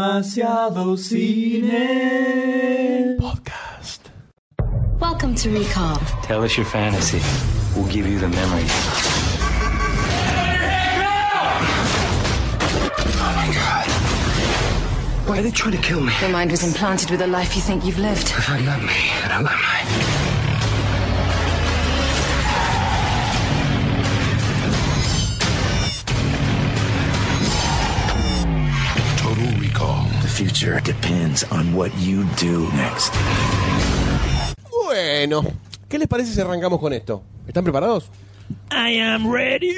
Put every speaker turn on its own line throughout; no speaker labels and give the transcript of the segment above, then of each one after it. Demasiado cine. Podcast.
Welcome to Recall.
Tell us your fantasy. We'll give you the memory.
Why are they trying to kill me?
Your mind was implanted with a life you think you've lived.
If I love me, then I love me. Total recall. The future depends on what you do next.
Bueno, ¿qué les parece si arrancamos con esto? ¿Están preparados?
I am ready.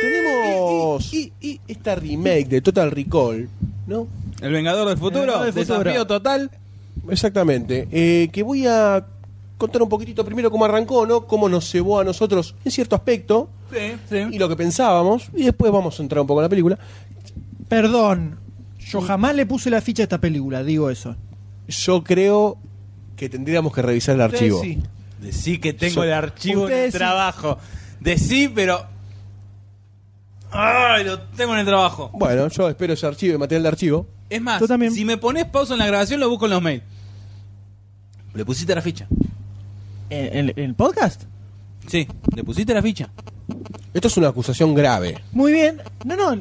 Tenemos y, y esta remake de Total Recall, ¿no?
El Vengador del Futuro,
Vengador del Futuro.
desafío total.
Exactamente. Eh, que voy a contar un poquitito primero cómo arrancó, ¿no? Cómo nos llevó a nosotros en cierto aspecto
Sí,
y lo que pensábamos. Y después vamos a entrar un poco en la película.
Perdón, yo jamás le puse la ficha a esta película, digo eso.
Yo creo que tendríamos que revisar el archivo.
Decí que tengo
Yo-
el archivo en
Ustedes
el
sí.
trabajo. Decí, pero. ¡Ay! Lo tengo en el trabajo.
Bueno, yo espero ese archivo, el material de archivo.
Es más,
Yo también.
si me pones pausa en la grabación, lo busco en los mails. ¿Le pusiste la ficha?
¿En el, podcast?
Sí, le pusiste la ficha.
Esto es una acusación grave.
Muy bien. No, no.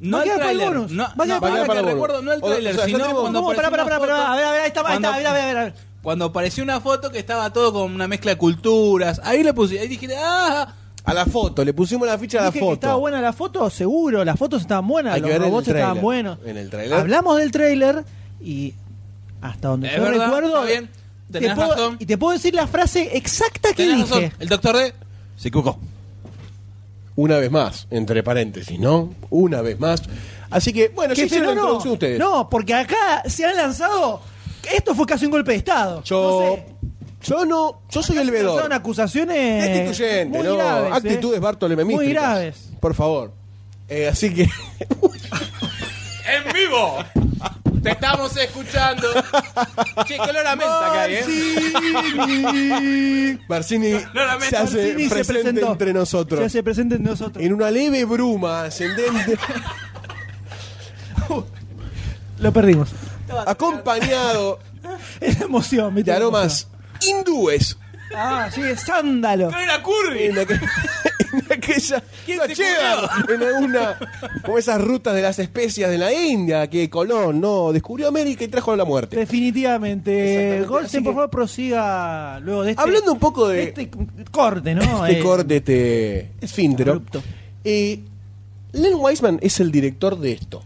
No
Va
al
a quedar para el
tráiler.
bonus.
No,
Va a quedar
no,
para-
ahora
para
que
el bonus.
recuerdo, no al
O- o
tráiler,
sea, ya
sino
tenemos-
cuando
No, pará,
apareció
pará,
una
pará, pará.
foto-
A ver, a ver, ahí está, ahí
cuando-
está, a ver, a ver, a ver.
Cuando apareció una foto que estaba todo con una mezcla de culturas. Ahí le puse, ahí dije, ¡ah!
A la foto, le pusimos la ficha a la
Dije que
foto.
estaba buena la foto, seguro, las fotos estaban buenas,
Hay que
los
ver en el
robots estaban
tráiler.
buenos.
En el tráiler.
Hablamos del trailer y hasta donde
Es
yo
verdad,
recuerdo
está bien,
te
tenés
puedo,
razón.
y te puedo decir la frase exacta que
Tenés
dije.
razón, el doctor D se equivocó.
Una vez más, entre paréntesis, ¿no? Una vez más. Así que, bueno,
Que
ya hicieron
no,
la
no,
introducción ustedes.
no, porque acá se han lanzado. Esto fue casi un golpe de estado.
yo.
No sé.
Yo no. Yo soy el
Son
vedor.
acusaciones
Destituyente,
eh, muy
¿no?
graves, ¿eh?
Actitudes bartolomeísticas.
Muy graves.
Por favor. Eh, así que.
¡En vivo! Te estamos escuchando. Che, qué olor a menta que hay, ¿eh?
Barcini. Barcini
Claramente,
se hace
Barcini se
presente
presentó.
entre nosotros.
Se hace presente en nosotros.
En una leve bruma ascendente,
Lo perdimos.
acompañado
Es emoción, me
de
tengo
aromas hindúes.
emoción. Ah, sí, es sándalo.
¡No era curry!
en, aqu- en aquella
¿Quién
no,
se
llegan en alguna como esas rutas de las especias de la India que Colón no descubrió América y trajo la
Este,
muerte.
Definitivamente.
Exactamente, así
Goldstein, por
que-
favor, prosiga luego de este.
Hablando un poco de-
este corte, ¿no?
este
Eh,
corte este esfíntero.
abrupto.
Eh, Len Wiseman es el director de esto,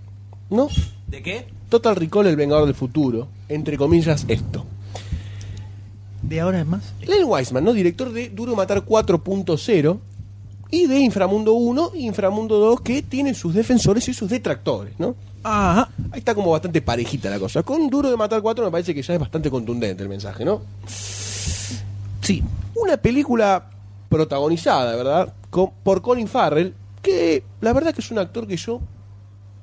¿no?
¿De qué?
Total Recall, el Vengador del Futuro, entre comillas esto.
De ahora es más.
Len Wiseman, ¿no? Director de Duro Matar 4.0 y de Inframundo 1 y Inframundo 2 que tienen sus defensores y sus detractores, ¿no?
Ajá.
Ahí está como bastante parejita la cosa. Con Duro de Matar 4 me parece que ya es bastante contundente el mensaje, ¿no?
Sí.
Una película protagonizada, ¿verdad? Con- por Colin Farrell, que la verdad que es un actor que yo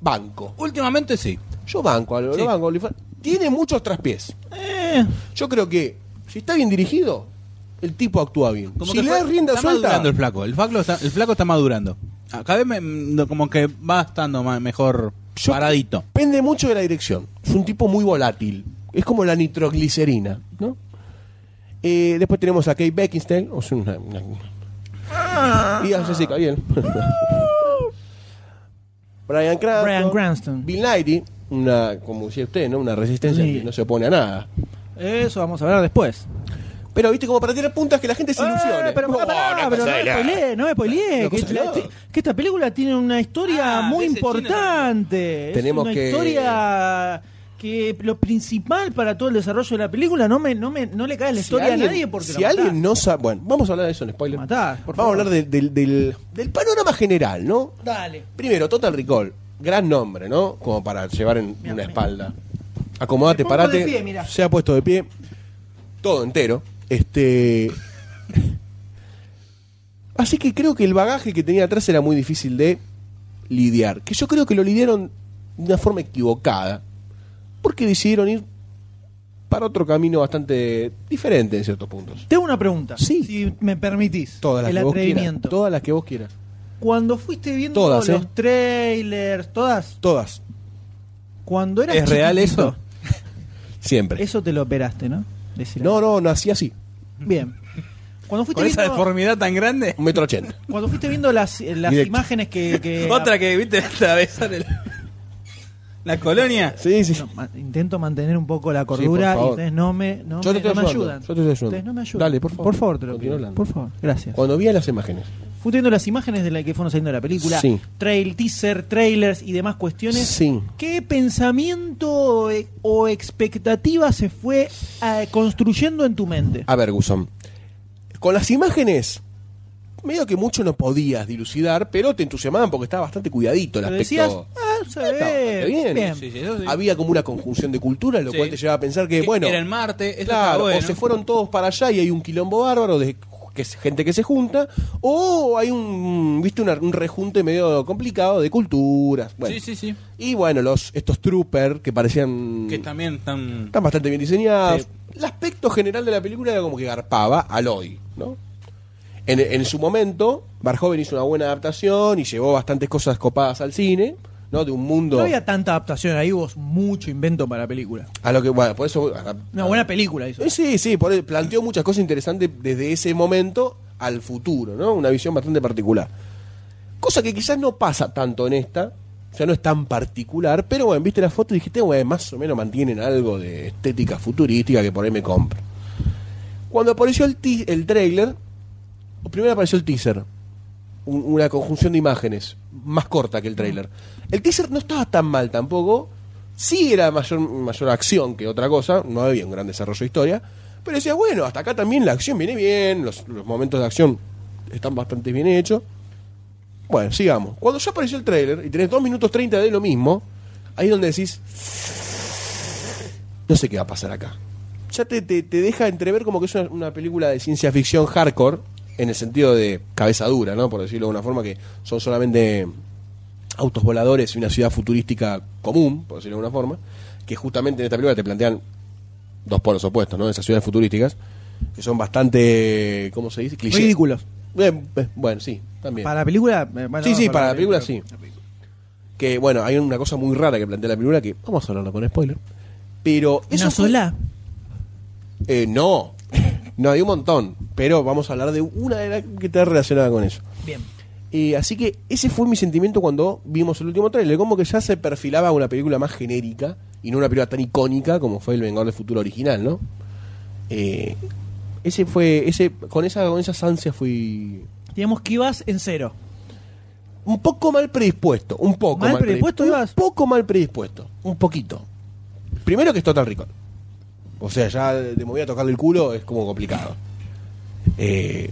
banco.
Últimamente sí.
Yo banco, a lo, lo
Sí. Eh.
banco a Colin Farrell. Tiene muchos traspiés. Yo creo que si está bien dirigido, el tipo actúa bien.
Como
si
que
le
fue-
das rienda
está
suelta,
madurando el flaco. El flaco está, el flaco está madurando. A- Cada vez me- mm, como que va estando ma- mejor
Yo-
paradito.
depende mucho de la dirección. Es un tipo muy volátil. Es como la nitroglicerina, ¿no? Eh, después tenemos a Kate Beckinsale. O sea, una- una-
Ah.
y a Jessica Biel. Brian Cranston.
Bryan Cranston.
Bill Nighy, una, como decía usted, ¿no? Una resistencia
Sí.
que no se opone a nada.
Eso vamos a hablar después.
Pero, viste, como para tirar puntas que la gente se ilusione.
Eh, pero pará,
Oh,
pará,
una
pero
cosa
no me
de la-
spoileé, no me spoileé.
Una
Que,
cosa de
la-
la-
ti- que esta película tiene una historia
Ah,
muy
de ese
importante. Es
Tenemos
una
que-
historia que lo principal para todo el desarrollo de la película no me no me no le cae la
Si
historia
alguien-
a nadie porque
si
lo matás.
alguien no sabe. Bueno, vamos a hablar de eso en spoiler.
Lo matás,
vamos
por
a
favor.
hablar de- del- del, del panorama general, ¿no?
Dale.
Primero, Total Recall. Gran nombre, ¿no? Como para llevar en una
Mira, me-
espalda. Acomodate,
me pongo
parate.
de pie, mirá.
se ha puesto de pie. Todo entero. Este. Así que creo que el bagaje que tenía atrás era muy difícil de lidiar. Que yo creo que lo lidiaron de una forma equivocada. Porque decidieron ir para otro camino bastante diferente en ciertos puntos.
Tengo una pregunta,
Sí.
si me permitís,
Todas las
el
que vos quieras.
atrevimiento.
Todas las que vos quieras.
Cuando fuiste viendo
Todas,
los
¿eh?
trailers, todas,
Todas.
Cuando eras
¿Es real
chiquitito,
Siempre.
Eso te lo operaste, ¿no? Decir-
No, no, nací así.
Bien. Cuando fuiste
Con esa
viendo,
deformidad tan grande.
Un metro ochenta.
cuando fuiste viendo las, eh, las
Directo.
imágenes que, que-
Otra que, viste, la besar el- La colonia.
Sí, sí.
No, ma- intento mantener un poco la cordura
por
y
favor.
ustedes no me, no
Yo
me,
te estoy
no me
ayudando,
ayudan.
yo te estoy ayudando.
Ustedes no me ayudan.
Dale, por favor.
Por favor, te lo
Continúa
pido.
hablando.
Por favor, gracias.
Cuando vi las imágenes.
Fuiste viendo las imágenes de las que fueron saliendo de la película,
Sí.
trail, teaser, trailers y demás cuestiones.
Sí.
¿Qué pensamiento o, e- o expectativa se fue eh, construyendo en tu mente?
A ver, Guzón. Con las imágenes, medio que mucho no podías dilucidar, pero te entusiasmaban porque estaba bastante cuidadito el
Pero
aspecto.
decías, ah, se
Está
ve
bastante bien.
bien.
Sí, sí, eso sí.
Había como una conjunción de culturas, lo
Sí.
cual te llevaba a pensar que,
Que
bueno.
era el martes, eso está
claro,
bueno.
o se fueron todos para allá y hay un quilombo bárbaro de que es gente que se junta, o hay un, viste, una- un rejunte medio complicado de culturas. Bueno.
Sí, sí, sí.
Y bueno, los estos troopers que parecían.
Que también están.
Están bastante bien diseñados.
Sí.
El aspecto general de la película era como que garpaba al hoy, ¿no? En, en su momento, Barjoven hizo una buena adaptación y llevó bastantes cosas copadas al cine, ¿no? De un mundo
No había tanta adaptación, ahí hubo mucho invento para la película.
a lo que, bueno, por eso... a-
Una buena película hizo.
Eh, Sí, sí, por- planteó muchas cosas interesantes desde ese momento al futuro, ¿no? Una visión bastante particular. Cosa que quizás no pasa tanto en esta, o sea, no es tan particular, pero bueno, viste la foto y dijiste, bueno, más o menos mantienen algo de estética futurística que por ahí me compro. Cuando apareció el, ti- el trailer, primero apareció el teaser, un- una conjunción de imágenes, más corta que el trailer. El teaser no estaba tan mal tampoco, sí era mayor, mayor acción que otra cosa, no había un gran desarrollo de historia, pero decía, bueno, hasta acá también la acción viene bien, los, los momentos de acción están bastante bien hechos. Bueno, sigamos. Cuando ya apareció el trailer y tenés 2 minutos 30 de lo mismo, ahí es donde decís, no sé qué va a pasar acá. Ya te, te- te deja entrever como que es una, una película de ciencia ficción hardcore, en el sentido de cabeza dura, ¿no? Por decirlo de una forma, que son solamente autos voladores y una ciudad futurística común, por decirlo de alguna forma, que justamente en esta película te plantean dos polos opuestos, ¿no? Esas ciudades futurísticas, que son bastante, ¿cómo se dice? Clichés.
Ridículos.
Eh, eh, bueno, sí, también.
Para la película, eh, bueno,
Sí, sí, para la película,
sí.
Que bueno, hay una cosa muy rara que plantea la película que vamos a hablarlo con spoiler. Pero eso
Una
fue-
sola.
Eh, no, no hay un montón, pero vamos a hablar de una de las que está relacionada con eso.
Bien.
Eh, así que ese fue mi sentimiento cuando vimos el último trailer, como que ya se perfilaba una película más genérica y no una película tan icónica como fue El Vengador del Futuro original, ¿no? Eh, ese fue, ese, con esa, con esas ansias fui
Digamos que ibas en cero.
un poco mal predispuesto, un poco
¿Mal predispuesto ibas?
un poco mal predispuesto, un poquito. Primero que es Total Recall. O sea, ya de movida a tocarle el culo es como complicado. Eh,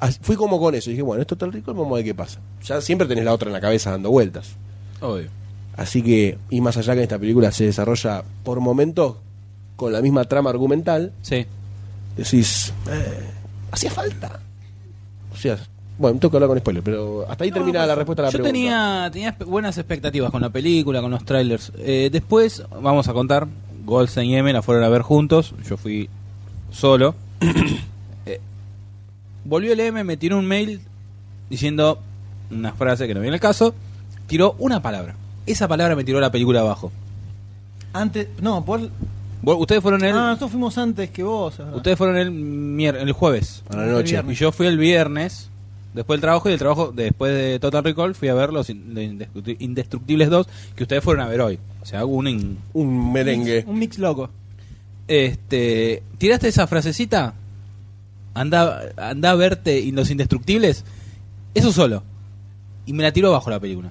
as- fui como con eso, dije, bueno, es Total Recall, vamos a ver qué pasa. Ya siempre tenés la otra en la cabeza dando vueltas.
Obvio.
Así que, y más allá que esta película se desarrolla por momentos con la misma trama argumental,
Sí.
decís, eh, hacía falta. O sea, bueno, tengo que hablar con spoiler, pero hasta ahí termina la respuesta a la
pues, Yo tenía,
pregunta.
tenía espe- buenas expectativas con la película, con los trailers. Eh, después, vamos a contar, Goldstein y M la fueron a ver juntos, yo fui solo. Eh, volvió el M, me tiró un mail diciendo una frase que no viene al caso, tiró una palabra. Esa palabra me tiró la película abajo.
Antes, no, por...
Vos- Ustedes fueron el,
Ah, nosotros fuimos antes que vos. es verdad.
ustedes fueron el, mier- el jueves.
A la noche.
Y yo fui el viernes, después del trabajo, y del trabajo, después de Total Recall, fui a ver los in- de Indestructi- Indestructibles 2 que ustedes fueron a ver hoy. O sea, un... in-
Un merengue.
Un mix loco.
Este, ¿Tiraste esa frasecita? Anda, anda a verte y los Indestructibles. Eso solo. Y me la tiró abajo la película.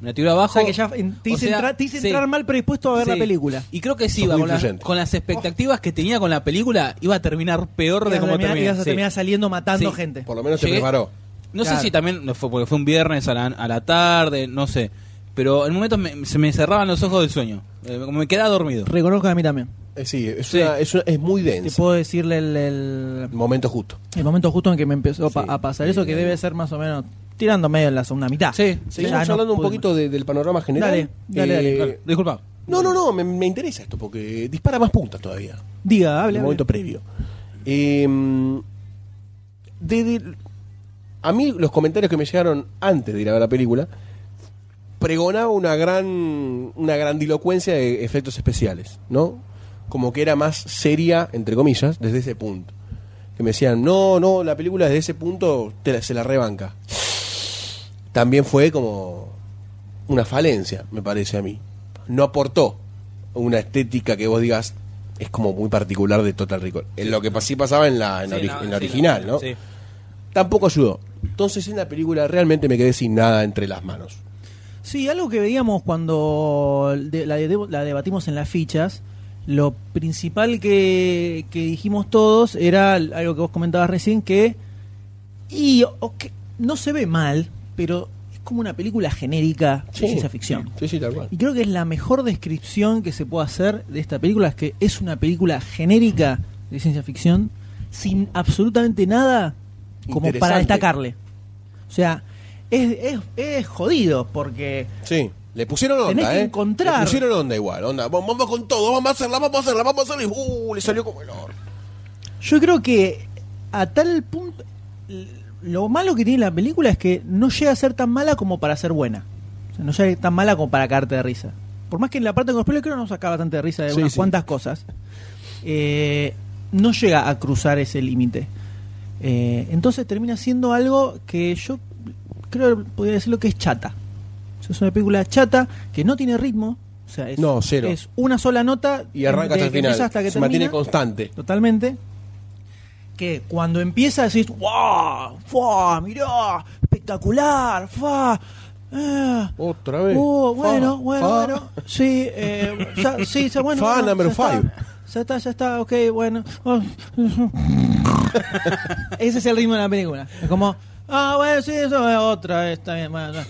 Me la tiró
O
abajo.
sea que ya en- te
O
hice,
sea,
entrar, te hice
sí.
entrar mal predispuesto a ver la
Sí.
película.
Y creo que sí,
Sos
iba
muy
con, las-
influyente.
con las expectativas que tenía con la película, iba a terminar peor de
Ibas a
como
terminar-
terminé.
ibas a
Sí.
terminar saliendo matando
Sí.
gente.
Por lo menos se
Llegué-
preparó.
No
Claro.
sé si también fue porque fue un viernes a la, a la tarde, no sé. Pero en momentos me- se me cerraban los ojos del sueño. Eh, como me quedaba dormido.
Reconozco que a mí también.
Eh, sí, es,
Sí.
una- es, una- es muy
Te
denso.
puedo decirle el, el,
Momento justo.
el momento justo en que me empezó pa-
Sí.
a pasar eso, que debe ser más o menos tirando medio en la segunda mitad.
Sí. Ah,
Seguimos
Ya no
hablando un
pude
poquito de- del panorama general. Eh,
Dale, dale, dale,
Claro, Disculpa.
No, no, no, me, me interesa esto porque dispara más puntas todavía.
más. Diga,
en
hable.
el
hable.
momento previo. Eh, de- de- a mí los comentarios que me llegaron antes de ir a ver la película pregonaba una gran una grandilocuencia de efectos especiales, ¿no? Como que era más seria, entre comillas, desde ese punto. Que me decían, no, no, la película desde ese punto te la- se la rebanca. También fue como una falencia, me parece a mí. No aportó una estética que vos digas, es como muy particular de Total Recall. En lo que pas- sí pasaba en la, en la
Sí,
ori-
no,
en la
sí,
original,
la-
¿no?
sí.
Tampoco ayudó. Entonces en la película realmente me quedé sin nada entre las manos.
Sí, algo que veíamos cuando de- la, de- la debatimos en las fichas, lo principal que, que dijimos todos era algo que vos comentabas recién, que y, o que no se ve mal, pero es como una película genérica de ciencia ficción.
Sí, sí, tal cual.
Y creo que es la mejor descripción que se puede hacer de esta película, es que es una película genérica de ciencia ficción, sin absolutamente nada como para
Interesante.
destacarle. O sea, es, es, es jodido porque...
Sí. Le pusieron onda,
Tenés que
¿eh?
encontrar.
Le pusieron onda igual, onda. Vamos vamos con todo, vamos a hacerla, vamos a hacerla, vamos a hacerla. Y uh, le salió como el oro.
Yo creo que a tal punto... l- Lo malo que tiene la película es que no llega a ser tan mala como para ser buena. O sea, no llega tan mala como para cagarte de risa. Por más que en la parte con los pelos creo que nos saca bastante de risa de
Sí,
unas
sí.
cuantas cosas. eh, no llega a cruzar ese límite. Eh, entonces termina siendo algo que yo creo que podría decirlo que es chata. O sea, es una película chata que no tiene ritmo. O sea, es,
No, cero.
es una sola nota
Y arranca
desde
hasta el
que
final.
empieza hasta que
Se mantiene
termina.
constante.
Totalmente. Que cuando empieza decís, ¡wow! ¡Fua! ¡Mirá! ¡Espectacular! ¡Fua! Ah,
Otra vez.
oh, bueno,
Fa,
bueno,
fa.
bueno. Sí, eh, ya, sí, ya, bueno.
Fa
bueno,
number
ya
five.
Está, ya está, ya está, ok, bueno. Ah, Ese es el ritmo de la película. Es como, ah, bueno, sí, eso es otra vez, está bien, bueno, ya.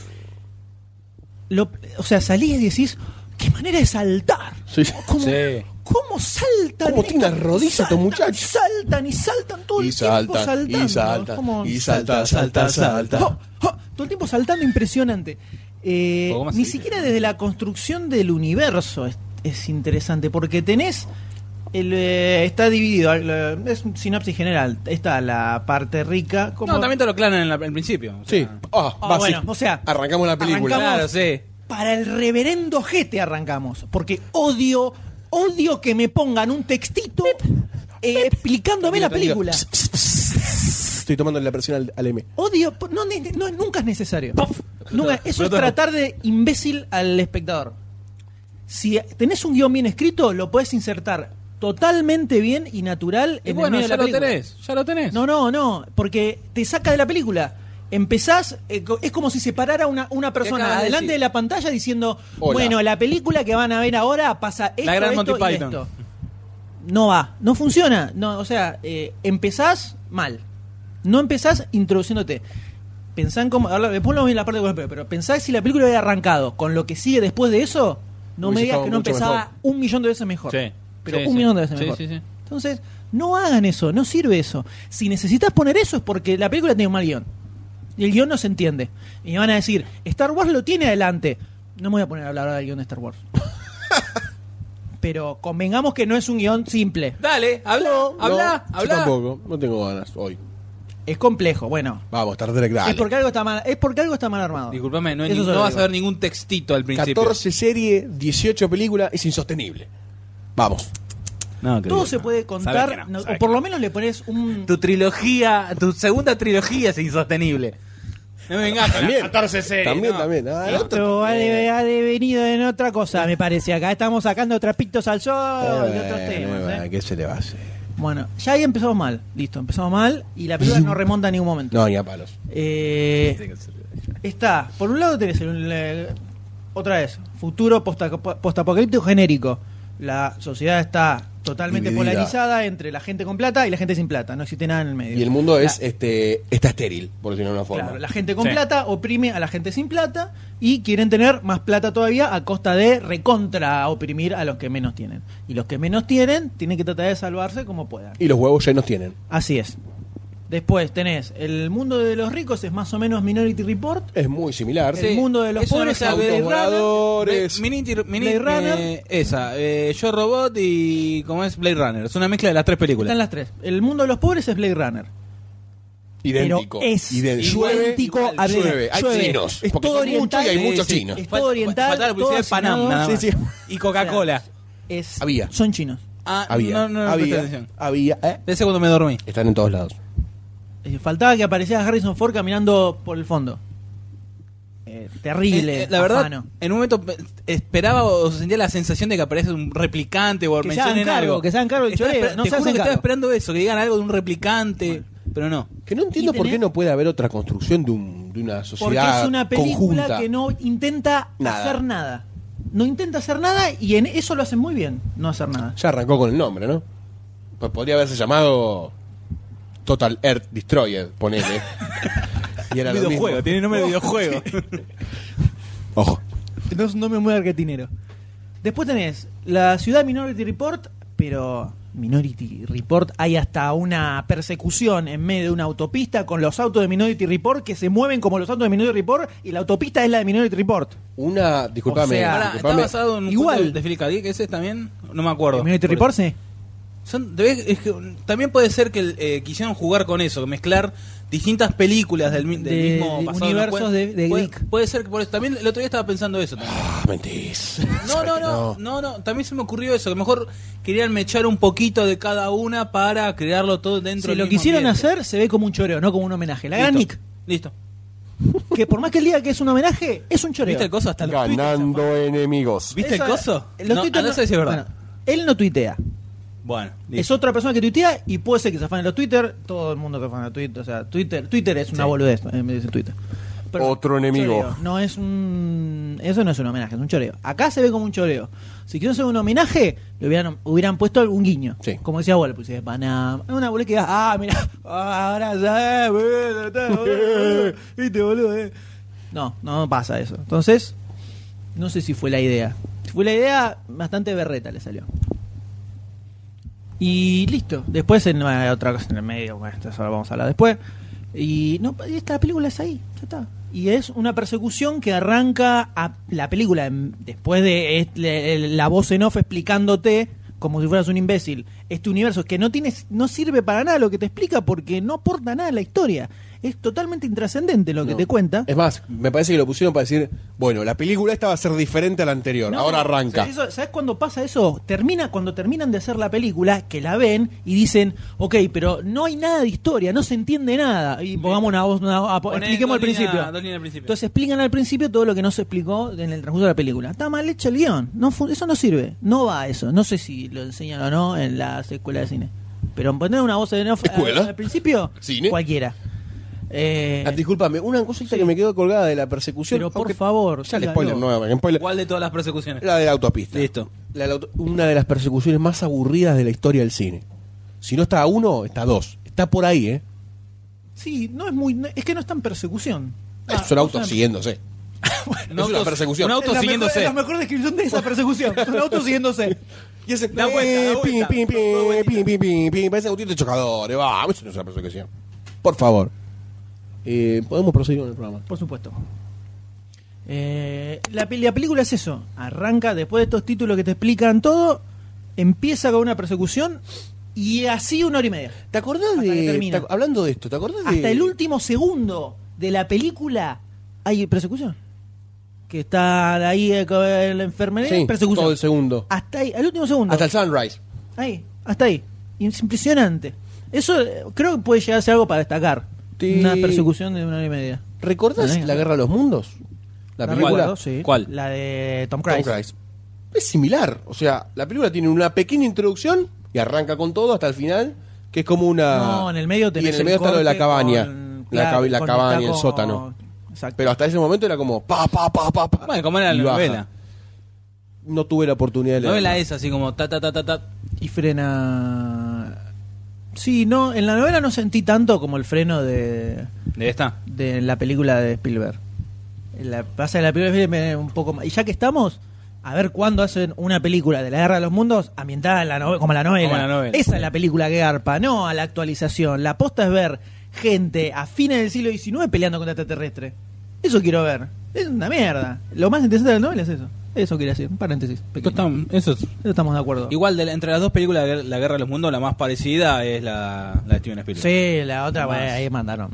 Lo- o sea, salís y decís, qué manera de saltar.
Sí.
¿Cómo,
Sí.
cómo saltan?
¿Cómo tiene
estos-
rodillas estos
saltan,
muchachos?
Saltan y saltan todo
Y
el tiempo
saltan,
saltando.
y saltan,
¿Cómo?
y saltan, saltan, saltan.
Jo, jo, todo el tiempo saltando impresionante. Eh,
Poco más
ni
sí.
siquiera desde la construcción del universo es, es interesante, porque tenés... el, eh, está dividido, eh, es un sinopsis general. Está la parte rica. como-
No, también te lo aclaran en la- al principio. o sea,
Sí. Ah,
Ah,
va,
bueno,
sí.
o sea,
Arrancamos la película.
arrancamos-
Claro, sí.
Para el reverendo Gete arrancamos, porque odio, odio que me pongan un textito eh, explicándome la
Tranquilo,
película.
tranquilo. Pss, pss. Estoy tomando la presión al, al M.
Odio, po- no, ne- no, nunca es necesario. Nunca- eso es
Explotó.
tratar de imbécil al espectador. Si tenés un guión bien escrito, lo podés insertar totalmente bien y natural
Y
en
bueno,
el
ya
medio de la
lo
película.
tenés, ya lo tenés.
No, no, no, porque te saca de la película. Empezás, eh, co- es como si se parara una, una persona
acabas de
adelante
decir?
de la pantalla diciendo,
Hola.
bueno, la película que van a ver ahora pasa esto,
gran
esto
Monty
y
Python.
esto". No va, no funciona. No, o sea, eh, empezás mal. No empezás introduciéndote. Pensá en cómo. Ahora, después lo voy en la parte de golpe, pero pensá si la película hubiera arrancado con lo que sigue después de eso, no me
Hubiese
digas
estado
que no
mucho
empezaba
mejor.
un millón de veces mejor.
Sí,
Pero
sí,
un
sí.
millón de veces
Sí,
mejor.
sí, sí.
Entonces, no hagan eso, no sirve eso. Si necesitas poner eso es porque la película tiene un mal guión. Y el guión no se entiende. Y me van a decir, Star Wars lo tiene adelante. No me voy a poner a hablar ahora del guión de Star Wars. Pero convengamos que no es un guión simple.
Dale, habla, habla,
no,
habla.
Yo tampoco. No tengo ganas hoy.
Es complejo, bueno.
Vamos, Star Trek, dale.
Es porque algo está mal, es porque algo está mal armado.
Disculpame, no, hay
Eso
ni-
se lo
no vas
digo.
a ver ningún textito al principio.
14 series, 18 películas, es insostenible. Vamos.
No, que
Todo
digo,
se
no.
puede
Sabés que
contar,
no,
no-
sabés
o por
que
lo
no.
menos le pones un
Tu trilogía, tu segunda trilogía es insostenible. No me vengas. con
También.
14 series,
También,
no.
también. Ah, el otro-
Pero ha, de- ha devenido en otra cosa, me parece. Acá estamos sacando trapitos al sol y
Eh,
otros temas.
bueno,
¿eh?
¿Qué se le va a hacer?
Bueno, ya ahí empezamos mal. Listo, empezamos mal y la película no remonta en ningún momento.
No, ni a palos.
Eh, está, por un lado tenés el, eh, otra vez, futuro posta- postapocalíptico genérico. La sociedad está totalmente
Dividida.
polarizada entre la gente con plata y la gente sin plata. No existe nada en el medio.
Y el mundo
La-
es este está estéril, por decirlo de una forma.
Claro, la gente con
Sí.
plata oprime a la gente sin plata y quieren tener más plata todavía a costa de recontra oprimir a los que menos tienen. Y los que menos tienen tienen que tratar de salvarse como puedan.
Y los huevos llenos tienen.
Así es. Después tenés el mundo de los ricos es más o menos Minority Report.
Es muy similar.
Sí. El mundo de los
eso
pobres,
no
autos
sabe.
voladores.
Mini, mini,
Blade Runner.
eh, esa, eh, Yo Robot y ¿cómo es Blade Runner? Es una mezcla de las tres películas.
Están las tres. El mundo de los pobres es Blade Runner.
Idéntico.
Pero es
Idéntico.
idéntico
Llueve,
a Belén.
llueve. Hay
Llueve.
chinos,
Es
porque
todo
son muchos
oriental.
y hay
Sí,
muchos
sí.
chinos.
Es todo oriental.
Faltaba la publicidad
todo
de Panam,
asignado.
nada más.
Sí, sí.
Y Coca-Cola.
Es-
Había.
Son chinos.
Ah,
Había.
No, no, no presté
había.
atención.
Había. ¿eh?
De ese cuando me dormí.
Están en todos lados.
Eh, Faltaba que apareciera Harrison Ford caminando por el fondo. Eh, terrible.
Eh, eh, la verdad,
afano.
en un momento pe- esperaba o sentía la sensación de que aparece un replicante o
Que se
mencionen
hagan cargo,
algo.
que se hagan cargo del
Estaba
choreo,
esper-
no
te
se
juro
hacen
que estaba
cargo.
esperando eso, que digan algo de un replicante, pero no.
Que no entiendo
Y
por
tenés-
qué no puede haber otra construcción de, un- de una
Porque
sociedad
es una película
conjunta.
que no intenta
Nada.
hacer nada. No intenta hacer nada y en eso lo hacen muy bien, no hacer nada.
Ya arrancó con el nombre, ¿no? Pues podría haberse llamado Total Earth Destroyer, ponele. y era lo mismo.
tiene nombre de videojuego.
Ojo.
No, no me mueve argentinero. Después tenés la ciudad Minority Report, pero Minority Report hay hasta una persecución en medio de una autopista con los autos de Minority Report que se mueven como los autos de Minority Report y la autopista es la de Minority Report.
Una, disculpame,
O sea,
Pará, está
disculpame.
basado en un
Igual.
cuento de Philip K. Dick, ese también, no me acuerdo.
Minority
Por-
Report, sí.
Son- debe- es que, mm, también puede ser que el, eh, quisieron jugar con eso, mezclar distintas películas del, mi- del
De-
mismo
de
pasado. ¿no?
universos
Puede-
de- de
puede,
Dick.
puede ser que por eso. También el otro día estaba pensando eso también.
Ah, mentís.
No, no, no, no, no, también se me ocurrió eso, que mejor querían mechar un poquito de cada una para crearlo todo dentro
Si
del
lo
mismo
quisieron
ambiente.
hacer, se ve como un choreo, no como un homenaje. La gran
Listo.
Nick,
Listo.
que por más que él diga que es un homenaje, es un choreo.
¿Viste el coso hasta los
Ganando
tweets?
enemigos.
¿Viste el
Eso-
coso?
los
no,
tuites
ah, no
no-
sé si es verdad.
bueno, él no tuitea.
Bueno,
Es
listo.
otra persona que tuitea y puede ser que se afane los Twitter. Todo el mundo se afana Twitter. O sea, Twitter, Twitter es una boludez, eh, me dicen Twitter.
Otro enemigo.
choreo. No es un. Eso no es un homenaje, es un choreo. Acá se ve como un choreo. Si quisieron hacer un homenaje, le hubieran, hubieran puesto un guiño.
Sí.
Como decía abuelo, pues de Panamá. Es una boludez que diga, ah, mira, ahora ya, boludo, está, boludo, viste, boludo, eh. No, no pasa eso. Entonces, no sé si fue la idea. Si fue la idea, bastante berreta le salió. Y listo. Después en eh, otra cosa en el medio, bueno, esto solo vamos a hablar después. Y no, y esta película es ahí, ya está. Y es una persecución que arranca a la película en- después de es- le- el- la voz en off explicándote como si fueras un imbécil. Este universo que no tienes no sirve para nada lo que te explica porque no aporta nada a la historia. Es totalmente intrascendente lo que
No.
te cuenta.
Es más, me parece que lo pusieron para decir, bueno, la película esta va a ser diferente a la anterior,
No,
ahora arranca.
¿sabes eso? ¿Sabes cuándo pasa eso? Termina cuando terminan de hacer la película, que la ven y dicen, ok, pero no hay nada de historia, no se entiende nada. Y pongamos una voz, una, a-
Poné
expliquemos al
dos líneas-
principio.
dos líneas al principio.
Entonces explican al principio todo lo que no se explicó en el transcurso de la película. Está mal hecho el guión, no, fu- eso no sirve, no va a eso. No sé si lo enseñan o no en las escuelas de cine. Pero poner una voz en off al,
¿Escuela?
al principio,
¿Cine?
cualquiera. Eh,
Ah, disculpame, una cosita que me quedó colgada de la persecución.
Pero por
aunque-
favor,
Ya el
dígalo.
spoiler nuevamente. spoiler.
¿Cuál de todas las persecuciones?
La de la autopista.
Listo.
La de la auto- una de las persecuciones más aburridas de la historia del cine. Si no está a uno, está a dos. Está por ahí, ¿eh?
sí, no es muy, no- es que no está en persecución.
es un
Ah,
auto
o sea,
siguiéndose.
Un
es una
auto-
persecución.
Un
Es
auto
la
siguiéndose.
Mejor, es la mejor descripción de esa persecución. Un auto siguiéndose.
Y ese.
Da vuelta, da
eh,
vuelta.
pim, pim, pim,
Da vueltita.
pim, pim, pim, pim. Parece autito de chocadores. Vamos, eso no es una persecución. Por favor. Eh, Podemos proseguir con el programa.
Por supuesto. Eh, la, pe- la película es eso. Arranca después de estos títulos que te explican todo. Empieza con una persecución. Y así una hora y media.
¿Te acordás
Hasta que
de.
termina.
te ac- hablando de esto, ¿te acordás de.?
Hasta el último segundo de la película hay persecución. Que está ahí eh, con la enfermería.
Sí,
¿eh? persecución.
todo el segundo.
Hasta ahí, al último segundo.
Hasta el sunrise.
Ahí, hasta ahí. Es impresionante. Eso eh, creo que puede llegar a ser algo para destacar.
Sí.
Una persecución de una hora y media.
¿Recordás
Ahí.
la guerra de los mundos? La
¿Cuál?
película.
recuerdo,
sí.
¿Cuál?
La de Tom
Tom
Cruise.
Cruise. Es similar. O sea, la película tiene una pequeña introducción y arranca con todo hasta el final, que es como una.
No, en el medio
Ah. Y
tenés
en el medio está lo de la
corte
cabaña.
con-
la
claro,
cab- la
con-
cabaña,
está
el
con-
sótano.
Exacto.
Pero hasta ese momento era como pa, pa, pa, pa, pa.
Bueno, como era
Y
la
baja.
novela.
No tuve la oportunidad de
La novela
leerla.
es así como ta ta ta ta ta.
Y frena. Sí, no, en la novela no sentí tanto como el freno de,
De esta.
de la película de Spielberg. La, pasa que la película de Spielberg es un poco más. Y ya que estamos, a ver cuándo hacen una película de la Guerra de los Mundos ambientada en la nove- como la novela.
Como la novela.
Esa es la película que garpa, no a la actualización. La aposta es ver gente a fines del siglo XIX peleando contra extraterrestres. Eso quiero ver. Es una mierda. Lo más interesante de la novela es eso. Eso quería decir, un paréntesis. pequeño.
Total, eso es-
Eso estamos de acuerdo.
Igual, de la- entre las dos películas de La Guerra de los Mundos, la más parecida es la, la de Steven Spielberg.
Sí,
Eh,
la otra, bueno, ahí mandaron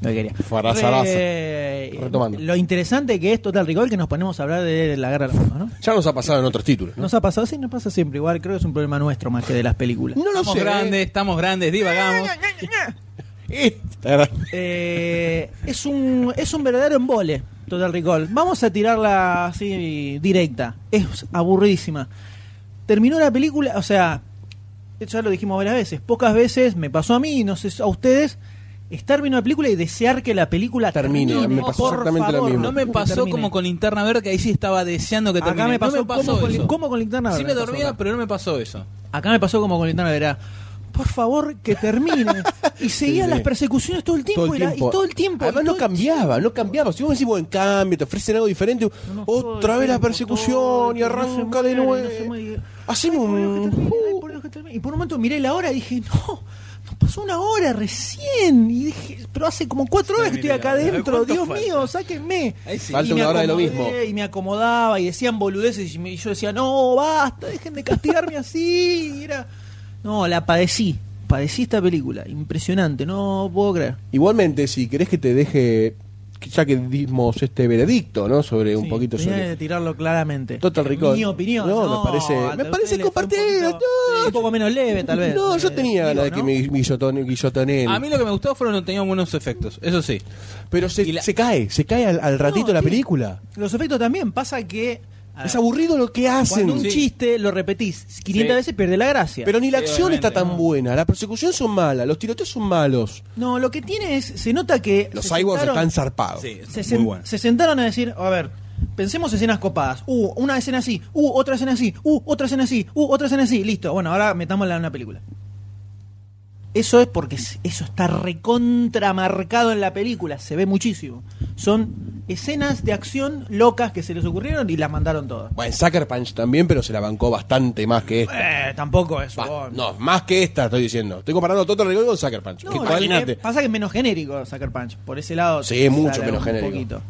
lo que quería.
Farazaraza.
Re-
Retomando.
Lo interesante que es Total Recall que nos ponemos a hablar de la guerra de los mundos, ¿no?
Ya nos ha pasado en otros títulos. ¿no?
Nos ha pasado así, nos pasa siempre igual. Creo que es un problema nuestro más que de las películas.
No lo
Estamos
sé. ¿eh?
grandes, estamos grandes, divagamos.
Esta-
Eh, es, un, es un verdadero embole, Total Recall. Vamos a tirarla así directa. Es aburridísima. Terminó la película, o sea, ya lo dijimos varias veces, pocas veces me pasó a mí, no sé a ustedes, estar viendo la película y desear que la película
Termine, me pasó
por
exactamente lo
favor,
mismo.
No me pasó
termine.
como con Linterna Verde, que ahí sí estaba deseando que terminara.
Acá me pasó,
no me pasó
como,
eso.
con, como con Linterna
sí
Verde
me
pasó
dormía,
acá.
pero no me pasó eso.
Acá me pasó como con Linterna Verde. era, Por favor, que termine. Y seguían
sí.
las persecuciones todo el tiempo.
todo el
y la-
tiempo.
y todo el tiempo.
Además,
y
no
todo el
cambiaba, no cambiaba. Si vos decís, bueno, en cambio, te ofrecen algo diferente,
No, no, todo
otra
el
vez la
tiempo, todo
persecución
el
y
tiempo,
arranca
no se
de
muere,
nuevo.
no se muere.
Haceme
Ay, por Dios, que
un.
termine, ay, por Dios, que termine. Y por un momento miré la hora y dije, no, nos pasó una hora recién. Y dije, pero hace como cuatro horas que estoy acá adentro. Dios mío, sáquenme.
Ahí sí.
Falta
Y me
una hora de lo
acomodé,
mismo.
Y me acomodaba y decían boludeces. Y, me- y yo decía, no, basta, dejen de castigarme así. Y era... No, la padecí. Padecí esta película. Impresionante, no puedo creer.
Igualmente, si querés que te deje, que- ya que dimos este veredicto, ¿no? Sobre un
Sí,
poquito
tenía
sobre.
que tirarlo claramente.
Total Recall.
Mi opinión.
No,
No,
me parece- me
a ustedes
parece
les fue un
compartida,
poquito-
no.
sí, un poco menos leve, tal vez.
No, yo
Eh,
tenía ganas de
digo,
que
¿no?
me guillotone- guillotoneen.
A mí lo que me gustó fueron que tenían buenos efectos, eso sí.
Pero se,
y la-
se cae, se cae al, al ratito
No,
la
sí.
película.
Los efectos también. Pasa que. a ver,
Es aburrido lo que hacen.
Cuando un
Sí.
chiste lo repetís 500
Sí.
veces, pierde la gracia.
Pero ni la
Sí,
acción
obviamente,
está tan
no.
buena, la persecución son malas, los tiroteos son malos.
No, lo que tiene es. Se nota que.
Los
se
cyborgs
sentaron-
están zarpados.
Sí,
se,
muy
sen-
bueno.
se sentaron a decir, a ver, pensemos escenas copadas. Uh, una escena así, uh, otra escena así, uh, otra escena así, uh, otra escena así. Listo, bueno, ahora metámosla en una película. Eso es porque es- eso está recontramarcado en la película, se ve muchísimo. Son escenas de acción locas que se les ocurrieron y las mandaron todas.
Bueno, Sucker Punch también, pero se la bancó bastante más que esta.
Eh, tampoco eso.
Va-
vos.
no, más que esta estoy diciendo. Estoy comparando Total Recall con Sucker Punch.
No,
que
lo
imagínate.
que pasa que es menos genérico Sucker Punch. Por ese lado.
Sí, es mucho
sale
menos genérico.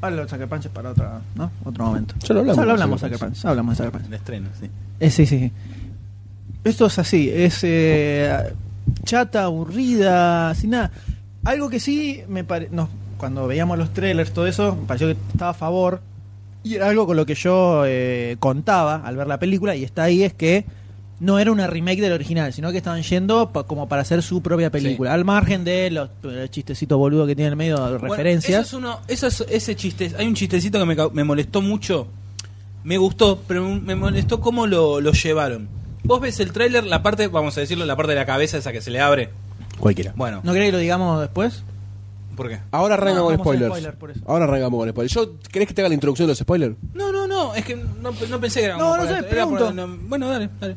Ahora los Sucker Punch es para otra, ¿no? otro momento.
Ya lo hablamos
Ya
de
lo hablamos
Sucker
Sucker
Punch.
Punch. Ya hablamos de Sucker Punch.
El estreno, sí.
Eh, sí, sí, sí. Esto es así. Es eh, chata, aburrida, sin nada. Algo que sí me pare... no, cuando veíamos los trailers, todo eso, me pareció que estaba a favor. Y era algo con lo que yo eh, contaba al ver la película, y está ahí, es que no era una remake del original, sino que estaban yendo pa- como para hacer su propia película, al margen de los, los chistecitos boludos que tienen en medio,
Bueno,
referencias.
eso es uno, eso es- ese chiste, hay un chistecito que me, cau- me molestó mucho. Me gustó, pero me molestó cómo lo, lo llevaron. Vos ves el tráiler, la parte, vamos a decirlo, la parte de la cabeza esa que se le abre.
Cualquiera.
Bueno,
¿No querés que lo digamos después?
¿por qué?
Ahora
No,
arrancamos con
vamos a
spoilers.
spoiler, por eso.
Ahora arrancamos con spoilers. Yo, ¿Querés que te haga la introducción de los spoilers?
No, no, no, es que no, no pensé que era
No,
como
no
por
sé,
la- era por
pregunto.
la- no, bueno, dale, dale.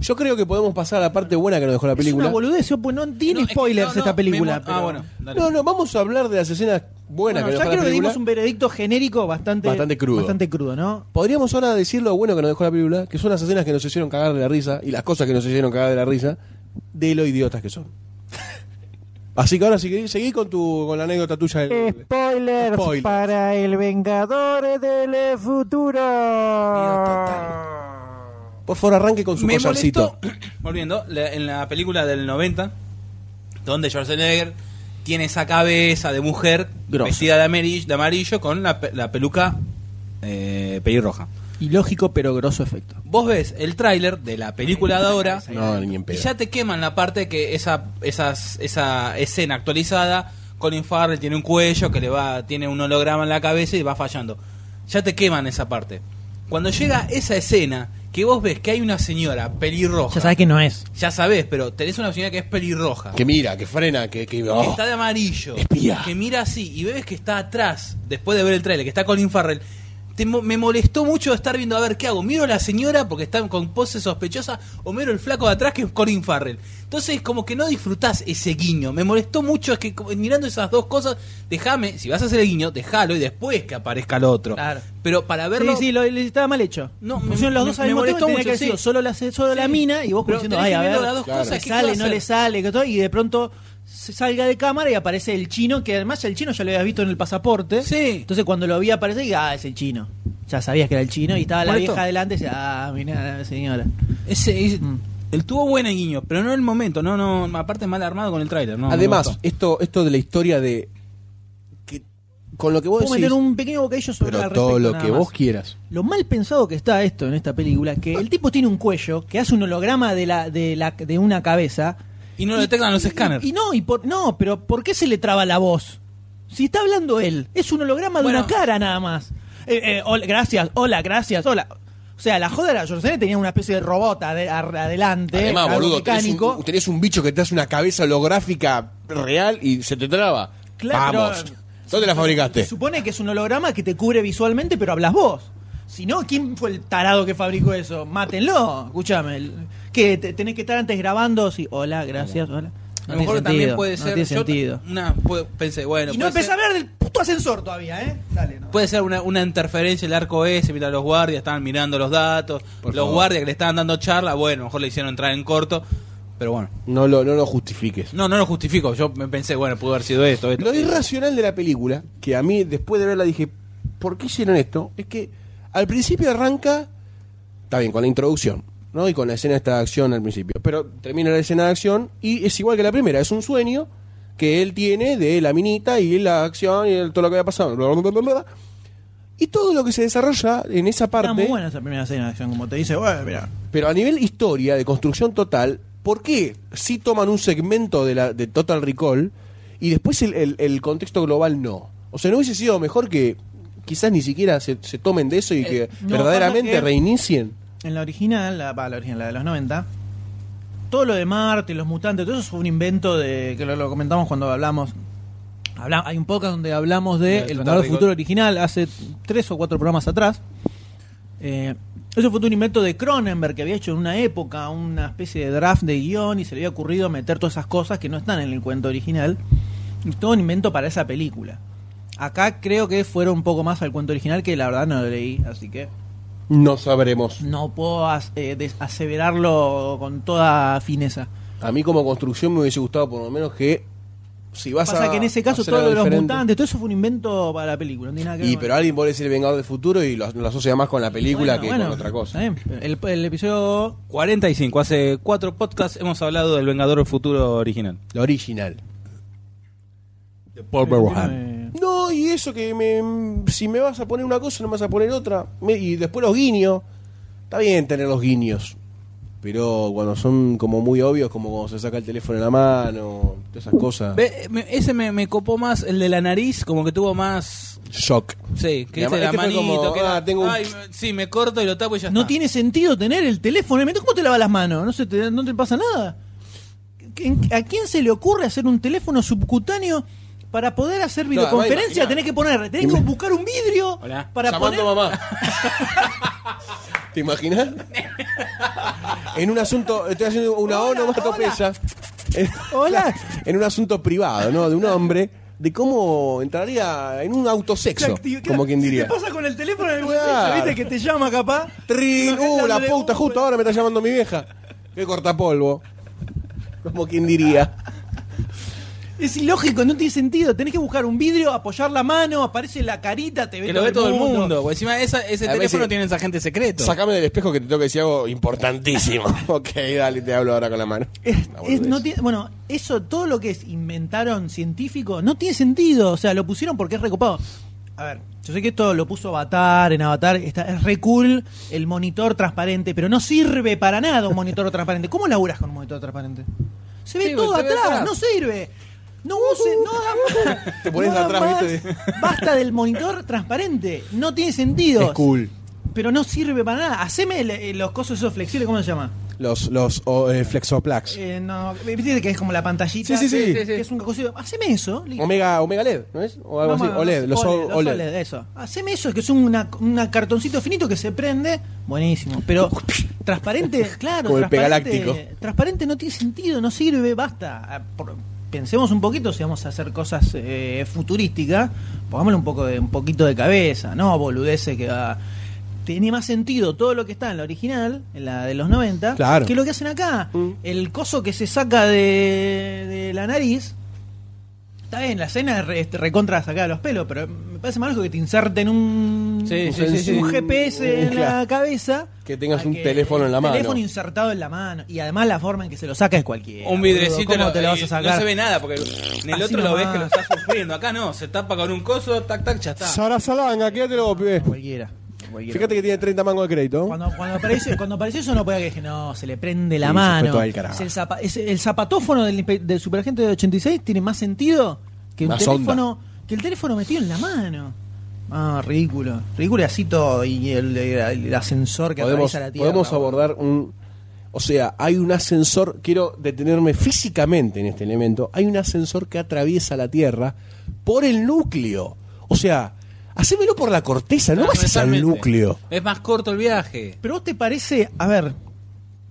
Yo creo que podemos pasar a la parte buena que nos dejó la
Es
película.
una boludez, yo, pues no tiene
No, es que-
spoilers
no, no,
esta película.
me mo- Ah,
pero-
bueno, dale.
No, no, vamos a hablar de las escenas buenas
Bueno,
que nos
ya
dejó la
creo que
película.
dimos un veredicto genérico bastante,
Bastante crudo.
Bastante crudo, ¿no?
Podríamos ahora decir lo bueno que nos dejó la película, que son las escenas que nos hicieron cagar de la risa y las cosas que nos hicieron cagar de la risa, de lo idiotas que son. Así que ahora si querés, seguí con tu con la anécdota tuya.
Eh,
del-
Spoilers,
Spoilers.
para el Vengador del futuro.
Por favor, arranque con su
me
collarcito.
molestó, volviendo, la- en la película del 90, donde Schwarzenegger tiene esa cabeza de mujer
Grosso.
vestida de amarillo, de amarillo con la, pe- la peluca eh, pelirroja.
Y lógico pero grosso efecto.
Vos ves el tráiler de la película de ahora
No, ni en
y
pedo.
ya te queman la parte que esa, esas, esa escena actualizada, Colin Farrell tiene un cuello que le va, tiene un holograma en la cabeza y va fallando. Ya te queman esa parte. Cuando llega esa escena que vos ves que hay una señora pelirroja.
Ya sabes que no es.
Ya sabés, pero tenés una señora que es pelirroja.
Que mira, que frena, que... que- oh.
Que está de amarillo.
Espía.
Que mira así. Y ves que está atrás, después de ver el trailer, que está Colin Farrell. Te mo- me molestó mucho estar viendo, a ver, ¿qué hago? ¿Miro a la señora porque está con pose sospechosa? ¿O miro el flaco de atrás que es Colin Farrell? Entonces, como que no disfrutás ese guiño. Me molestó mucho, es que como- mirando esas dos cosas, déjame, si vas a hacer el guiño, déjalo y después que aparezca el otro.
Claro.
Pero para verlo...
Sí, sí, lo, lo- estaba mal hecho.
No, me-
pusieron los
me-
dos
me
al mismo
molestó
tiempo
mucho,
y tenía que haber sido
sí.
solo la, solo la
Sí.
mina y vos
Pero
diciendo,
tenés
ay,
que
a
viendo
ver,
las dos
le
cosas, ¿qué
sale,
puedo
no
hacer?
le sale, que todo, y de pronto se salga de cámara y aparece el chino, que además el chino ya lo habías visto en el pasaporte.
Sí.
Entonces cuando lo vi aparecer, y ah, es el chino. ya sabías que era el chino y estaba la
Por esto-
vieja adelante y decía, ah, mirá, señora.
Ese, es-
Mm.
El tuvo buen guiño, pero no en el momento, no, no, aparte mal armado con el tráiler, no. no me
Además,
gustó.
esto, esto de la historia de. que- con lo que vos
Puedo
decís.
meter un pequeño bocadillo sobre
pero
al
todo
respecto,
lo
nada
que
más.
vos quieras.
Lo mal pensado que está esto en esta película, que el tipo tiene un cuello que hace un holograma de la de la de una cabeza.
y no lo detectan los
y-
escáneres.
Y, no, y por, no, pero ¿por qué se le traba la voz? Si está hablando él, es un holograma
Bueno.
de una cara nada más. Eh, eh, hola, gracias, hola, gracias, hola. O sea, la joda era Schwarzenegger tenía una especie de robot ade- ar- adelante,
Además,
Eh, algo
boludo, tenés un,
mecánico.
tenés un bicho que te hace una cabeza holográfica real y se te traba.
Claro,
Vamos.
pero-
¿Dónde la fabricaste?
Supone que es un holograma que te cubre visualmente, pero hablas vos. Si no, ¿quién fue el tarado que fabricó eso? Mátenlo. Escúchame. Que tenés que estar antes grabando. Sí, hola, gracias, hola.
a lo
No tiene
mejor también
sentido,
puede
no
ser
tiene
yo
sentido.
una puede- pensé, bueno,
y no
puede
empecé a
ser,
hablar del puto ascensor todavía, ¿eh? Dale, no.
puede ser una, una interferencia el arco ese, mira los guardias estaban mirando los datos,
Por
los
favor.
guardias que le estaban dando charla, bueno, mejor le hicieron entrar en corto, pero bueno.
No lo, no lo justifiques.
No, no lo justifico, yo me pensé, bueno, pudo haber sido esto, esto.
Lo irracional de la película, que a mí después de verla dije, ¿por qué hicieron esto? Es que al principio arranca, está bien, con la introducción, ¿no? Y con la escena de esta de acción al principio. Pero termina la escena de acción y es igual que la primera, es un sueño que él tiene de la minita y la acción y el- todo lo que había pasado. bla, bla, bla, bla, bla. Y todo lo que se desarrolla en esa
Está muy
parte,
buena esa primera escena de acción, como te dice. Bueno, mira.
pero a nivel historia, de construcción total, ¿por qué si toman un segmento de, la, de Total Recall y después el, el- el contexto global no? O sea, ¿no hubiese sido mejor que quizás ni siquiera se, se tomen de eso y que
Eh, no,
verdaderamente
pasa que-
reinicien?
En la original, la, pa, la original, la de los 90, todo lo de Marte, los mutantes, todo eso fue un invento de que lo, lo comentamos cuando hablamos. Habla- hay un podcast donde hablamos
La
de
del
El
Total
Vengador del
Recall.
Futuro original, hace tres o cuatro programas atrás. Eh, eso fue un invento de Cronenberg que había hecho en una época una especie de draft de guión y se le había ocurrido meter todas esas cosas que no están en el cuento original. Y todo un invento para esa película. Acá creo que fueron un poco más al cuento original que la verdad no lo leí, así que
No sabremos.
no puedo as- eh, des- aseverarlo con toda fineza.
A mí como construcción me hubiese gustado por lo menos que si vas
Pasa
a
que en ese caso
hacer
todo lo
algo
de los
diferente-
mutantes, todo eso fue un invento para la película. No tiene nada que ver
Y
con-
pero alguien puede decir el Vengador del Futuro y lo, lo asocia más con la película
Bueno,
que
bueno,
con otra cosa.
está bien. eh, El, el episodio
45, hace cuatro podcasts hemos hablado del Vengador del Futuro original.
La original.
Paul
eh,
No, y eso que me- si me vas a poner una cosa, no me vas a poner otra. Me- y después los guiños. Está bien tener los guiños. Pero cuando son como muy obvios, como cuando se saca el teléfono en la mano, todas esas cosas.
Ve, me- ese me, me copó más, el de la nariz, como que tuvo más.
Shock.
Sí, que este
Mi ama-
de la
este fue
manito,
como,
que era,
ah, tengo un-
"Ay, me- sí, me corto y lo tapo y ya
no
está".
tiene sentido tener el teléfono. Entonces, ¿Cómo te lavas las manos? No, se te, no te pasa nada. ¿En- ¿A quién se le ocurre hacer un teléfono subcutáneo para poder hacer
además,
videoconferencia?
imagina-
tenés que poner, tenés que
Ima-
buscar un vidrio
Hola.
para
Llamando
poner.
a mamá. ¿Te imaginas? en un asunto, estoy haciendo una
Hola,
onomatopeya.
Hola.
en un asunto privado, ¿no? De un hombre, de cómo entraría en un autosexo,
Activ-
como quien diría.
¿Qué pasa con el teléfono en el
Claro.
bolsillo? ¿Viste que te llama capaz?
Trin, uh, la
Dándole
puta,
un-
justo ahora me está llamando mi vieja. Qué cortapolvo. Como quien diría.
Es ilógico, no tiene sentido. Tenés que buscar un vidrio, apoyar la mano, aparece la carita, te ve
Que lo ve todo el mundo. porque encima esa- ese
A veces-
teléfono tiene esa gente secreto.
Sácame del espejo que te tengo que decir algo importantísimo. ok, dale, te hablo ahora con la mano.
Es-
Una
es-
boludez.
no tiene- bueno, eso, todo lo que es inventaron científico, no tiene sentido. O sea, lo pusieron porque es recopado. A ver, yo sé que esto lo puso Avatar, en Avatar está, es re cool el monitor transparente, pero no sirve para nada un monitor transparente. ¿Cómo laburas con un monitor transparente? Se ve
Sí,
todo
se ve
atrás,
atrás.
no sirve. No uses, no da más.
Te pones
no da
atrás,
más.
¿viste?
Basta del monitor transparente. No tiene sentido.
Es cool.
Pero no sirve para nada. Haceme el- eh, los cosos esos flexibles, ¿cómo se llama?
Los, los oh, eh, flexoplax.
Eh, no, viste que es como la pantallita.
Sí, sí, sí. Sí, sí, sí.
Que es un coso. Haceme eso. listo.
Omega, Omega LED, ¿no es? O algo
No,
así.
no,
OLED,
no,
los
OLED,
O-
E
E
los
OLED.
OLED, eso. Haceme eso, que es un una- una cartoncito finito que se prende. Buenísimo. Pero transparente, claro.
Como el
transparente,
Pegaláctico.
transparente no tiene sentido, no sirve, basta. Ah, por- pensemos un poquito si vamos a hacer cosas eh, futurísticas. Pongámosle un, poco de, un poquito de cabeza, ¿no? Boludeces que va. Tiene más sentido todo lo que está en la original, en la de los 90,
Claro.
que lo que hacen acá.
Mm.
El coso que se saca de, de la nariz Está bien, la escena es re- es recontra sacada de los pelos, pero me parece más lógico que te inserten un,
Sí,
un
sí, sí, sí.
GPS en la
Claro.
cabeza.
Que tengas
a
un teléfono en la
el
mano.
teléfono insertado en la mano. Y además la forma en que se lo saca es cualquiera.
un
boludo.
vidrecito
¿Cómo
lo-
te lo vas
y
a sacar?
no se ve nada porque en el
Así
otro lo
nomás.
ves que lo está sufriendo acá no se tapa con un coso tac tac ya está
Sara Salanga, quédatelo vos, pibe.
Cualquiera. cualquiera.
Fíjate que tiene 30 mangos de crédito.
Cuando, cuando, apareció, cuando apareció eso no podía que dije, no, se le prende la
Sí, se fue
mano.
todo al carajo.
Es el, zapa- es el zapatófono del, inspe- del superagente de 86 tiene más sentido que un
Más
teléfono que el teléfono metido en la mano. Ah, ridículo. Ridículo y así todo. Y el, el- el ascensor que
podemos,
atraviesa la tierra.
podemos abordar un... O sea, hay un ascensor, quiero detenerme físicamente en este elemento, hay un ascensor que atraviesa la Tierra por el núcleo. O sea, hacémelo por la corteza,
Ah,
no vayas al
Totalmente.
núcleo.
es más corto el viaje
Pero vos te parece, a ver,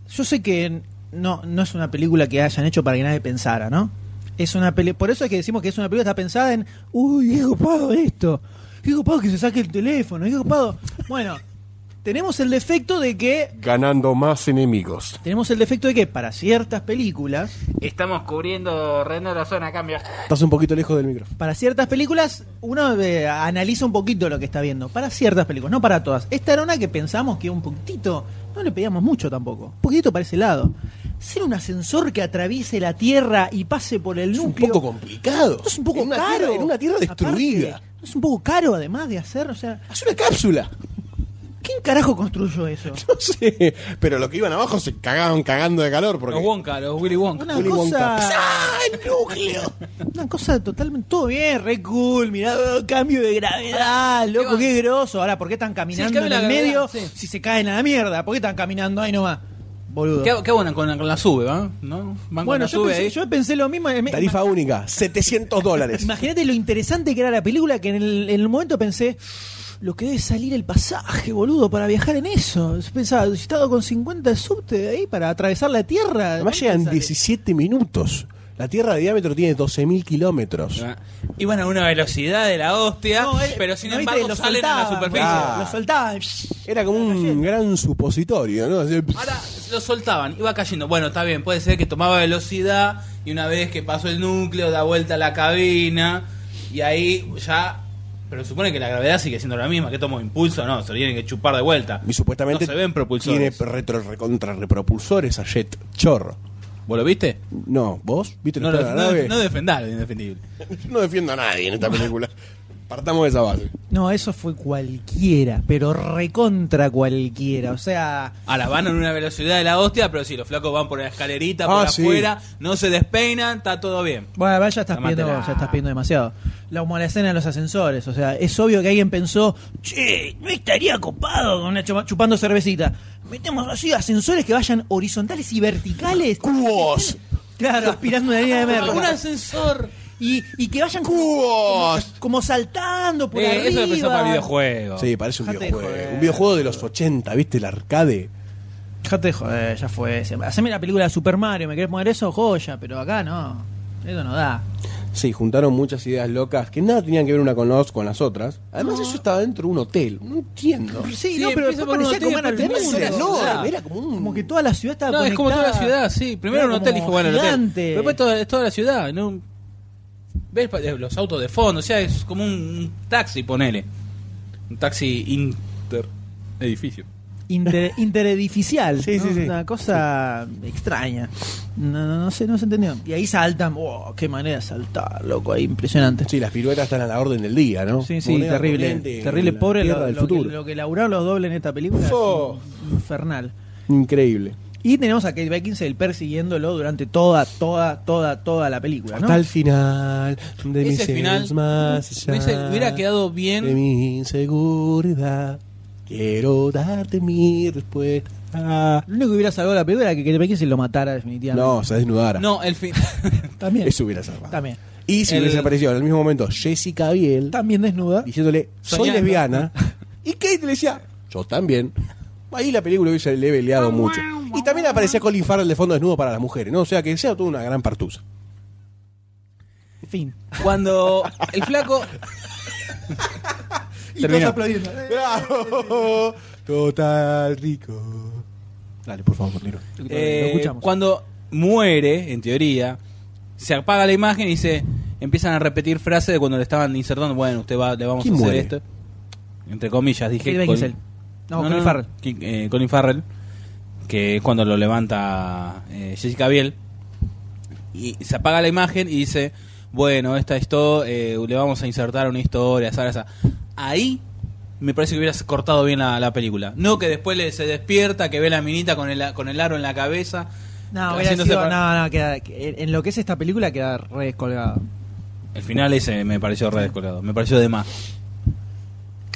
yo sé que no, no es una película que hayan hecho para que nadie pensara, ¿no? Es una peli por eso es que decimos que es una película que está pensada en, uy, qué copado esto, qué copado que se saque el teléfono, qué copado. Bueno, tenemos el defecto de que
Ganando más enemigos.
tenemos el defecto de que para ciertas películas,
Estamos cubriendo Renault la zona, cambio.
Estás un poquito lejos del micrófono.
para ciertas películas uno eh, analiza un poquito lo que está viendo, para ciertas películas, no para todas. Esta era una que pensamos que un poquitito, no le pedíamos mucho tampoco, un poquitito para ese lado. Ser un ascensor que atraviese la Tierra y pase por el
Es un
núcleo.
poco complicado.
¿No es un poco
en una
caro.
tierra- en una Tierra
Aparte,
destruida.
¿no es un poco caro además de hacer, o sea,
Haz una cápsula.
¿quién carajo construyó eso?
No sé. Pero los que iban abajo se cagaban cagando de calor porque...
los Wonka los Willy Wonka
Una
Willy Wonka.
cosa,
¡Ah, el núcleo!
una cosa totalmente todo bien, re cool, mirá, oh, cambio de gravedad, loco, qué groso. Ahora, ¿por qué están
Sí,
caminando
cambia
en
la
el medio
gravedad, sí.
si se caen a la mierda? ¿Por qué están caminando ahí nomás? Boludo.
¿Qué, qué bueno con, con la sube, ¿va? ¿no? Van con
bueno,
la
yo
sube
pensé,
ahí.
yo pensé lo mismo. eh, me-
Tarifa única, 700 dólares.
Imagínate lo interesante que era la película que en el, en el momento pensé lo que debe salir el pasaje, boludo, para viajar en eso. Yo Pensaba, si he estado con 50 subte ahí para atravesar la Tierra.
Además
¿cuánto
llegan
sale?
17 minutos. La Tierra de diámetro tiene 12.000 kilómetros.
Ah, Iban a una velocidad de la hostia,
No, eh,
pero sin
¿no viste?
embargo
Lo
salen a la
soltaban,
superficie.
boludo,
Ah.
Lo soltaban.
Era como un gran supositorio, ¿no? Así, pss,
Ahora lo soltaban, iba cayendo. Bueno, está bien, puede ser que tomaba velocidad y una vez que pasó el núcleo da vuelta a la cabina y ahí ya... Pero supone que la gravedad sigue siendo la misma, que tomo impulso, no, se lo tienen que chupar de vuelta.
Y supuestamente
no se ven
tiene
propulsores.
retro, recontra repropulsores a Jet Chorro.
¿Vos lo viste?
No, ¿vos? ¿Viste
No, lo,
la historia de la
no,
nave?
no defendá lo indefendible.
No defiendo a nadie en esta película. Partamos de esa base.
No, eso fue cualquiera, pero recontra cualquiera. O sea,
Ahora van a una velocidad de la hostia, pero si los flacos van por la escalerita, por
Ah, sí.
afuera, no se despeinan, está todo bien.
Bueno, ahora ya estás,
La
pidiendo,
materia.
ya estás pidiendo demasiado. La como la escena de los ascensores, o sea, es obvio que alguien pensó, che, no estaría copado con una chupa- chupando cervecita. Metemos así ascensores que vayan horizontales y verticales.
¡Cubos!
Claro, aspirando una línea de
Un
merda.
ascensor.
Y, y que vayan
¡Cubos!
como, como saltando por
Eh,
arriba.
eso lo pensó para videojuegos.
Sí, parece un
Dejate de
videojuego.
joder.
Un videojuego de los 80, ¿viste? El arcade.
Dejate de joder, ya fue. Haceme la película de Super Mario, me querés poner eso, joya, pero acá no. Eso no da.
Sí, juntaron muchas ideas locas que nada tenían que ver una con, los, con las otras. Además, eso estaba dentro de un hotel. No entiendo.
Sí,
Sí,
no, pero
empieza
después
por un
parecía
hotel,
como una
pero
Además,
termina
película.
era
en una ciudad.
enorme, era como un...
Como que toda la ciudad estaba
No, es como toda la
conectada.
ciudad, sí. Primero
Era
un hotel y
como
jugar al hotel.
gigante.
Pero Después toda, toda la ciudad. ¿no? ¿Ves pa- eh, los autos de fondo? O sea, es como un, un taxi, ponele. Un taxi inter edificio.
Inter- interedificial.
Sí,
¿no?
sí, sí.
Una cosa extraña. No, no, no sé, no se entendió. Y ahí saltan. ¡Wow! ¡Qué manera de saltar, loco! Ahí impresionante.
Sí, las piruetas están a la orden del día, ¿no?
Sí, sí,
Moneda
terrible.
corriente,
Terrible,
la
pobre
tierra
lo,
del
lo que,
futuro.
lo que laburaron los dobles en esta película. es
Oh.
Infernal.
Increíble.
Y tenemos a Kate Beckinsale persiguiéndolo durante toda, toda, toda, toda la película, ¿no?
Hasta el final de mis
Ese final
seres más allá
hubiese- hubiera quedado bien.
de mi inseguridad. Quiero darte mi respuesta.
Lo único que hubiera salvado la película era que Kate Beckinsale lo matara definitivamente.
No, se desnudara.
No, el fin.
También.
Eso hubiera salvado.
También.
Y si
El-
hubiese aparecido en el mismo momento Jessica Biel
También desnuda.
diciéndole, soy
Soñando.
lesbiana. Y Kate le decía, yo también. Ahí la película hubiese le peleado mucho. Y también aparecía Colin Farrell de fondo desnudo para las mujeres, ¿no? O sea que sea toda una gran partusa.
Fin.
Cuando el flaco. Termina.
¡Bravo! Total rico. Dale, por favor, continúa.
Eh,
lo escuchamos.
Cuando muere, en teoría, se apaga la imagen y dice: empiezan a repetir frases de cuando le estaban insertando, bueno, usted va, le vamos a
¿Quién
hacer
muere?
esto. Entre comillas, dije.
Kate
Col-
Beckinsale. No, Colin Farrell.
Ki- eh, Colin Farrell, que es cuando lo levanta eh, Jessica Biel. Y se apaga la imagen y dice, bueno, esta esto le vamos a insertar una historia, esa, esa. Ahí me parece que hubieras cortado bien la, la película. No que después le- se despierta, que ve la minita con el, con el aro en la cabeza.
No, hubiera
haciéndose
sido-
pa-
no, no, queda- en en lo que es esta película queda re descolgada.
El final ese me pareció re descolgado, me pareció de más.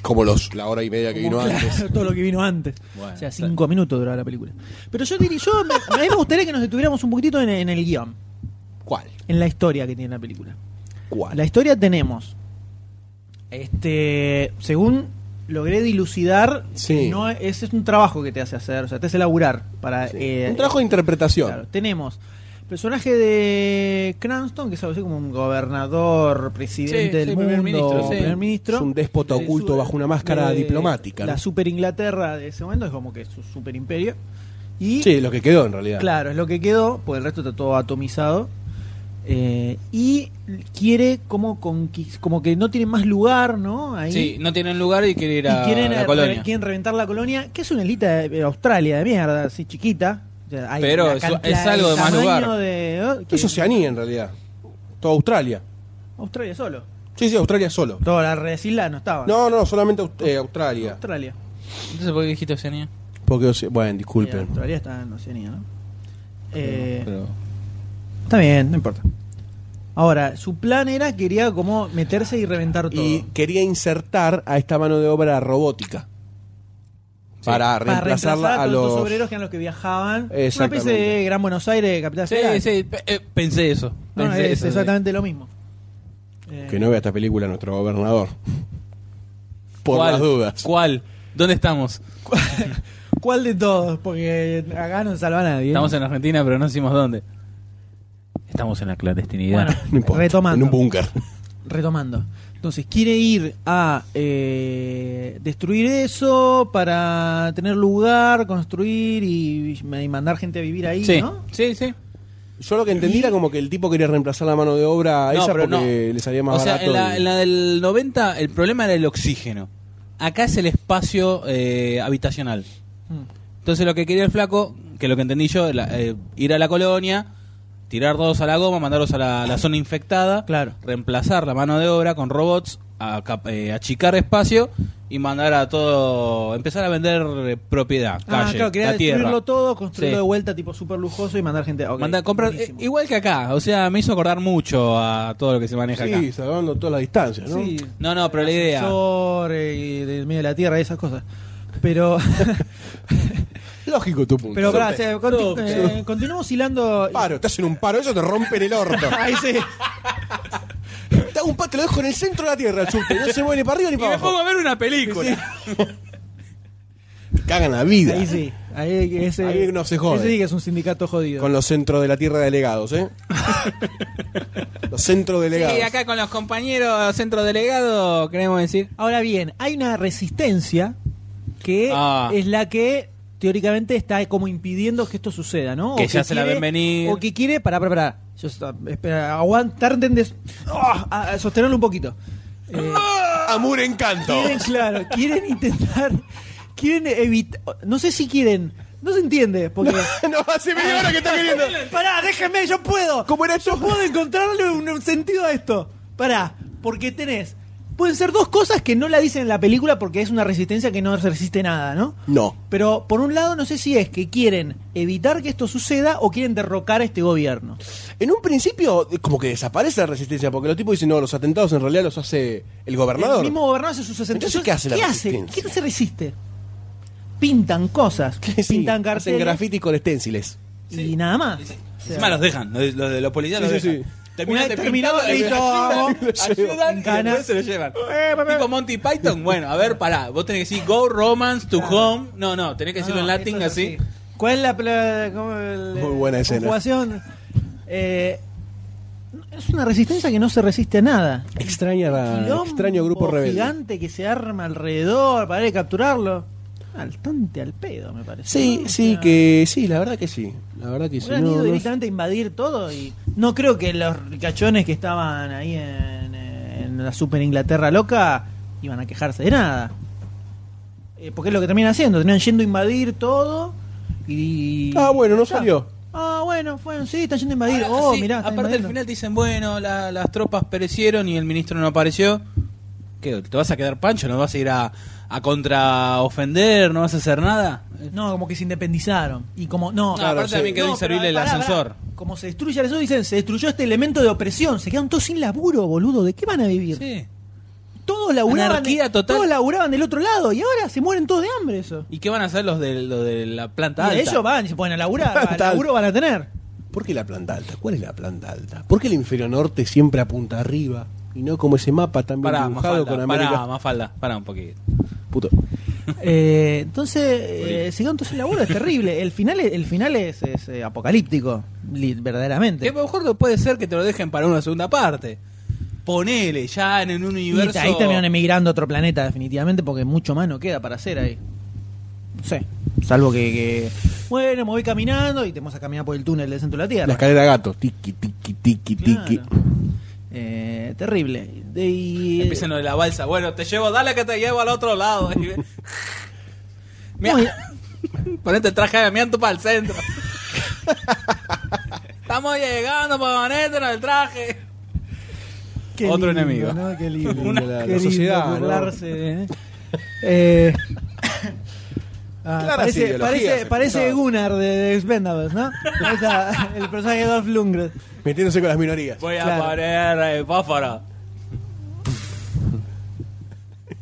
Como los, la hora y media que vino
Como, claro,
antes.
Todo lo que vino antes.
Bueno,
o sea, cinco minutos duraba la película. Pero yo diría, yo me, a mí me gustaría que nos detuviéramos un poquitito en, en el guión,
¿Cuál?
en la historia que tiene la película.
¿Cuál?
La historia tenemos. Este, según logré dilucidar,
Sí.
no ese es un trabajo que te hace hacer, o sea, te hace laburar para
Sí.
eh,
Un trabajo de interpretación.
Claro, tenemos personaje de Cranston, que es algo así como un gobernador, presidente
Sí, sí,
del mundo,
primer ministro, sí.
primer ministro.
Es un déspota
Eh,
oculto
su-
bajo una máscara
de-
diplomática.
La
¿no?
super Inglaterra de ese momento es como que su super imperio. Y
Sí, lo que quedó en realidad.
claro, es lo que quedó, pues el resto está todo atomizado. Eh, y quiere como conquis- como que no tiene más lugar, ¿no? Ahí.
Sí, no tienen lugar y quiere ir a
y quieren,
la
re-
colonia.
quieren reventar la colonia, que es una islita de, de Australia de mierda, así chiquita. O sea, hay
Pero
una
es-
cantidad
es algo de más
tamaño
lugar.
de- eh, que-
Es Oceanía en realidad. Toda Australia.
Australia solo.
Sí, sí, Australia solo.
Toda la red de islas no estaba.
No, no, solamente Aust- eh, Australia.
Australia.
Entonces, ¿por qué dijiste Oceanía?
Porque, Oce- bueno,
Eh,
disculpen.
Australia está en Oceanía, ¿no? Eh,
Pero-
Está bien, no importa. Ahora, su plan era quería como meterse y reventar todo.
Y quería insertar a esta mano de obra robótica. Para
para reemplazar
reemplazarla a
todos esos
los.
obreros que eran los que viajaban. Una especie
Exactamente.
de Gran Buenos Aires, capital
Sí,
federal.
sí, pe- eh, pensé eso.
No,
pensé
es
eso, sí.
exactamente lo mismo. Eh,
Que no vea esta película nuestro gobernador. Por
¿Cuál?
las dudas.
¿Cuál? ¿Dónde estamos?
¿Cuál de todos? Porque acá no salva a nadie.
Estamos en Argentina, pero no decimos dónde. Estamos en la clandestinidad.
Bueno,
No importa.
retomando.
En un búnker.
Retomando. Entonces, quiere ir a eh, destruir eso para tener lugar, construir y, y mandar gente a vivir ahí,
sí,
¿no?
sí, sí.
Yo lo que entendí era como que el tipo quería reemplazar la mano de obra a
No,
esa
pero
porque
no.
le salía más
o sea,
barato.
en la,
y-
en la del 90 el problema era el oxígeno. Acá es el espacio eh, habitacional.
Mm.
Entonces lo que quería el flaco, que lo que entendí yo, era eh, ir a la colonia, tirar todos a la goma, mandarlos a la, la zona infectada,
Claro.
reemplazar la mano de obra con robots, a cap- eh, achicar espacio y mandar a todo, empezar a vender eh, propiedad,
Ah,
calle,
claro, quería
la tierra.
destruirlo todo, construirlo
Sí.
de vuelta tipo súper lujoso y mandar gente. ok,
Mandar- comprar- eh,
buenísimo.
igual que acá, o sea, me hizo acordar mucho a todo lo que se maneja acá.
Sí, salvando todas las distancias, ¿no?
Sí.
No, no, pero la idea.
Ascensor, eh, del medio de la tierra y esas cosas. Pero,
Lógico tu punto.
pero pará, o
Te-
sea, conti- eh, continuamos hilando.
Paro, te hacen un paro, eso te rompen el orto.
Ahí sí.
Te hago un paro, te lo dejo en el centro de la tierra, el subte, no se mueve ni para arriba ni
Y
para
me pongo
abajo.
a ver una película.
Cagan la vida.
Ahí sí. Ahí, ese,
Ahí no se jode.
Ese sí que es un sindicato jodido.
Con los centros de la tierra delegados, ¿eh? los centros delegados.
Y acá con los compañeros centro delegado, queremos decir.
Ahora bien, hay una resistencia que
Ah.
es la que teóricamente está como impidiendo que esto suceda, ¿no?
Que ya se la ven venir.
O que quiere, para, para, para. Yo, espera, aguantar, de ah, ah, sostenerlo un poquito. Eh,
Amor encanto.
Quieren, claro, quieren intentar, quieren evitar, no sé si quieren, no se entiende, porque...
no, hace media hora que está queriendo.
Pará, déjenme, yo puedo.
¿Cómo era
Yo puedo encontrarle un, un sentido a esto. Pará, porque tenés... Pueden ser dos cosas que no la dicen en la película porque es una resistencia que no resiste nada, ¿no?
No.
Pero por un lado no sé si es que quieren evitar que esto suceda o quieren derrocar a este gobierno.
En un principio, eh, como que desaparece la resistencia, porque los tipos dicen, no, los atentados en realidad los hace el gobernador.
El mismo gobernador hace sus asentados.
Entonces, ¿qué hace la
¿Qué hace?
resistencia?
¿Qué se resiste? Pintan cosas,
Sí,
pintan
hacen
carteles.
graffiti con stenciles.
y nada más.
Encima los dejan, los, los de los policías
Sí,
los
sí,
dejan.
Una
Terminaste
vez terminado,
pintando,
listo,
ayudan,
vamos.
ayudan y
Gana.
después se lo llevan. Tipo Monty Python, bueno, a ver, pará, vos tenés que decir go romance to home. No, no, tenés que decirlo en latín
Ah, eso es
así.
¿Cuál es la, pla- cómo el-
Muy buena escena.
conjugación? Eh, es una resistencia que no se resiste a nada.
Extraña la-
Quilombo
Ah, extraño grupo rebelde.
gigante que se arma alrededor para ir a capturarlo. Al tante al pedo, me parece.
Sí,
¿no? O
sí,
sea,
que sí, la verdad que sí. La verdad que sí.
Hubieran
no,
ido
no-
directamente a invadir todo y No creo que los ricachones que estaban ahí en, en la Super Inglaterra loca iban a quejarse de nada. Eh, porque es lo que terminan haciendo, terminan yendo a invadir todo y...
Ah, bueno, no
Ya.
salió.
Ah, bueno, fueron, sí, están yendo a invadir.
Ahora,
oh,
Ah, sí,
mirá, están
aparte al
invadiendo.
final te dicen, bueno, la- las tropas perecieron y el ministro no apareció. ¿Qué? ¿Te vas a quedar pancho? ¿No vas a ir a, a contraofender? ¿No vas a hacer nada?
No, como que se independizaron. Y como, no.
No, aparte
sí.
también quedó
No,
inservible
pero
el
pará, pará.
ascensor.
Como se destruye el ascensor, dicen, se destruyó este elemento de opresión. Se quedan todos sin laburo, boludo. ¿De qué van a vivir?
Sí.
Todos laburaban.
Anarquía total.
Todos laburaban del otro lado y ahora se mueren todos de hambre eso.
¿Y qué van a hacer los de, los de la planta
Y
alta?
ellos van y se ponen a laburar.
Planta
va, laburo van a tener.
¿Por qué la planta alta? ¿Cuál es la planta alta? ¿Por qué el inferior norte siempre apunta arriba? Y no como ese mapa tan bien
Pará,
dibujado
Mafalda,
con América.
pará, Mafalda, pará un poquito.
Puto.
Eh, entonces, eh, se quedan todos sin laburo. Es terrible. El final es, el final es, es, eh, apocalíptico. li- Verdaderamente.
Que a lo mejor no puede ser que te lo dejen para una segunda parte. Ponele, ya en un
Y
universo...
ahí terminan emigrando a otro planeta, definitivamente, porque mucho más no queda para hacer ahí. No sé. Salvo que, que- Bueno, me voy caminando y te vas a caminar por el túnel del centro de la
La
Tierra.
escalera gato. Tiki, tiki, tiki, tiki.
Claro. Eh, terrible. De- y-
Empiezan lo de la balsa. Bueno, te llevo, dale que te llevo al otro lado. Y ve-
eh,
Mira,
Muy-
ponete el traje de amianto para el centro. Estamos llegando para ponerte el traje.
Qué
Otro
lindo,
enemigo.
¿no? Qué lindo.
Una-
Qué
la- la
lindo
sociedad, ¿no?
burlarse, ¿eh? Eh, ah,
Clara
parece
ideología
parece,
se
parece
escuchaba.
Gunnar de, de Expendables, ¿no? Ahí está, el personaje de Dolph Lundgren.
Metiéndose con las minorías.
Voy a
Claro.
poner el fósforo.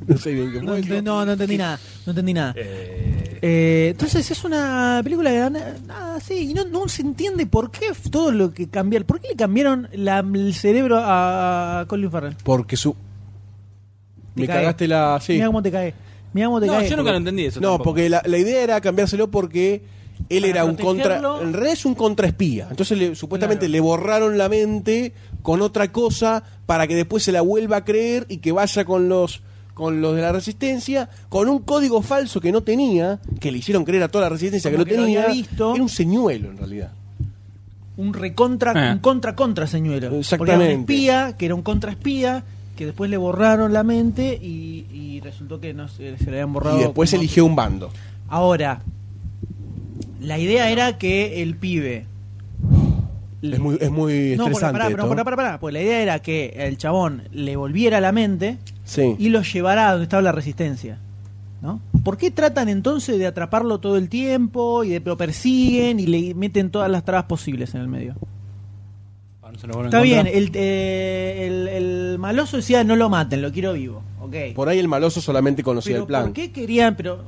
No sé bien qué
No,
fue.
ent- no, no entendí nada. No entendí nada. Eh, entonces es una película que gana- nada sí, y no, no se entiende por qué f- todo lo que cambiar. ¿Por qué le cambiaron la- el cerebro a a Colin Farrell?
Porque su. Me
cae.
cagaste la. Sí.
Mira cómo te cae. Mira cómo te
No,
cae.
yo nunca lo entendí eso.
No,
tampoco.
porque la, la idea era cambiárselo porque él
Para
era un contra.
protegerlo.
En realidad es un contraespía. Entonces le- supuestamente
Claro.
le borraron la mente con otra cosa para que después se la vuelva a creer y que vaya con los con los de la resistencia, con un código falso que no tenía, que le hicieron creer a toda la resistencia
Como
que
que
no
lo había
tenía,
visto.
era un señuelo en realidad.
un recontra,
Ah.
un contra contra señuelo. Porque era
Exactamente.
un espía, que era un contraespía, que después le borraron la mente y, y resultó que no se, se le habían borrado.
Y después
como-
eligió un bando.
Ahora, la idea era que el pibe.
Es muy, es muy
No, porque
estresante.
pará, pero
esto.
pará, pará, pará, porque la idea era que el chabón le volviera la mente
Sí.
y lo llevará a donde estaba la resistencia. ¿no? ¿Por qué tratan entonces de atraparlo todo el tiempo y de, lo persiguen y le meten todas las trabas posibles en el medio?
Ah, no se lo vuelven a
Está bien,
encontrar.
el, eh, el- el maloso decía no lo maten, lo quiero vivo. Ok.
Por ahí el maloso solamente conocía
pero
el plan.
¿por qué querían? Pero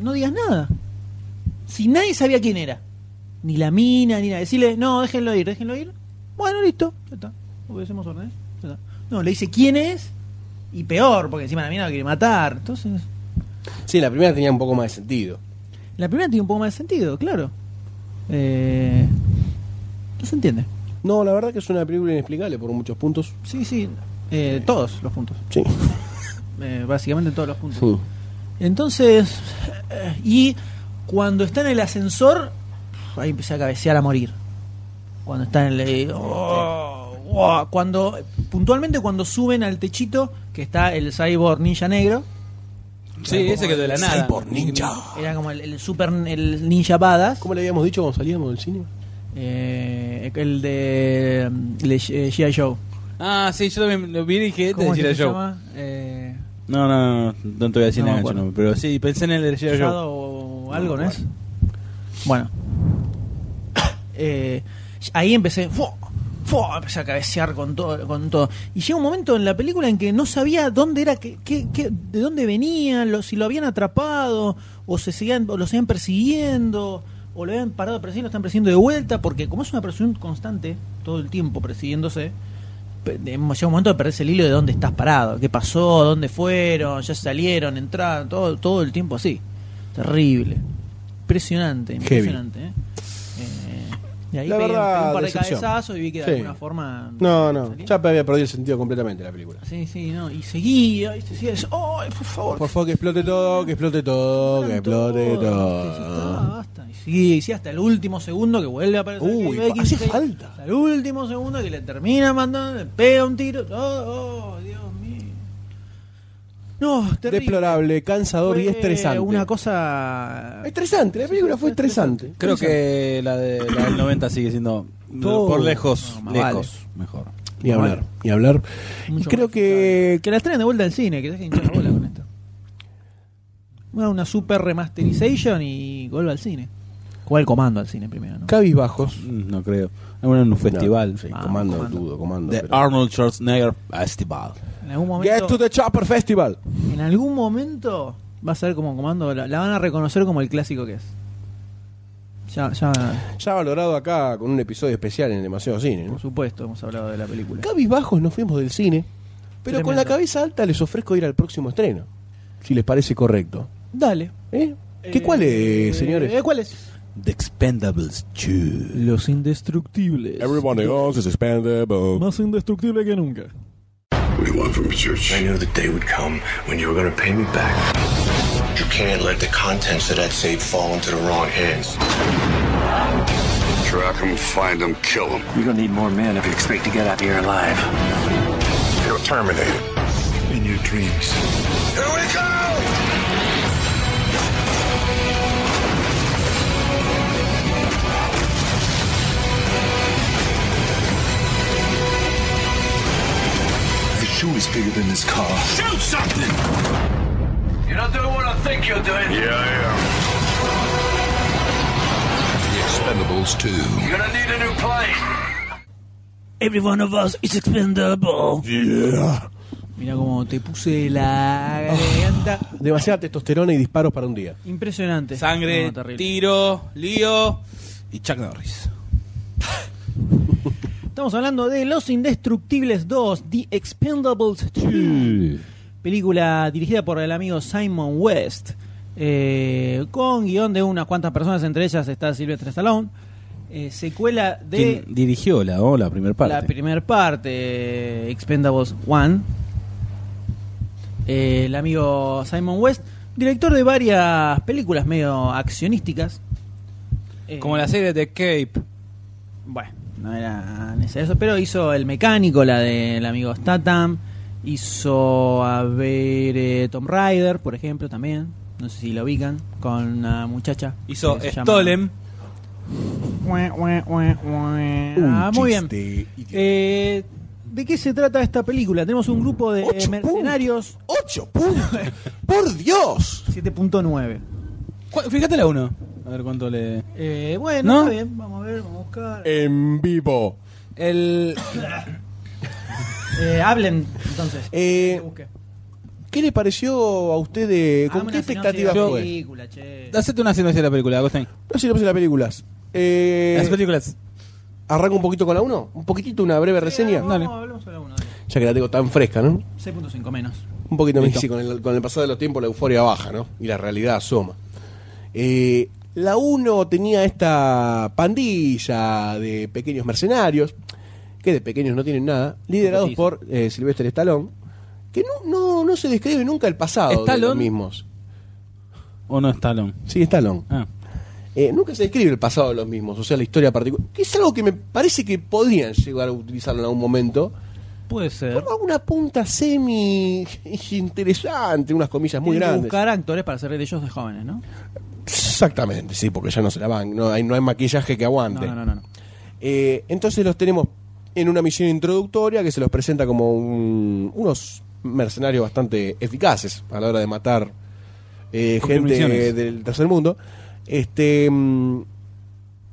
no digas nada. Si nadie sabía quién era, ni la mina, ni nada. Decirle, no, déjenlo ir, déjenlo ir. Bueno, listo, ya está. Obedecemos órdenes. ya está. No, le dice quién es y peor, porque encima la mina lo quiere matar. Entonces,
Sí, la primera tenía un poco más de sentido.
la primera tiene un poco más de sentido, claro. Eh, no se entiende.
No, la verdad que es una película inexplicable por muchos puntos.
Sí, sí, eh, todos los puntos.
Sí.
Eh, básicamente todos los puntos. Entonces, eh, y cuando está en el ascensor, ahí empecé a cabecear a morir. Cuando está en el. eh, oh, oh, cuando puntualmente cuando suben al techito que está el cyborg ninja negro
Sí, ese que de la nada.
por ninja.
era como el, el super el ninja badass
¿Cómo le habíamos dicho cuando salíamos del cine?
eh, el de mm, el de G.I. Joe
Ah, sí, yo también lo vi y dije, este te
¿Cómo
decía
es que se
yo.
llama? Eh,
No, no, no, no te voy a decir
No me
nada,
acuerdo.
yo no, pero sí, pensé en el de G.I. Joe.
o algo, ¿no es? Bueno. Eh, ahí empecé. ¡fua! ¡fua! Empecé a cabecear con todo, con todo. Y llega un momento en la película en que no sabía dónde era, que, que- que- de dónde venían, lo- si lo habían atrapado, o se seguían, o lo seguían persiguiendo, o lo habían parado a perseguir, lo están persiguiendo de vuelta, porque como es una presión constante, todo el tiempo persiguiéndose, pe- de- llega un momento de perderse el hilo de dónde estás parado, qué pasó, dónde fueron, ya salieron, entraron, todo, todo el tiempo así. Terrible. Impresionante, impresionante. ¿eh? Eh, Y ahí
La
pegué,
verdad,
pegué un par de
decepción.
cabezazos y vi que de
Sí.
alguna forma.
No, no.
salía.
Ya había perdido el sentido completamente la película.
Sí, sí, no. Y seguía, y seguía. y- ¡Ay, por favor!
Por favor, que explote todo, que explote todo, que explote todo.
Y sí, y sí, hasta el último segundo que vuelve a aparecer.
Uy,
Kevin Bacon,
hacía
sí,
falta.
hasta el último segundo que le termina mandando, le pega un tiro. Oh, oh, Dios mío. No, terrible.
Deplorable, cansador
Fue
y estresante. Este,
Una cosa.
Estresante, la película fue estresante.
Creo que la, de, la del 90 sigue siendo
Todo.
por lejos,
No, más
lejos, mejor.
Ni hablar, ni hablar. Y
Mucho
creo
más
que.
Que la estrenen de vuelta al cine, que dejen hinchar la bola con esto. Una, una super remasterization y vuelve al cine. Juega el comando al cine primero, ¿no?
Cabizbajos.
Mm, No creo. Alguna en un festival.
No, sí,
Ah,
comando,
comando.
dudo, comando.
De
pero-
Arnold Schwarzenegger Festival.
En algún
Get to
momento.
the Chopper Festival.
En algún momento va a ser como comando. La, la van a reconocer como el clásico que es. Ya, ya,
Ya valorado acá con un episodio especial en Demasiado Cine. ¿no?
por supuesto, hemos hablado de la película.
Cabizbajos nos fuimos del cine, pero con
Tremendo.
la cabeza alta les ofrezco ir al próximo estreno, si les parece correcto.
Dale.
¿Eh? ¿Qué cuál es, señores?
eh, ¿Cuál es?
The Expendables 2.
Los indestructibles.
else is expendable.
Más indestructible que nunca.
What do you want from me, church?
I knew the day would come when you were going to pay me back.
You can't let the contents of that safe fall into the wrong hands. Track them, find them, kill them.
You're gonna need more men if you expect to get out of here alive.
You're terminated.
In your dreams.
Here we go!
The shoe is bigger than this car.
Shoot something!
You're not doing what I think you're doing.
Yeah, I
The Expendables 2.
am. You're gonna need a new plane.
Every one of us is expendable.
Yeah.
Mira cómo te puse la garganta.
Demasiada testosterona y disparos para un día.
Impresionante.
Sangre,
No, terrible.
tiro, lío y Chuck Norris.
Estamos hablando de Los Indestructibles 2, The Expendables 2. Película dirigida por el amigo Simon West. eh, con guión de unas cuantas personas, entre ellas está Sylvester Stallone. eh, secuela de
¿Quién dirigió la, o la primera parte?
la primera parte, eh, Expendables 1. Eh, el amigo Simon West, director de varias películas medio accionísticas. Eh,
Como la serie de Cape.
bueno, no era necesario eso, pero hizo El Mecánico, la del amigo Statham, hizo, a ver, eh, Tom Rider, por ejemplo, también, no sé si lo ubican, con una muchacha.
Hizo
que se llama-
Stolen.
Ue, ue, ue, ue. Ah, muy bien. Eh, ¿De qué se trata esta película? Tenemos un grupo de
Ocho
mercenarios
¡Ocho puntos! ¡Por Dios!
7.9.
Cu- Fíjate la 1. A ver cuánto le.
Eh, bueno,
¿No?
está bien, vamos a ver, vamos a buscar.
En vivo.
El.
Eh, hablen, entonces.
Eh,
Que busque.
¿Qué le pareció a usted de...
Hagame
¿Con
una
qué
sinopsis
expectativa
de la
fue?
película, che.
Hacete una sinopsis de la película, Agustín.
No sé, no sé las películas. Eh,
Las películas.
¿Arranco un poquito con la 1? ¿Un poquitito, una breve reseña?
Vamos, hablemos de la uno, dale.
Ya que la tengo tan fresca, ¿no?
6.5 menos.
Un poquito más,
Listo.
sí, con el, con el pasar de los tiempos la euforia baja, ¿no? Y la realidad asoma. Eh, la 1 tenía esta pandilla de pequeños mercenarios, que de pequeños no tienen nada, liderados por eh, Sylvester Stallone, que no, no, no se describe nunca el pasado de los
¿Stallone?
mismos.
¿O no Stallone?
Sí, Stallone.
Ah.
Eh, nunca se describe el pasado de los mismos, o sea, la historia particular. Que es algo que me parece que podrían llegar a utilizarlo en algún momento.
Puede ser.
Como alguna punta semi interesante, unas comillas muy grandes.
buscar actores para ser de ellos de jóvenes, ¿no?
Exactamente, sí, porque ya no se la van, no hay, no hay maquillaje que
No,
aguante.
no, no, no. no.
Eh, entonces los tenemos en una misión introductoria que se los presenta como un- unos mercenarios bastante eficaces a la hora de matar eh,
Cumplir
gente
misiones.
del tercer mundo. Este mm,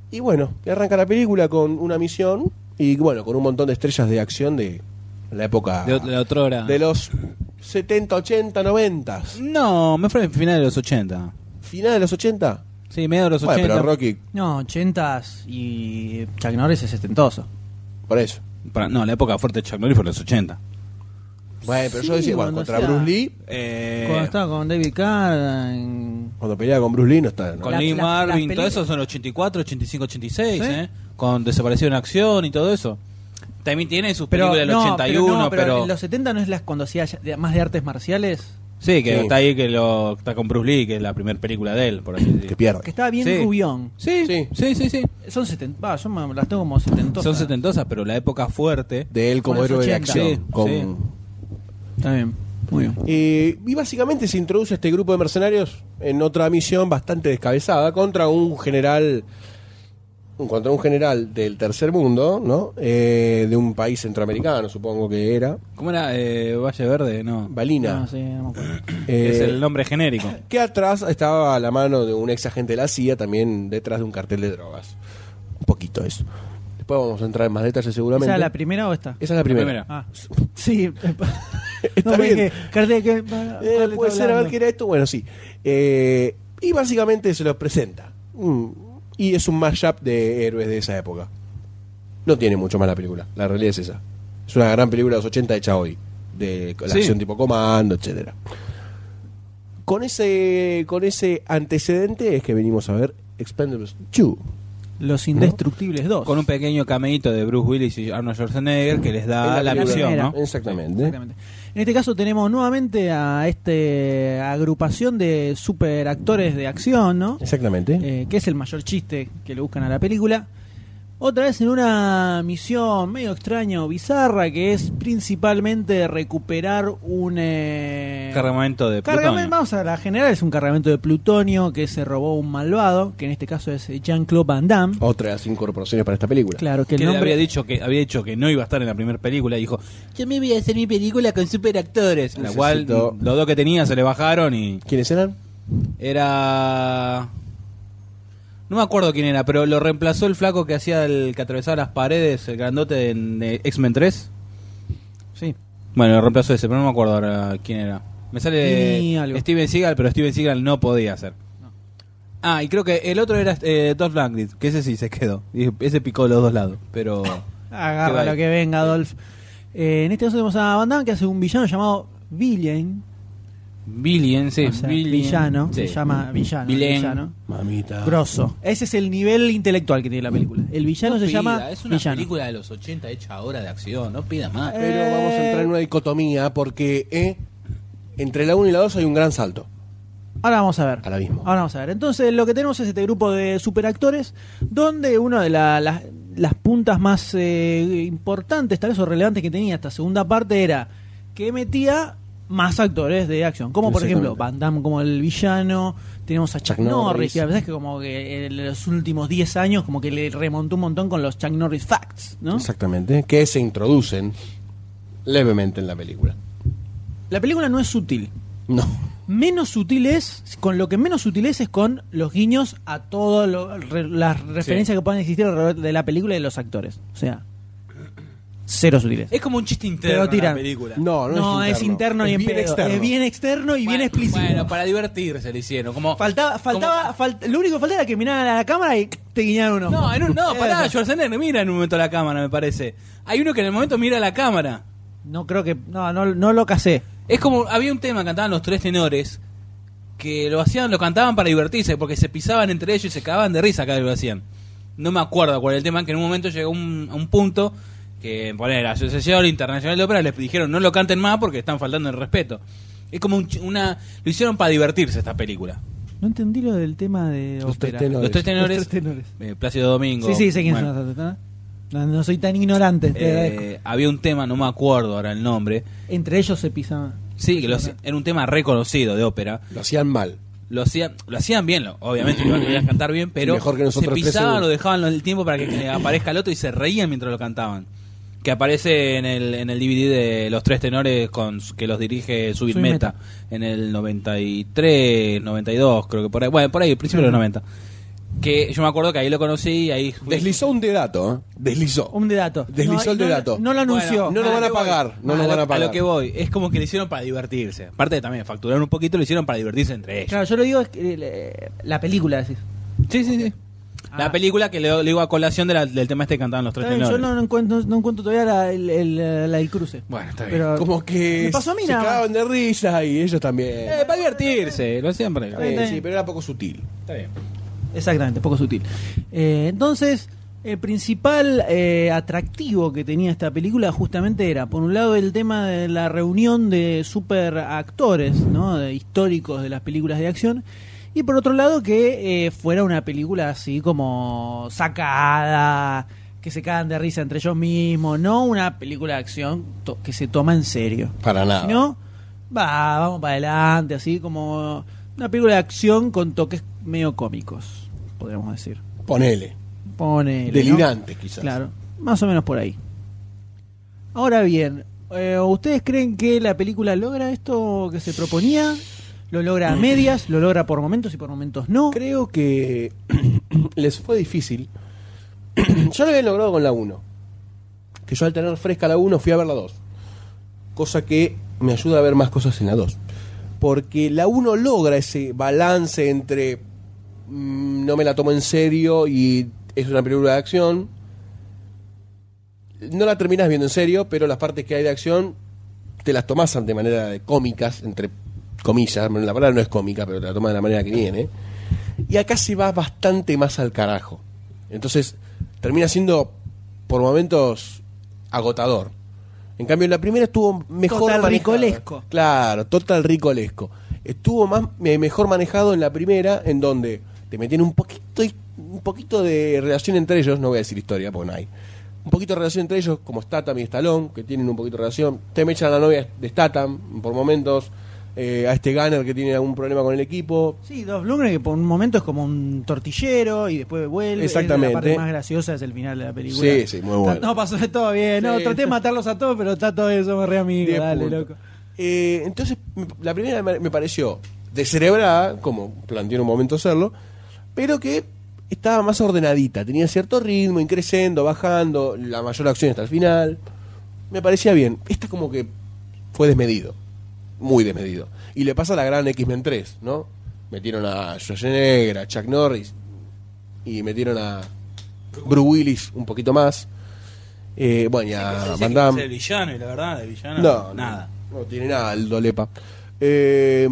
y bueno, arranca la película con una misión y bueno, con un montón de estrellas de acción de la época
De, ot- la otra hora.
de los 70, 80, 90,
No, me fue el final de los 80.
final de los 80.
Sí, medio de los
Bueno,
80.
pero Rocky,
No, 80s y Chuck Norris es setentoso.
por eso.
Para- no, la época fuerte de Chuck Norris fue los 80.
Bueno, pero yo
Sí,
decía, bueno,
cuando
contra
sea-
Bruce Lee,
Eh,
Cuando estaba con David Carr en
Cuando pelea con Bruce Lee no está. ¿no?
Con
La-
Lee
la-
Marvin,
las
todo
peli-
eso son 84, 85, 86,
Sí.
¿eh? Con Desaparecido en Acción y todo eso. También tiene sus
Pero,
películas del
no,
81, pero...
pero, no, pero en los 70 no es las cuando hacía ya- de- más de artes marciales.
Sí, que
Sí.
está ahí que lo está con Bruce Lee, que es la primera película de él, por así
Que
decirlo.
Que
pierde.
estaba bien
Sí.
rubión.
Sí,
Sí.
sí, sí, sí.
Son 70. va, yo me las tengo como 70.
Son setentosas, pero la época fuerte.
De él como
Con los
héroe de
80.
acción.
Sí,
con-
sí.
Está bien. Muy bien.
Eh, y básicamente se introduce este grupo de mercenarios en otra misión bastante descabezada contra un general contra un general del tercer mundo, ¿no? Eh, de un país centroamericano, supongo que era.
¿Cómo era? Eh, Valle Verde, no.
Balina.
No, sí, no me acuerdo.
Eh,
es el nombre genérico.
que atrás estaba la mano de un ex agente de la CIA también detrás de un cartel de drogas. Un poquito eso. Después vamos a entrar en más detalles seguramente.
¿Esa es la primera o esta?
Esa es la primera.
primera.
Ah. Sí.
Está
no,
bien.
bien. Que, que,
Eh, puede ser, a ver qué era esto. Bueno, sí. Eh, y básicamente se los presenta. Mm. Y es un mashup de héroes de esa época. No tiene mucho más la película. La realidad es esa. Es una gran película de los 80 hecha hoy. De con la
Sí.
acción tipo comando, etcétera. Con ese, con ese antecedente es que venimos a ver Expendables 2.
Los Indestructibles 2.
Con un pequeño cameíto de Bruce Willis y Arnold Schwarzenegger que les da
En
la,
la
misión,
primera.
¿no?
Exactamente.
Exactamente. En este caso tenemos nuevamente a este agrupación de superactores de acción, ¿no?
Exactamente.
Eh, que es el mayor chiste que le buscan a la película. Otra vez en una misión medio extraña o bizarra que es principalmente recuperar un... eh,
Cargamento de
cargamento-
plutonio.
vamos a la general, es un cargamento de plutonio que se robó un malvado, que en este caso es eh, Jean-Claude Van Damme.
Otra de las incorporaciones para esta película.
Claro, que
Oh, Que
el
le
nombre...
había dicho que había dicho que no iba a estar en la primera película y dijo, "Yo me voy a hacer mi película con superactores." La cual
Necesito-
los dos que tenía se le bajaron y
¿Quiénes eran?
era no me acuerdo quién era, pero lo reemplazó el flaco que hacía el que atravesaba las paredes, el grandote en eh, X-Men 3.
Sí.
Bueno, lo reemplazó ese, pero no me acuerdo ahora quién era. Me
Ni
sale
algo.
Steven Seagal, pero Steven Seagal no podía hacer. Ah, y creo que el otro era eh, Dolph Lundgren, que ese sí se quedó. Y Ese picó los dos lados, pero...
Agarra
Que
lo que venga, Adolf. Eh, en este caso tenemos a Van Damme que hace un villano llamado Villain.
Villian, sí.
o sea,
Villian.
villano.
Sí. Mm,
Se llama villano.
Villain.
villano.
Mamita.
Grosso. Ese es el nivel intelectual que tiene la película. El villano
No
se
pida,
llama
Es una
villano. Eh,
película de los 80 hecha ahora de acción, no pida más.
Pero vamos a entrar en una dicotomía porque eh, entre la 1 y la 2 hay un gran salto.
Ahora vamos a ver.
Al abismo.
Ahora vamos a ver. Entonces, lo que tenemos es este grupo de superactores, donde una de la- las- las puntas más eh, importantes, tal vez o relevantes que tenía esta segunda parte era que metía más actores de acción. Como por ejemplo, Van
Exactamente.
Damme como el villano, tenemos a Chuck,
Chuck Norris.
Norris, que la verdad es que como que en los últimos 10 años como que le remontó un montón con los Chuck Norris Facts, ¿no?
Exactamente. Que se introducen levemente en la película.
La película no es sutil.
No.
menos sutiles, con lo que menos sutiles es con los guiños a todas las referencias que puedan existir alrededor de la película y de los actores. O sea, cero sutiles.
Es como un chiste interno
Pero tiran.
la película.
No, no,
No, es interno, ni en
bien
pedo.
externo.
Es bien externo y bien
Bueno,
explícito.
Bueno, para divertirse le hicieron. Como,
faltaba, faltaba, falt- lo único que faltaba era que miraran a la cámara y te guiñaran uno.
como- no, eh. en un, no, pará,
Eso.
Schwarzenegger mira en un momento la cámara, me parece. Hay uno que en el momento mira la cámara.
No creo que. No, no, no lo casé.
Es como, había un tema que cantaban los tres tenores que lo hacían, lo cantaban para divertirse, porque se pisaban entre ellos y se cagaban de risa cada vez que lo hacían. No me acuerdo cuál era el tema, que en un momento llegó un, a un punto que, poner, la Asociación Internacional de Ópera les dijeron no lo canten más porque están faltando el respeto. Es como un ch- una. Lo hicieron para divertirse esta película.
No entendí lo del tema de.
Los tres
ópera.
tenores.
Los tres tenores.
Los tres tenores.
eh, Plácido Domingo.
Sí, sí, sé quién
bueno.
son los tres, ¿no? No, no soy tan ignorante. te agradezco.
Eh, había un tema, no me acuerdo ahora el nombre.
Entre ellos se pisaban.
Sí, que lo hacía- era un tema reconocido de ópera.
Lo hacían mal.
Lo hacían, lo hacían bien, lo- obviamente lo iban a cantar bien, pero
Mejor que nosotros
se
tres
pisaban
seguro.
o dejaban el tiempo para que, que aparezca el otro y se reían mientras lo cantaban. Que aparece en el, en el DVD de los tres tenores con que los dirige Subir
Subir
Meta, en el 93, 92, creo que por ahí. Bueno, por ahí, el principio de los 90. Que yo me acuerdo que ahí lo conocí y ahí. fui-
Deslizó un dedato, ¿eh? Deslizó.
Un de dato.
Deslizó
No,
el de
no,
dato.
No lo anunció. Ah,
no lo van
Ah, lo
a
que voy.
pagar, no lo
lo-
van a pagar.
lo que voy, es como que lo hicieron para divertirse. Aparte de también facturaron un poquito, lo hicieron para divertirse entre ellos.
Claro, yo lo digo es que, eh, la película, decís.
Sí, sí, sí. La
Ah.
película que le, le digo a colación de la- del tema este que cantaban los tres
Está bien, yo
tenores.
no, no encuentro, no encuentro todavía la, el, el- la del cruce.
Bueno, está bien.
Pero
Como que
Me pasó a mí
se
nada más.
cagaban de risa y ellos también.
Eh, para divertirse, lo siempre.
Está bien,
está bien.
sí, pero era poco sutil.
Está bien.
Exactamente, poco sutil. Eh, entonces, el principal eh, atractivo que tenía esta película justamente era, por un lado, el tema de la reunión de superactores, ¿no? De históricos de las películas de acción. Y por otro lado, que eh, fuera una película así como sacada, que se cagan de risa entre ellos mismos, no una película de acción to- que se toma en serio.
Para nada.
Si no, va, vamos para adelante, así como una película de acción con toques medio cómicos, podríamos decir.
Ponele.
Pone.
Delirante, quizás.
Claro, más o menos por ahí. Ahora bien, eh, ¿ustedes creen que la película logra esto que se proponía? ¿Lo logra a medias? ¿Lo logra por momentos y por momentos no?
Creo que les fue difícil. yo lo había logrado con la 1. Que yo al tener fresca la 1 fui a ver la 2. Cosa que me ayuda a ver más cosas en la 2. Porque la 1 logra ese balance entre mm, no me la tomo en serio y es una película de acción. No la terminas viendo en serio, pero las partes que hay de acción te las tomas de manera de cómicas, entre comillas. Bueno, La palabra no es cómica, pero te la tomas de la manera que viene. Y acá se va bastante más al carajo. Entonces, termina siendo por momentos agotador. En cambio, en la primera estuvo mejor
Total
manejada.
ricolesco.
Claro, total ricolesco. Estuvo más me- mejor manejado en la primera, en donde te metían un poquito, his- un poquito de relación entre ellos. No voy a decir historia porque no hay. Un poquito de relación entre ellos, como Statham y Stallone, que tienen un poquito de relación. Te me echan a la novia de Statham por momentos. eh, a este Gunner que tiene algún problema con el equipo.
Sí, Dolph Lundgren que por un momento es como un tortillero y después vuelve.
Exactamente.
La parte más graciosa es el final de la película.
Sí, sí, muy bueno.
No, pasó de todo bien. No,
Sí.
traté de matarlos a todos, pero está todo eso, me re amigo.
10
Dale,
puntos.
loco.
Eh, entonces, me- la primera me me pareció descerebrada, como planteé en un momento hacerlo, pero que estaba más ordenadita, tenía cierto ritmo, increciendo, bajando, la mayor acción hasta el final. Me parecía bien. Esta como que fue desmedido, muy desmedido. Y le pasa a la gran X-Men 3, ¿no? Metieron a Schwarzenegger, a Chuck Norris y metieron a Bruce Willis un poquito más. Eh, bueno, y a Van Damme.
el villano y la verdad, de villano,
No,
nada.
No, no tiene Ah, nada el Dolepa. Eh,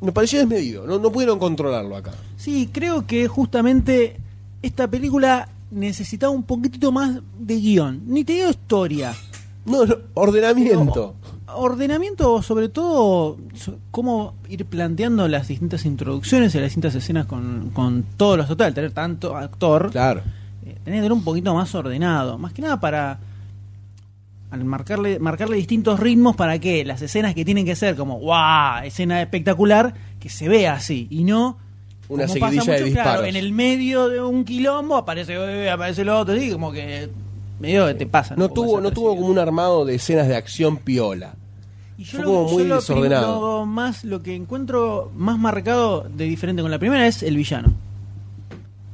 me pareció desmedido. No, no pudieron controlarlo acá.
Sí, creo que justamente esta película necesitaba un poquitito más de guión. Ni te digo historia.
No, no, ordenamiento.
Ordenamiento, sobre todo, so- cómo ir planteando las distintas introducciones y las distintas escenas con, con todos los total, tener tanto actor.
Claro.
eh, tenés que tener un poquito más ordenado. Más que nada para al marcarle, marcarle distintos ritmos para que las escenas que tienen que ser como ¡guau! escena espectacular, que se vea así y no
Una
como pasa
seguidilla de disparos.
en el medio de un quilombo aparece eh, aparece lo otro, sí, como que medio que te pasa.
No tuvo, no tuvo como un armado de escenas de acción piola.
Y
Fue como muy desordenado.
lo más lo que encuentro más marcado de diferente con la primera es el villano.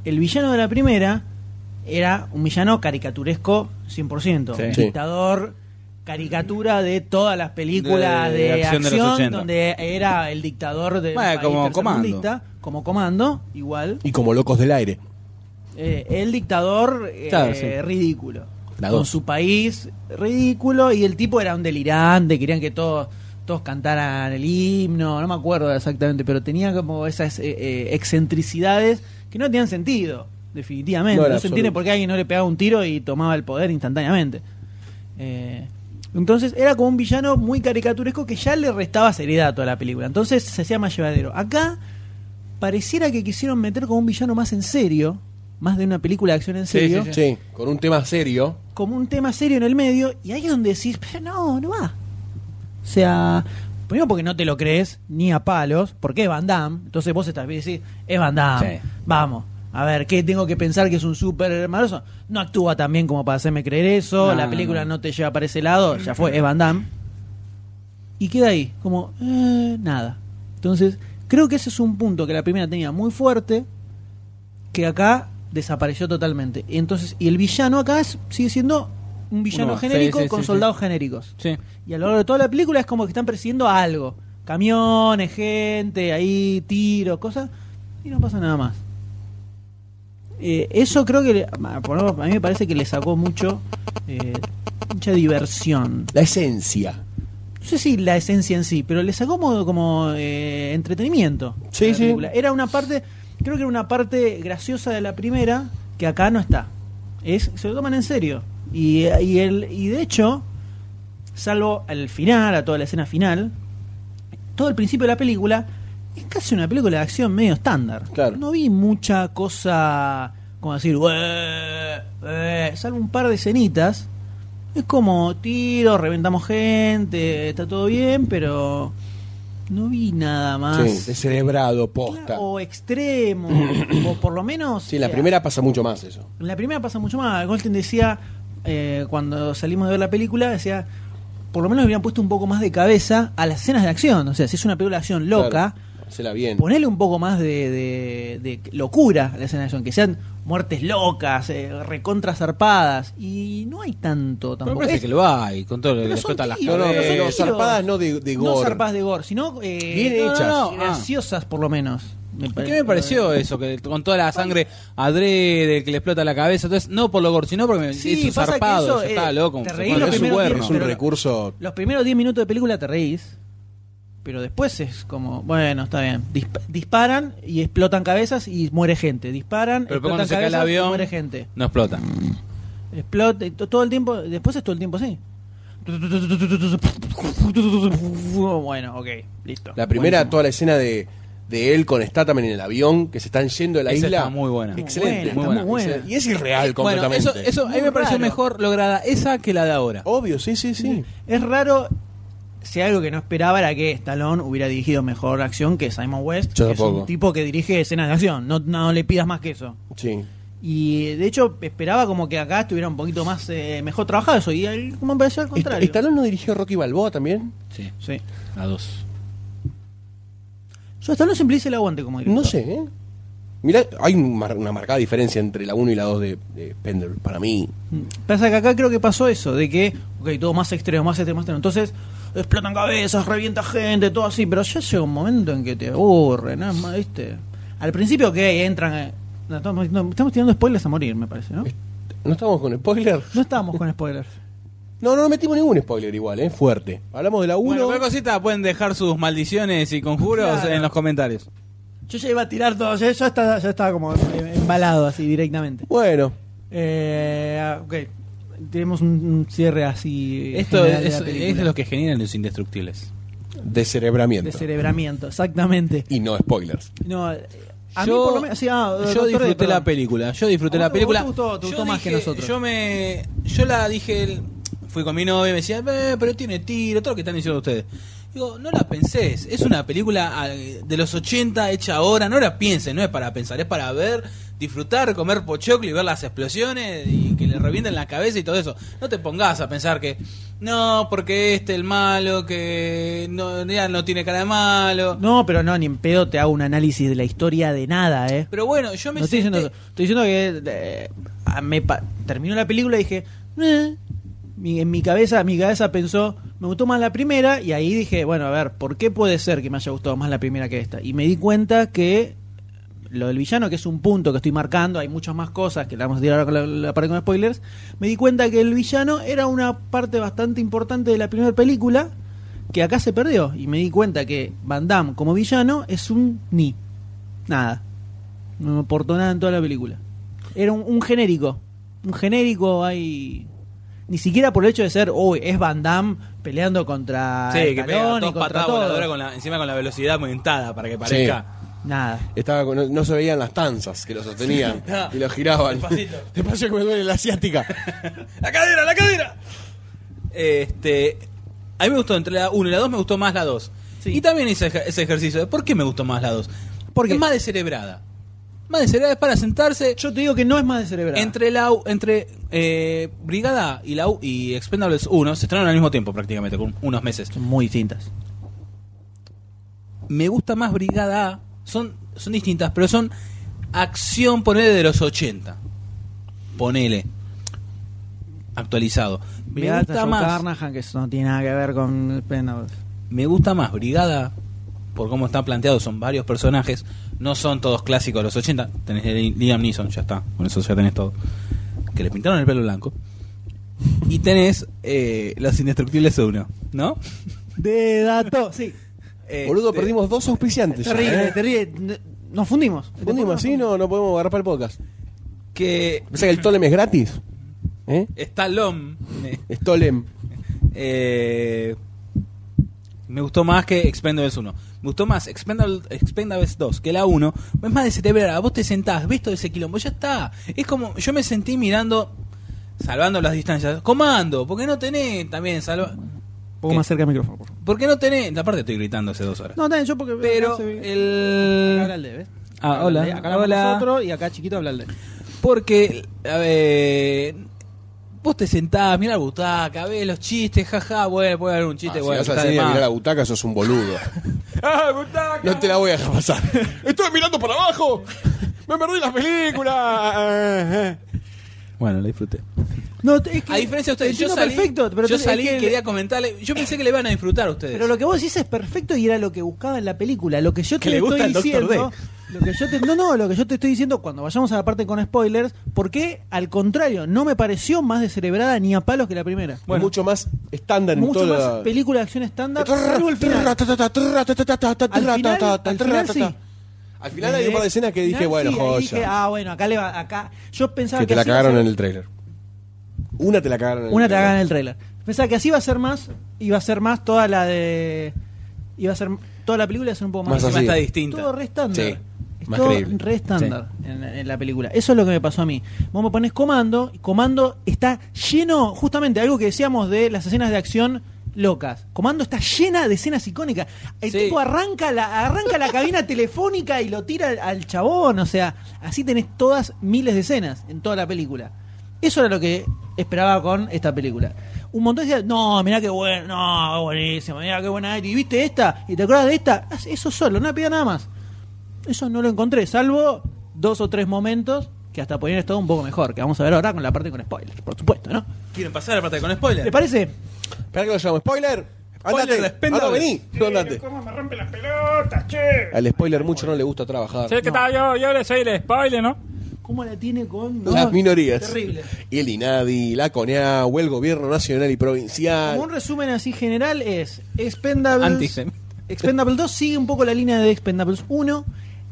El villano de la primera era un villano caricaturesco 100%,
Sí.
un
Sí.
dictador caricatura de todas las películas
De-
de,
de acción
acción,
de los 80.
donde era el dictador de
Bueno, como
como comando, igual
Y como locos del aire.
eh, el dictador eh,
Claro, sí.
ridículo.
La
con
dos.
su país ridículo y el tipo era un delirante, querían que todos todos cantaran el himno, no me acuerdo exactamente, pero tenía como esas eh, eh, excentricidades que no tenían sentido, definitivamente.
No
No,
era
se entiende
absoluto.
por qué alguien no le pegaba un tiro y tomaba el poder instantáneamente. Eh, entonces era como un villano muy caricaturesco que ya le restaba seriedad a toda la película. Entonces se hacía más llevadero. Acá pareciera que quisieron meter como un villano más en serio, más de una película de acción en serio,
Sí, con un tema serio.
como un tema serio en el medio, y ahí es donde decís, pero no, no va. O sea, primero porque no te lo crees, ni a palos, porque es Van Damme, entonces vos estás bien y decís, es Van Damme,
Sí.
vamos. A ver, ¿qué tengo que pensar que es un súper maloso? No actúa tan bien como para hacerme creer eso,
No,
la
no,
película
no.
no te lleva para ese lado, ya fue, es Van Damme y queda ahí, como eh, nada. Entonces, creo que ese es un punto que la primera tenía muy fuerte, que acá desapareció totalmente. Y entonces, y el villano acá es- sigue siendo un villano
Uno más.
genérico
Sí, sí,
con
sí,
soldados genéricos.
Sí.
Y a lo largo de toda la película es como que están persiguiendo a algo. Camiones, gente, ahí, tiros, cosas, y no pasa nada más. eh, eso creo que, le- a por lo menos a mí me parece que le sacó mucho, eh, mucha diversión.
La esencia.
No sé si la esencia en sí, pero le sacó como, como, eh, entretenimiento. a
Sí,
la
sí.
película. Era una parte, creo que era una parte graciosa de la primera que acá no está. Es, se lo toman en serio. Y, y, el, y de hecho, salvo al final, a toda la escena final, todo el principio de la película es casi una película de acción medio estándar.
Claro.
No vi mucha cosa como decir, "Ué, ué", salvo un par de escenitas. Es como tiro, reventamos gente, está todo bien, pero no vi nada más.
Ah, Sí, descerebrado, posta.
o extremo, o por lo menos.
Sí, la
eh,
primera pasa mucho más eso.
en la primera pasa mucho más. Goldstein decía, eh, cuando salimos de ver la película, decía, por lo menos le hubieran puesto un poco más de cabeza a las escenas de acción. O sea, si es una película de acción loca,
Claro, hacela bien.
ponele un poco más de, de- de locura a la escena de acción. Que sean muertes locas, eh, recontra zarpadas. Y no hay tanto
Pero
tampoco.
parece
Es-
que lo va y con todo lo que
pero
le
son
explota las
tiros,
No,
Eh,
no,
pero son
pero
tiros.
zarpadas no de- de gore.
No zarpadas de gore, sino eh,
Bien
no, no,
hechas.
no,
Ah.
graciosas por lo menos. Me
¿Qué me pareció eso? Que con toda la sangre adrede, que le explota la cabeza. Entonces, no por lo gordo, sino porque me
Sí,
hizo
pasa que
zarpado.
eso,
yo estaba
eh,
loco.
te
fue
reís
cuando
los
es un
primeros
cuerno.
tiempos,
es un
pero-
recurso.
Los primeros 10 minutos de película te reís, pero después es como, bueno, está bien. Disp- disparan y explotan cabezas y muere gente. Disparan,
Pero
explotan
cuando se cae el
cabezas
avión-
y muere gente.
No explota.
Explota, y to- todo el tiempo, después es todo el tiempo así. Bueno, ok, listo.
La primera,
Buenísimo.
toda la escena de, de él con Statham en el avión, que se están yendo de la
Esa
isla.
está muy buena.
Excelente.
Muy buena, está muy buena.
Excelente. Y es irreal
Bueno,
completamente.
eso, eso a mí
Muy
me pareció
raro.
mejor lograda esa que la de ahora.
Obvio, sí, sí, sí.
Es raro. Si algo que no esperaba era que Stallone hubiera dirigido mejor acción que Simon West,
Yo
que es
tampoco.
un tipo que dirige escenas de acción. No, no le pidas más que eso.
Sí.
Y de hecho esperaba como que acá estuviera un poquito más eh, mejor trabajado eso. Y él, como me pareció al
Est-
contrario.
¿Estalón no dirigió Rocky Balboa también?
Sí,
Sí.
la dos.
Yo a Stallone siempre le hice el aguante como director.
No sé, ¿eh? Mirá, hay un mar- una marcada diferencia entre la 1 y la 2 de, de Pender, para mí.
Pasa que acá creo que pasó eso, de que, ok, todo más extremo, más extremo, más extremo. Entonces, explotan cabezas, revienta gente, todo así. Pero ya llega un momento en que te aburre, nada más, ¿viste? Al principio que entran... eh, no, estamos, no, estamos tirando spoilers a morir, me parece, ¿no?
¿No estamos con spoiler?
No estábamos con spoilers.
No, no, no metimos ningún spoiler igual, ¿eh? Fuerte. Hablamos de la 1.
Bueno, cualquier cosita pueden dejar sus maldiciones y conjuros
Claro.
en los comentarios.
Yo ya iba a tirar todo, ya, ya estaba, ya estaba como eh, embalado así directamente.
bueno,
Eh, ok. Tenemos un, un cierre así.
Esto
general de
es,
la película.
es de los que generan los indestructibles.
descerebramiento.
Descerebramiento, exactamente.
y no spoilers.
No, eh, a mí
Yo-
por lo menos. sí, ah,
yo
doctor D,
disfruté
perdón.
la película. Yo disfruté
¿A
la
vos te-
película.
vos te gustó- te
Yo
gustó más que nosotros?
Yo me, yo la dije, el- fui con mi novia y me decía, "Eh, pero tiene tiro, todo lo que están diciendo ustedes. Digo, no la pensés. Es una película ah, de los 80 hecha ahora. No la piensen, no es para pensar, es para ver, disfrutar, comer pochoclo y ver las explosiones y que le revienten la cabeza y todo eso. No te pongas a pensar que no, porque este el malo, que no, ya no tiene cara de malo.
No, pero no, ni en pedo te hago un análisis de la historia de nada, ¿eh?
Pero bueno, yo me
No estoy diciendo
senté-
eso. Estoy diciendo que eh, ah, me pa- terminó la película y dije, "Eh". Mi- en mi cabeza, mi cabeza pensó, me gustó más la primera y ahí dije, bueno, a ver, ¿por qué puede ser que me haya gustado más la primera que esta? Y me di cuenta que lo del villano, que es un punto que estoy marcando, hay muchas más cosas que la vamos a tirar ahora con la, la parte con spoilers, me di cuenta que el villano era una parte bastante importante de la primera película que acá se perdió y me di cuenta que Van Damme como villano es un ni, nada. No me aportó nada en toda la película. Era un, un genérico. Un genérico hay. Ni siquiera por el hecho de ser, uy, es Van Damme peleando contra
Sí, que pega
Stallone y
dos
contra
patadas
todo.
voladoras con la- encima con la velocidad aumentada para que parezca.
Nada.
Estaba con- no, no se veían las tanzas que lo sostenían
no.
y lo giraban.
Despacito.
Despacio que me duele la asiática.
¡La cadera, la cadera! Este. A mí me gustó entre la 1 y la 2, me gustó más la 2.
Sí.
Y también hice ej- ese ejercicio de por qué me gustó más la 2.
¿Por qué?
Es más descerebrada. Más descerebrada es para sentarse.
Yo te digo que no es más de cerebral.
Entre la U- entre eh, Brigada y la U- y Expendables 1 se estrenaron al mismo tiempo prácticamente, con unos meses.
Son muy distintas.
me gusta más Brigada A. Son, son distintas, pero son acción, ponele, de los 80. Ponele. Actualizado. Me
Mirá,
gusta
Joe
más.
Carnahan, que eso no tiene nada que ver con el Pendables.
Me gusta más Brigada por cómo está planteado, son varios personajes, no son todos clásicos de los 80. Tenés a Li- Liam Neeson, ya está, con eso ya tenés todo. Que le pintaron el pelo blanco. Y tenés eh, Los Indestructibles 1, ¿no?
De dato, sí.
Boludo,
Este,
perdimos dos auspiciantes. ya,
Terrible,
¿eh?
terrible. Nos fundimos.
Fundimos, así no, no podemos agarrar para el podcast.
Que
¿Pensás que el Tolem es gratis? ¿Eh?
está Lom. eh,
Es Tolem.
Eh, me gustó más que Expendables 1. Me gustó más Expendable- Expendables 2 que la 1. Es más de cerebral. Vos te sentás, ves todo ese quilombo, ya está. Es como, yo me sentí mirando, salvando las distancias. Comando, porque no tenés también, salva.
Un poco
¿Qué?
más cerca del micrófono, por favor.
¿Por qué no tenés? Aparte estoy gritando hace dos horas.
No, también yo porque.
Pero
no se ve. Acá habla el
el...
de, ¿ves?
Ah,
Acá
hola,
habla el de, Acá hablamos
hola.
nosotros y acá chiquito habla el de.
Porque, a ver, vos te sentás, mirá la butaca, ves los chistes, jaja, bueno, puede haber un chiste,
Ah,
Este, bueno,
si vas
está
al
de
cine a
más.
mirar la butaca, sos un boludo.
¡Ah, butaca!
No te la voy a dejar pasar. ¡Estoy mirando para abajo! ¡Me perdí las películas!
Bueno, la disfruté.
No, es que
A diferencia de ustedes, yo
entiendo
salí,
perfecto, pero
yo
es
salí
que-
y quería comentarle. Yo pensé que le iban a disfrutar a ustedes.
Pero lo que vos decís es perfecto y era lo que buscaba en la película. Lo que yo te
Que le gusta
estoy
al Dr.
diciendo. Lo que yo te, no, no, lo que yo te estoy diciendo cuando vayamos a la parte con spoilers, porque al contrario, no me pareció más descerebrada ni a palos que la primera.
Bueno.
Mucho más estándar en
Mucho
toda
más
la-
película de acción estándar, salvo el final. Al final- al final sí.
Al final hay un par de escenas que
Al
dije,
final
bueno,
sí, ahí dije,
joya.
ah, bueno, acá le va, acá. Yo pensaba
Que
que,
te la
así iba a
cagaron
ser-
en el trailer. Una te la cagaron en el
Una te la
tráiler.
cagan en el trailer. Pensaba que así iba a ser más, iba a ser más toda la de iba a ser toda la película iba a ser un poco
Más
más,
Encima
así.
está
Todo
distinta.
re estándar.
Sí,
Es
más
todo
creíble.
re estándar en, en la película. Eso es lo que me pasó a mí. Vos me pones comando, y comando está lleno, justamente algo que decíamos de las escenas de acción locas. Comando está llena de escenas icónicas. El
Sí.
tipo arranca la, arranca la cabina telefónica y lo tira al, al chabón. O sea, así tenés todas miles de escenas en toda la película. Eso era lo que esperaba con esta película. Un montón de no, mirá qué bueno, no, buenísimo, mirá qué buena. Y viste esta, y te acordás de esta, Haz eso solo, no pida nada más. Eso no lo encontré, salvo dos o tres momentos que hasta podrían estar un poco mejor, que vamos a ver ahora con la parte con spoilers, por supuesto, ¿no?
¿Quieren pasar a la parte con spoiler?
¿Le parece?
Espera que lo llamo. ¡Spoiler!
Spoiler,
¡Andate!
despenda.
Ah, no, vení! No, andate.
¿Cómo me rompe las pelotas, che?
Al spoiler mucho no le gusta trabajar.
¿Sabes qué tal? Yo, yo le soy el spoiler, ¿no?
¿Cómo la tiene con
Las minorías.
Terrible.
Y el INADI, la CONEA, o el gobierno nacional y provincial.
Como un resumen así general es Expendables,
Antisemita.
Expendables 2 sigue un poco la línea de Expendables 1.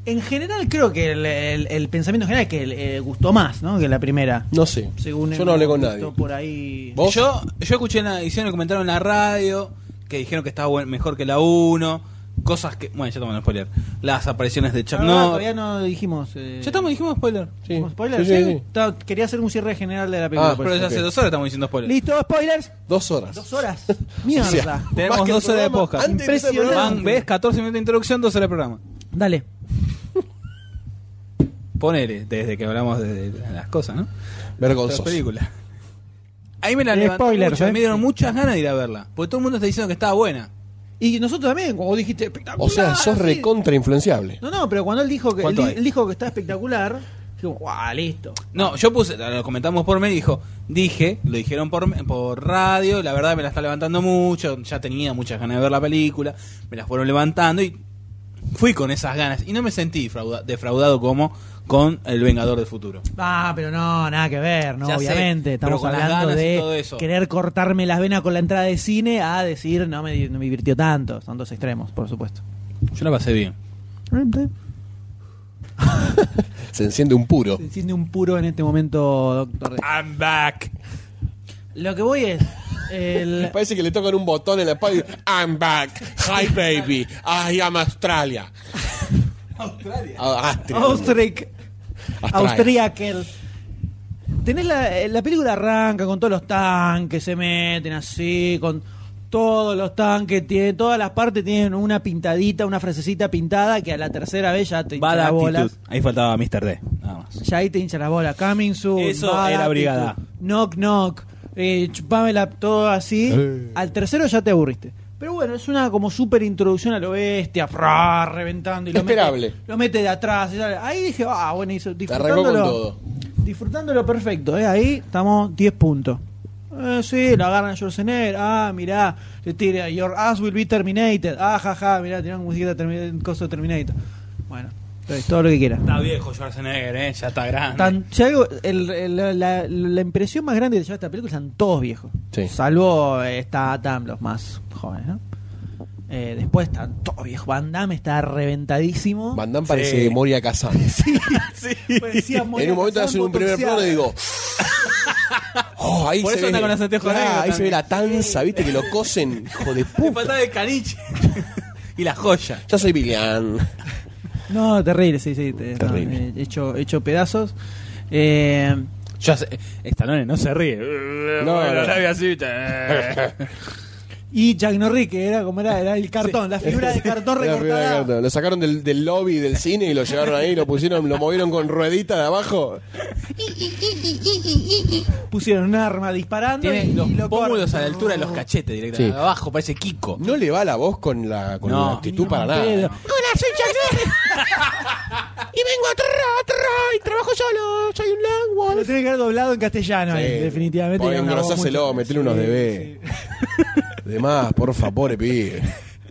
En general creo que el, el- el pensamiento general es que eh, gustó más, ¿no? Que la primera.
No sé.
Según
Yo no hablé con nadie.
gustó Por ahí.
¿Vos?
Yo, yo escuché en la edición y comentaron en la radio que dijeron que estaba buen- mejor que la 1. Cosas que. Bueno, ya estamos en spoiler. Las apariciones de Chuck
No,
Norris.
Ah, todavía no dijimos. eh,
Ya estamos, dijimos spoiler.
Sí.
¿Dijimos spoilers?
Sí, sí,
Sí,
sí.
Ta- Quería hacer un cierre general de la película.
Ah,
por
Pero
eso.
ya hace
ok.
dos horas estamos diciendo spoiler.
Listo, spoilers.
Dos horas.
Dos horas.
O
Mierda.
sea,
Tenemos
más que el
dos horas de
programa,
podcast.
antes de empezar el
Impresionante.
programa.
Van, ves, 14 minutos de introducción, 2 horas de programa.
Dale.
Ponele, desde que hablamos de de las cosas, ¿no? Otra
Vergonzoso.
película. Ahí me la
Eh,
levantó
spoilers,
mucho,
¿eh?
me dieron muchas ganas de ir a verla, porque todo el mundo está diciendo que estaba buena.
Y nosotros también, como dijiste, espectacular.
O sea, sos
Ah, sí.
recontra influenciable.
No, no, pero cuando él dijo que él,
¿Cuánto
di-
hay?
él dijo que está espectacular, dijimos, guau, listo.
No, yo puse, lo comentamos por mail, dijo, dije, lo dijeron por, me- por radio, la verdad me la está levantando mucho, ya tenía muchas ganas de ver la película, me las fueron levantando y fui con esas ganas y no me sentí frauda- defraudado como con El Vengador del Futuro.
Ah, pero no, nada que ver, no,
Ya sé,
obviamente.
pero
Estamos
con las
hablando
ganas y todo
de
eso.
querer cortarme las venas con la entrada de cine a decir, no me, di- no me divirtió tanto. Son dos extremos, por supuesto.
Yo la pasé bien.
Se enciende un puro.
Se enciende un puro en este momento, doctor.
I'm back.
Lo que voy es. el-
Parece que le tocan un botón en la espalda y I'm back. Hi baby. Ah, I am Australia. Australia.
Austric.
Australia.
Austriakel. Tenés la, la película arranca con todos los tanques, se meten así, con todos los tanques, tiene, todas las partes tienen una pintadita, una frasecita pintada que a la tercera vez ya te hincha
Bad
las
actitud.
bolas.
Ahí faltaba Mr. D, nada más.
Ya ahí te hincha las bolas. Coming soon.
Eso
bad
era brigada.
actitud, Knock, knock. Eh, chupámela todo así. Al tercero ya te aburriste. Pero bueno, es una como super introducción a lo bestia, fra, reventando y lo
Esperable.
Mete, lo mete de atrás. y sale. Ahí dije, ah, bueno, hizo,
arrancó con
disfrutándolo.
todo.
Disfrutándolo perfecto, eh, ahí estamos 10 puntos. Eh, sí, lo agarran a Schwarzenegger. Ah, mirá, le tira. Your ass will be terminated. Ah, jaja, mirá, tiraron musiquita termi- coso de Terminator. Bueno, entonces, todo lo que quiera.
Está viejo Schwarzenegger, ¿eh? ya está grande.
Tan- si algo- el- el- la, la- la impresión más grande que lleva esta película están todos viejos.
Sí.
Salvo eh, está Tam, los más jóvenes, ¿no? Eh, después están todos viejos. Van Damme está reventadísimo.
Van Damme parece Moria Kazan.
Parecía
en
Moria
un momento
Kazan
hace un primer
botoxeado.
plano y digo. Oh, ahí
Por
se
eso
ve,
anda con los anteojos
Claro,
negros
ahí se
también.
ve la tanza, viste, que lo cosen, hijo de
Le
puta.
faltaba el caniche y la joya.
Yo soy Billian.
No, terrible, sí, sí. te- no,
Terrible.
eh, hecho, hecho pedazos. Eh,
Yo sé, Stallone no se ríe. No,
no.
y Jack Norrie, que era como era, era el cartón, la figura de cartón
Era la primera
recortada.
carta. Lo sacaron del, del lobby del cine y lo llevaron ahí, lo pusieron, lo movieron con ruedita de abajo.
Pusieron un arma disparando.
Tiene
y,
los
y lo
pómulos
cortan.
a la altura de los cachetes directamente.
Sí.
Abajo parece Kiko.
No le va la voz con la, con
No.
la actitud
Ni
para nada. ¿eh?
pedo.
Hola, soy Jack Norris. y vengo a Terra, a Terra, y trabajo solo, soy un
Lo
langwall.
tiene que haber doblado en castellano,
Sí.
eh, definitivamente.
Podés
Era una voz
engrosáselo,
mucho-
metele unos DB. De más, porfa, pobre pibe.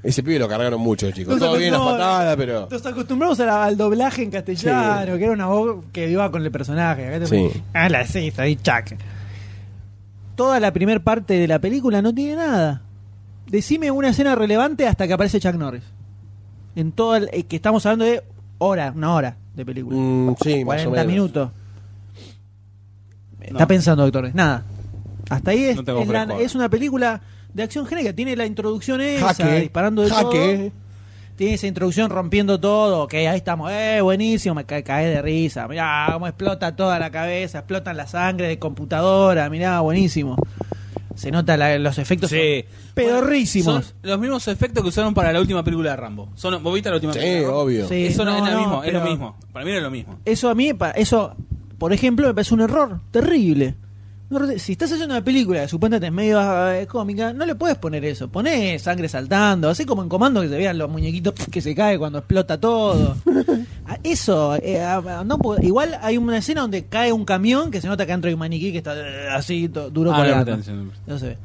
Ese pibe lo cargaron mucho, chicos.
Nos
Todo bien las
acostumbramos-
patadas, pero.
Nos acostumbramos a la- al doblaje en castellano, que era una voz que iba con el personaje. Acá te
Sí.
ponen, "Hola, sí, soy Chuck". Toda la primera parte de la película no tiene nada. Decime una escena relevante hasta que aparece Chuck Norris. En todo el, eh, que estamos hablando de hora, una hora de película.
Mm, sí, más o
40
menos.
minutos.
No.
Está pensando, doctor. Nada. Hasta ahí es,
No tengo
es la-
fresco.
es una película de acción genérica. Tiene la introducción esa,
Jaque,
disparando de
jaque.
todo. Tiene esa introducción rompiendo todo, que ahí estamos, eh, buenísimo, me ca- cae de risa, mirá cómo explota toda la cabeza, explotan la sangre de computadora, mirá, buenísimo. Se nota la- los efectos
Sí.
son pedorrísimos.
Son los mismos efectos que usaron para la última película de Rambo. Son, ¿Vos viste la última película?
Sí,
de Rambo?
obvio.
Sí.
Eso no,
No,
es, lo
no,
mismo, es
pero-
lo mismo. Para mí era lo mismo.
Eso a mí, pa- eso, por ejemplo, me parece un error terrible. Un error te- Si estás haciendo una película que supuestamente es medio eh, cómica, no le puedes poner eso. Poné sangre saltando, así como en comando que se vean los muñequitos pf, que se cae cuando explota todo. A- eso, eh, a- a- no puedo- igual hay una escena donde cae un camión que se nota que dentro hay un maniquí que está eh, así, to- duro
Ah, no,
colgando.
no, no, no.
No se ve.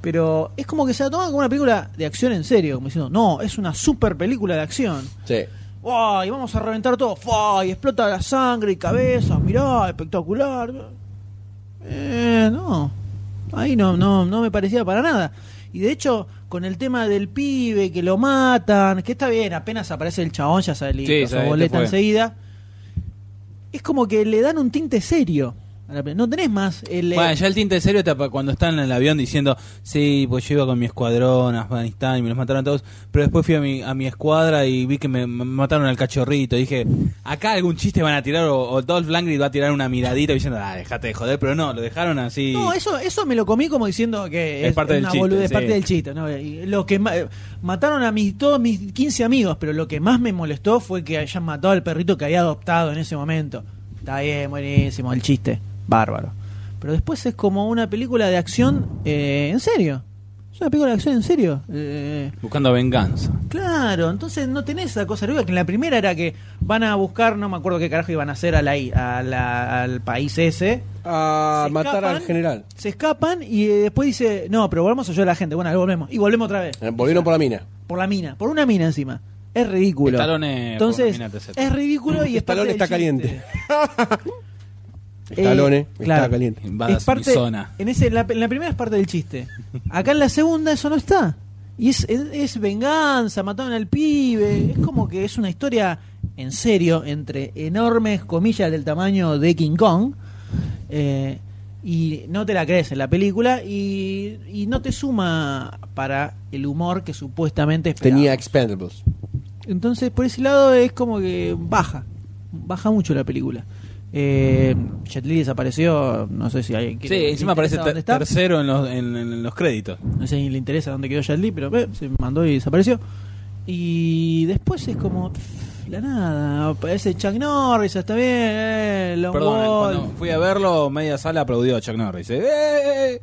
Pero es como que se la toman como una película de acción en serio, como diciendo, no, es una super película de acción.
Sí.
¡Wow! Y vamos a reventar todo. ¡Fua! Y explota la sangre y cabezas. Mirá, espectacular. Eh, no. Ahí no, no, no me parecía para nada. Y de hecho, con el tema del pibe, que lo matan, que está bien, apenas aparece el chabón, ya salí,
Sí,
lo
ya, este
boleta
fue.
enseguida. Es como que le dan un tinte serio. a la pe- No tenés más el... eh,
Bueno, ya el tinte serio está pa- cuando están en el avión diciendo, sí, pues yo iba con mi escuadrón a Afganistán y me los mataron a todos, pero después fui a mi, a mi escuadra y vi que me, me mataron al cachorrito. Y dije, acá algún chiste van a tirar o, o Dolph Lundgren va a tirar una miradita diciendo, ah, dejate de joder, pero no, lo dejaron así.
No, eso, eso me lo comí como diciendo que
Es parte del
una
chiste,
boludez, es
sí.
parte del chiste. ¿no? Y Lo que ma- mataron a mis, todos mis 15 amigos, pero lo que más me molestó fue que hayan matado al perrito que había adoptado en ese momento. Está bien, buenísimo, el chiste, bárbaro. Pero después es como una película de acción eh, en serio. Es una película de acción en serio. Eh,
Buscando venganza.
Claro, entonces no tenés esa cosa arriba, que en la primera era que van a buscar, no me acuerdo qué carajo iban a hacer a la i- a la- al país ese.
A
Se
matar al
escapan,
general.
Se escapan y eh, después dice, no, pero volvamos a ayudar a la gente. Bueno, ahí volvemos. Y volvemos otra vez.
Eh, Volvieron por la mina.
Por la mina, por una mina encima. Es ridículo.
Stallone,
Entonces,
por una mina, te-
es ridículo y es parte
Estalón
del
está
chiste.
caliente.
Eh,
Estalone
claro.
está caliente.
Invadas
Es parte,
mi zona.
en, ese, en la, en la primera es parte del chiste. Acá en la segunda eso no está. Y es, es, es venganza, mataron al pibe. Es como que es una historia en serio, entre enormes comillas del tamaño de King Kong. eh, y no te la crees en la película y, y no te suma para el humor que supuestamente esperaba.
Tenía Expendables.
Entonces, por ese lado es como que baja, baja mucho la película. Eh, Jet Li desapareció, no sé si alguien
Sí,
quiere. le
encima aparece
interesa
ter-
dónde está.
tercero en los, en- en los créditos.
No sé si le interesa dónde quedó Jet Li, pero eh, se mandó y desapareció. Y después es como pff, la nada, aparece Chuck Norris, está bien, eh, Long
Perdón,
Wall.
cuando fui a verlo, media sala aplaudió a Chuck Norris. eh, ¡Eh, eh, eh!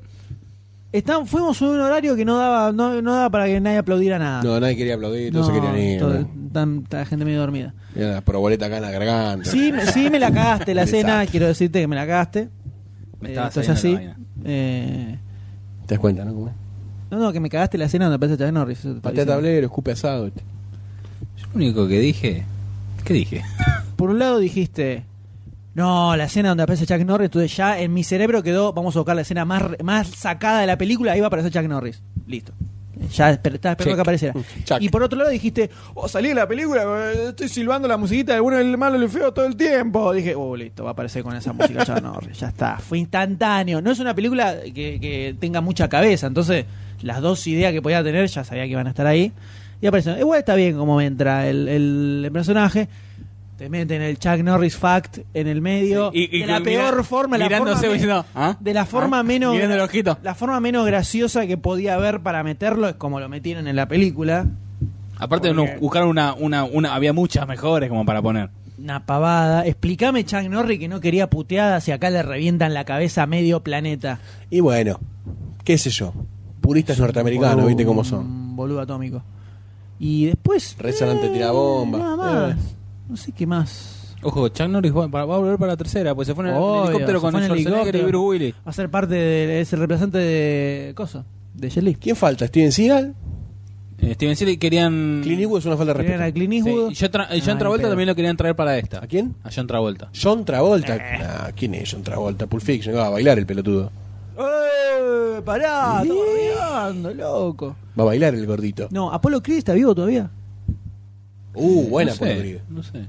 Está- fuimos en un horario que no daba, no, no daba para que nadie aplaudiera nada.
No, nadie quería aplaudir, no, se querían ir.
Ah. todo-
¿no?
tanta gente medio dormida.
Era la proboleta acá en la garganta.
Sí, me- sí me la cagaste la
Desastre.
cena, quiero decirte que me la cagaste.
Me
Eh,
estaba
entonces
saliendo
así.
la vaina.
eh,
Te das cuenta, ¿no? Cómo es?
No, no, que me cagaste la escena donde aparece Chuck Norris. eso te está
Patea
diciendo.
tablero, escupe asado. este.
Yo lo único que dije. ¿Qué dije?
Por un lado dijiste, no, la escena donde aparece Chuck Norris, entonces ya en mi cerebro quedó, vamos a buscar la escena más, re- más sacada de la película, ahí va a aparecer Chuck Norris. Listo. Ya esper- estaba esperando
Check. Mm,
que apareciera.
Chuck.
Y por otro lado dijiste, oh, salí de la película, eh, estoy silbando la musiquita del bueno, el malo y el feo todo el tiempo. Dije, oh, listo, va a aparecer con esa música Chuck Norris. Ya está, fue instantáneo. No es una película que, que tenga mucha cabeza, entonces las dos ideas que podía tener ya sabía que iban a estar ahí. Y apareció, igual está bien como me entra el- el- el personaje. Te meten el Chuck Norris fact en el medio.
Y- y
de la
mira-
peor forma, la
mirándose,
forma,
diciendo, ¿ah?
de la forma
¿ah?
menos.
Mirando el ojito.
La forma menos graciosa que podía haber para meterlo es como lo metieron en la película.
Aparte, no, buscaron una, una, una. Había muchas mejores como para poner.
Una pavada. Explícame, Chuck Norris, que no quería puteadas y acá le revientan la cabeza a medio planeta.
Y bueno, qué sé yo. Puristas norteamericanos, ¿viste cómo son?
Un Mm, boludo atómico. Y después.
Rezan ante tirabomba.
Nada más.
Eh.
No sé qué más.
Ojo, Chuck Norris va, va a volver para la tercera, pues se fue en el
Obvio,
helicóptero
se
con
fue en
Schwarzenegger y
helicóptero.
Bruce Willis.
Va a ser parte de. Es el reemplazante de. Cosa. De Jet Li.
¿Quién falta? ¿Steven Seagal?
Eh, Steven Seagal querían.
Clint Eastwood es una falta de
Tenían a
respeto.
Clint
Sí,
Eastwood.
y John, Tra- y
Ah,
John
ni
Travolta
pedo.
también lo querían traer para esta.
¿A quién?
A John Travolta.
John Travolta. Ah, ¿Quién es John Travolta? Pulp Fiction. Va a bailar el pelotudo.
¡Eh! ¡Pará! ¡Está bardeando, loco!
Va a bailar el gordito.
No, ¿Apolo Creed está vivo todavía?
Uh, buena
no
por
sé, no sé.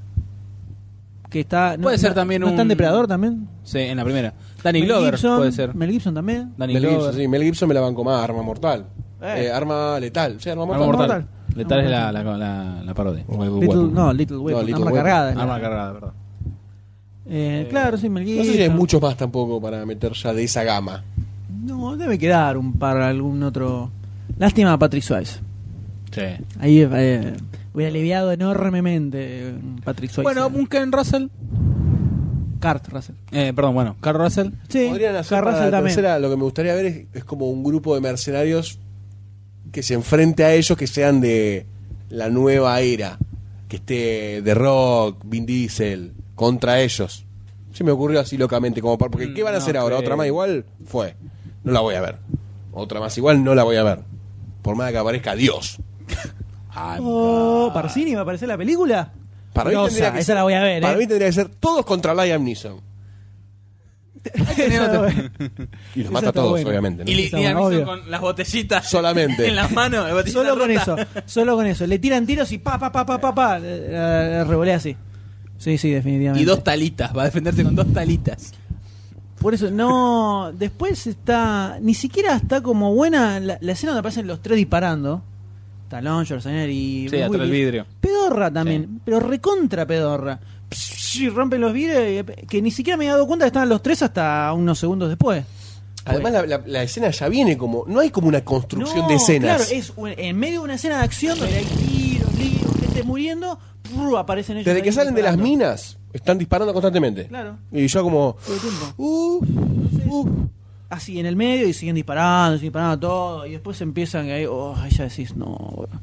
Que está, no-
Puede ser
no-
también
¿no está en
un-
Depredador también?
Sí, en la primera. Danny Glover
Gibson,
puede ser.
Mel Gibson también.
Danny
Mel
Glover.
Gibson, sí, Mel Gibson me la banco más, arma mortal.
Eh.
Eh, arma letal. Sí, arma
Arma
mortal.
mortal.
mortal.
Letal es la, la,
Arma
la, la parodia.
Little, no, Little Weapon.
Little
arma
Weapon.
cargada. es la-
Arma cargada, verdad.
Eh, claro, sí, Mel
No
Gibson.
sé si hay muchos más tampoco para meter ya de esa gama.
No, debe quedar un par, algún otro... Lástima a Patrick Swayze.
Sí.
Ahí eh, hubiera aliviado enormemente eh, Patrick Swayze.
Bueno, un Ken Russell.
Cart Russell.
Eh, perdón, bueno, Carl Russell.
Sí,
Podrían hacer
Kurt
para
Russell
la
también.
tercera, lo que me gustaría ver es, es como un grupo de mercenarios que se enfrente a ellos que sean de la nueva era, que esté The Rock, Vin Diesel, contra ellos. Se me ocurrió así locamente, como para- porque ¿qué van a
no
hacer ahora?
creo.
¿Otra más igual? Fue. No la voy a ver. Otra más igual, no la voy a ver. Por más que aparezca Dios. Ah,
Oh, Parcini va a aparecer en la película.
Para mí,
Grosa,
tendría que
esa
ser-
la voy a ver.
para
eh.
mí tendría que ser todos contra Liam Neeson.
Esa la voy a-
Y los
Esa
mata a
está
todos,
buena.
obviamente. ¿no?
Y Li-
Está
Liam
bueno,
Neeson
obvio.
con las botellitas
Solamente.
en las manos. las botellitas
Solo con
rotas.
eso, solo con eso. Le tiran tiros y pa, pa, pa, pa, pa, pa. eh, eh, revolea así. Sí, sí, definitivamente.
Y dos talitas, va a defenderse con dos talitas.
Por eso, no. Después está. Ni siquiera está como buena la, la escena donde aparecen los tres disparando. Talón, Schwarzenegger y.
Sí,
Bruce
atrás del
Willis.
vidrio.
Pedorra también, pero recontra pedorra. Psh, y rompen los vidrios y- que ni siquiera me había dado cuenta que estaban los tres hasta unos segundos después.
Además, la, la- la escena ya viene como. No hay como una construcción de escenas.
Claro, es un- en medio de una escena de acción donde hay tiros, líos, gente muriendo, ¡prr! aparecen ellos.
Desde que
ahí
salen de las
disparando.
minas, están disparando constantemente.
Claro.
Y yo, como.
Todo el tiempo.
Uh, uh.
Así en el medio y siguen disparando, siguen disparando todo. Y después empiezan ahí, oh, ahí ya decís, no. bueno.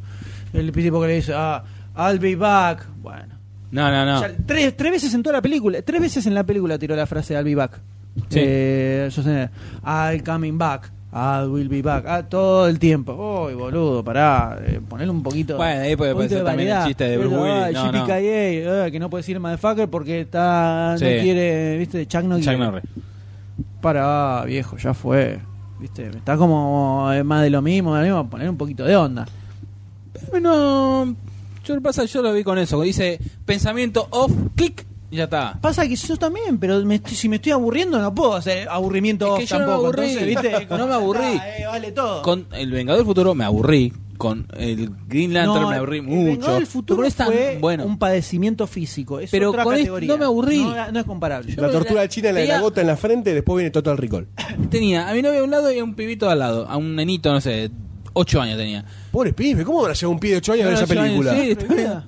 El tipo que le dice, ah, I'll be back. Bueno.
No, no, no.
Ya, tres, tres veces en toda la película, tres veces en la película tiró la frase I'll be back.
Sí.
Eh, Schwarzenegger, I'll coming back. I will be back. Ah, todo el tiempo. Uy, boludo, pará. eh, ponele un poquito.
Bueno, ahí puede
un
aparecer
poquito de
también el
variedad.
chiste de Bruce
Pero,
Willis,
ay,
no, no.
JPKA, eh, que no puede decir motherfucker porque está.
Sí.
No quiere, viste, Chuck no
Chuck
quiere.
Norris.
Pará, "Ah, viejo, ya fue. Viste, está como eh, más de lo mismo, de lo mismo, poner un poquito de onda.
Bueno, yo lo pasa, yo lo vi con eso. Dice pensamiento off, clic, y ya está.
Pasa que yo también, pero me estoy- si me estoy aburriendo no puedo hacer aburrimiento
Es que
off
yo no me
tampoco.
aburrí.
entonces, ¿viste?
No me aburrí.
Ah, eh, vale todo.
Con el Vengador del Futuro me aburrí. Con el Green Lantern
No,
me aburrí
el
mucho.
Vengador del futuro
Pero es tan
fue
bueno.
un padecimiento físico. Es
Pero
otra
con este
categoría.
no me aburrí.
No, no es comparable.
La tortura china, la de la
Tenía-
gota en la frente, y después viene Total Recall.
Tenía a mi novia a un lado y a un pibito al lado. A un nenito, no sé, 8 años tenía.
Pobre pibe, ¿cómo habrá llegado un pibe de 8 años a ver
Bueno,
esa
yo-
película?
Sí, está bien.
Prohibida.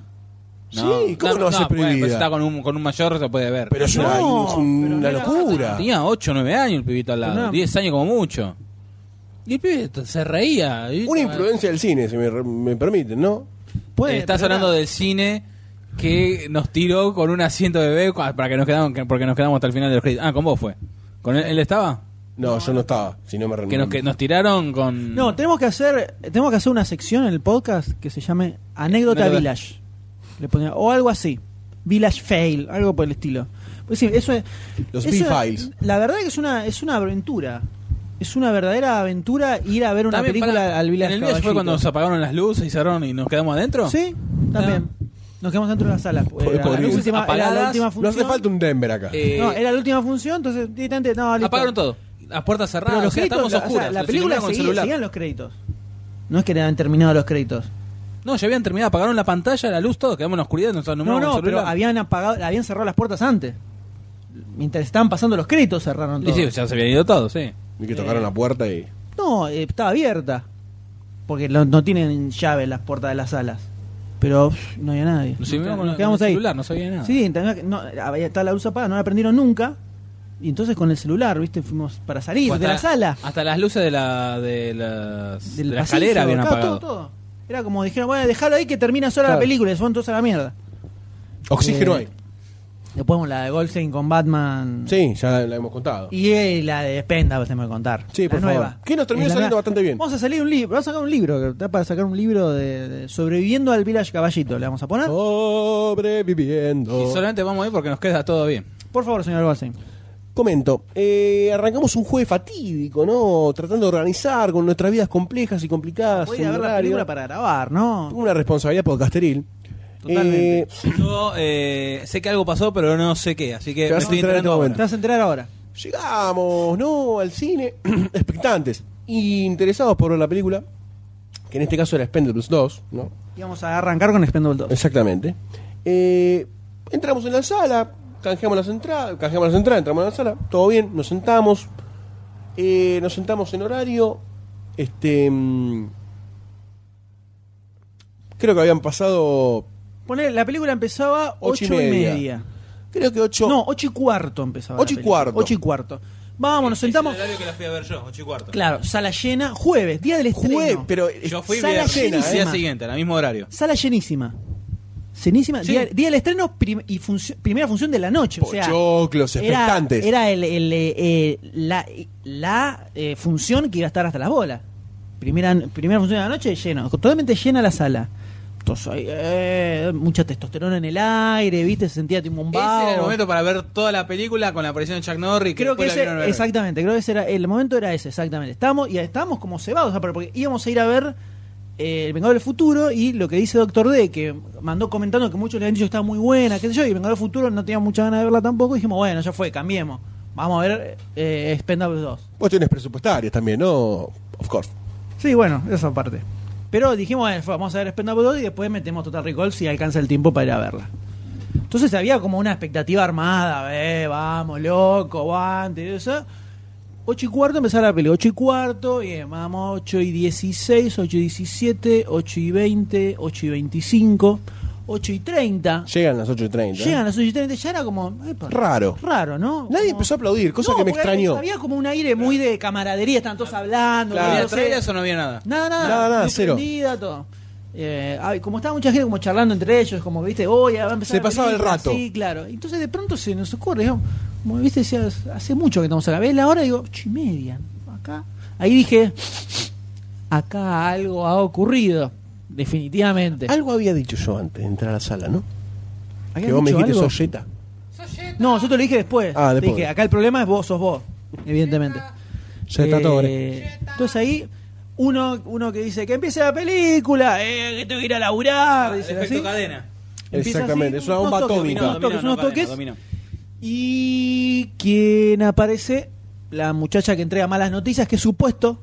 Sí, ¿cómo no va a ser
bueno,
prohibida?
pues está con un, con un mayor, se puede ver.
Pero es una,
No,
una
pero no era-
locura.
Tenía 8 o 9 años el pibito al
Pero
lado.
no.
10 años como mucho. Y el pibito se reía. Y-
Una influencia del cine, si me, me permiten, ¿no?
Puede,
Estás
pero
hablando
no.
del cine que nos tiró con un asiento de bebé cua- para que nos quedamos, que- porque nos quedamos hasta el final del crédito. Ah, con vos fue. ¿Con él, él estaba?
No, yo no estaba, si no me
Que nos, que nos tiraron con.
No,
Mm.
tenemos que hacer tenemos que hacer una sección en el podcast que se llame Anécdota
Anécdota.
Village. Le ponía- o algo así. Village Fail, algo por el estilo. Pues sí, eso es,
Los
eso es-
B-Files.
La verdad que es una es una aventura. Es una verdadera aventura ir a ver una
También,
película
pará,
al
¿En
Village
el Village fue
Caballito.
cuando nos apagaron las luces y cerraron y nos quedamos adentro?
Sí, también. Nos quedamos dentro de la sala. pues, Era la,
podría-
última, era la
Ah. apagadas,
última
No hace
función.
falta un Denver acá.
Eh,
No, era la última función, entonces directamente no, listo.
apagaron todo. Las puertas
Pero
cerradas,
los
o sea,
créditos,
estábamos
o sea,
oscuras.
la
lo
película
simulamos con
seguía-
celular.
seguían los créditos. No es que habían terminado los créditos.
No, ya habían terminado, apagaron la pantalla, la luz, todo, quedamos en la oscuridad, nos
No,
anulamos
no,
con celular.
pero habían apagado, habían cerrado las puertas antes. Mientras estaban pasando los créditos cerraron
Y
todo.
sí, ya se habían ido todos, sí.
Y que tocaron
eh,
la puerta y.
No, eh, estaba abierta. Porque no, no tienen llave las puertas de las salas. Pero pff, no había nadie.
Nos simulamos con-
Nos
con
quedamos
el
ahí.
celular, no sabía nada.
Sí, tenía que- no, había- estaba la luz apagada, no la prendieron nunca. Y entonces con el celular, ¿viste? Fuimos para salir
Fue
de
hasta-
la sala.
Hasta las luces de la, de las,
del
de la
pasillo,
escalera habían
acá,
apagado.
todo, todo. Era como dijeron, bueno, dejalo ahí que termina sola la
Claro.
película, y se fueron todos a la mierda.
Oxígeno
Eh,
hay.
Después vemos la de Goldstein con Batman.
Sí, ya la, la hemos contado.
Y eh, la de Spenda, pues, tengo que contar.
Sí,
La
por favor. Que nos terminó
Es la
saliendo
nueva.
bastante bien.
Vamos a salir un libro, vamos a sacar un libro, que está para sacar un libro de, de sobreviviendo al Village Caballito, le vamos a
Oh.
poner.
Ah. Sobreviviendo.
Y solamente vamos a ir porque nos queda todo bien.
Por favor, señor Goldstein.
Comento, eh, arrancamos un jueves fatídico, ¿no? Tratando de organizar con nuestras vidas complejas y complicadas.
Voy a
un
ver la
horario.
película para grabar, ¿no?
Una responsabilidad podcasteril.
Totalmente.
Eh,
Yo eh, sé que algo pasó, pero no sé qué, así que
Te
me
vas a
estoy
enterar en
enterando
todo
ahora.
momento.
Te vas a enterar ahora.
llegamos, ¿no? Al cine, expectantes y interesados por ver la película, que en este caso era Spendables 2, ¿no?
Y vamos a arrancar con Spendable 2.
Exactamente. Eh, entramos en la sala, canjeamos las entradas, canjeamos las entradas, entramos en la sala, todo bien, nos sentamos, eh, nos sentamos en horario, este, mm, creo que habían pasado,
Poné, la película empezaba
Ocho
8
y
y media.
media. creo que ocho,
No, 8 y cuarto empezaba.
Ocho y
la película.
cuarto.
Ocho y cuarto. Vamos, nos sentamos.
que la fui a ver yo, 8 y cuarto.
Claro, sala llena, jueves, día del estreno.
jueves, pero eh,
Yo fui
Sala
viernes,
llena,
al día
¿eh?
siguiente, al mismo horario.
Sala llenísima. Llenísima.
Sí.
Día, día del estreno prim- y funcio- primera función de la noche. O sea,
Pochoclos,
era,
expectantes.
era el, el, eh, eh, la, la, eh, función que iba a estar hasta las bolas. Primera, primera función de la noche lleno. Totalmente llena la sala. Entonces, ahí, eh, mucha testosterona en el aire, ¿viste? Se sentía tipo un
Ese era el
vaho.
momento para ver toda la película con la aparición de Chuck Norris.
Creo que
después la
ese,
vieron en el-
exactamente, creo que ese era, el momento era ese, exactamente. Estábamos, y estábamos como cebados, o sea, porque íbamos a ir a ver eh, El Vengador del Futuro y lo que dice Doctor D, que mandó comentando que muchos le han dicho que estaba muy buena, qué sé yo, y El Vengador del Futuro no tenía mucha ganas de verla tampoco, y dijimos, bueno, ya fue, cambiemos. Vamos a ver eh, Expendables 2.
cuestiones presupuestarias también, ¿no? Of course.
Sí, bueno, esa parte. Pero dijimos, bueno, fue, vamos a ver Expendables 2 y después metemos Total Recall si alcanza el tiempo para ir a verla. Entonces había como una expectativa armada, eh, vamos, loco, guante, eso. 8 y cuarto empezaba la pelea, 8 y cuarto, bien, vamos, 8 y 16, 8 y 17, 8 y 20, 8 y 25, 8 y 30.
Llegan las 8.30.
Llegan las 8 y 30, ya era como... epa,
¿eh? Raro.
Raro, ¿no?
Nadie
Como-
empezó a aplaudir, cosa
No,
que me
porque
extrañó.
Había como un aire muy de camaradería, estaban todos hablando.
Claro.
¿Había
riéndose.
trailers o no había nada?
Nada, nada,
Nada, nada,
luz
cero.
prendida, todo. Eh, ay, como estaba mucha gente como charlando entre ellos, como viste, hoy va a empezar
Se
la
pasaba el
película",
rato.
Sí, claro. Entonces de pronto se nos ocurre, digamos, como viste, decías, hace mucho que estamos acá. ¿Ves la hora? Digo, ocho y media. Acá. Ahí dije, acá algo ha ocurrido. Definitivamente.
Algo había dicho yo antes de entrar a la sala, ¿no?
¿Habían
Ah, Que vos me
dicho
dijiste
algo?
sos yeta.
No, yo te lo dije después.
Ah,
Te
después.
Dije, acá el problema es vos, sos vos. Evidentemente.
Yeta
Eh,
Torres.
Entonces ahí, uno, uno que dice que empiece la película, eh, que tengo que ir a laburar.
El
dicen
efecto
así.
cadena.
Empieza
Exactamente,
así,
es una bomba
unos toques,
atómica.
unos toques, unos
cadena,
toques.
dominó.
Y quien aparece, la muchacha que entrega malas noticias, que supuesto,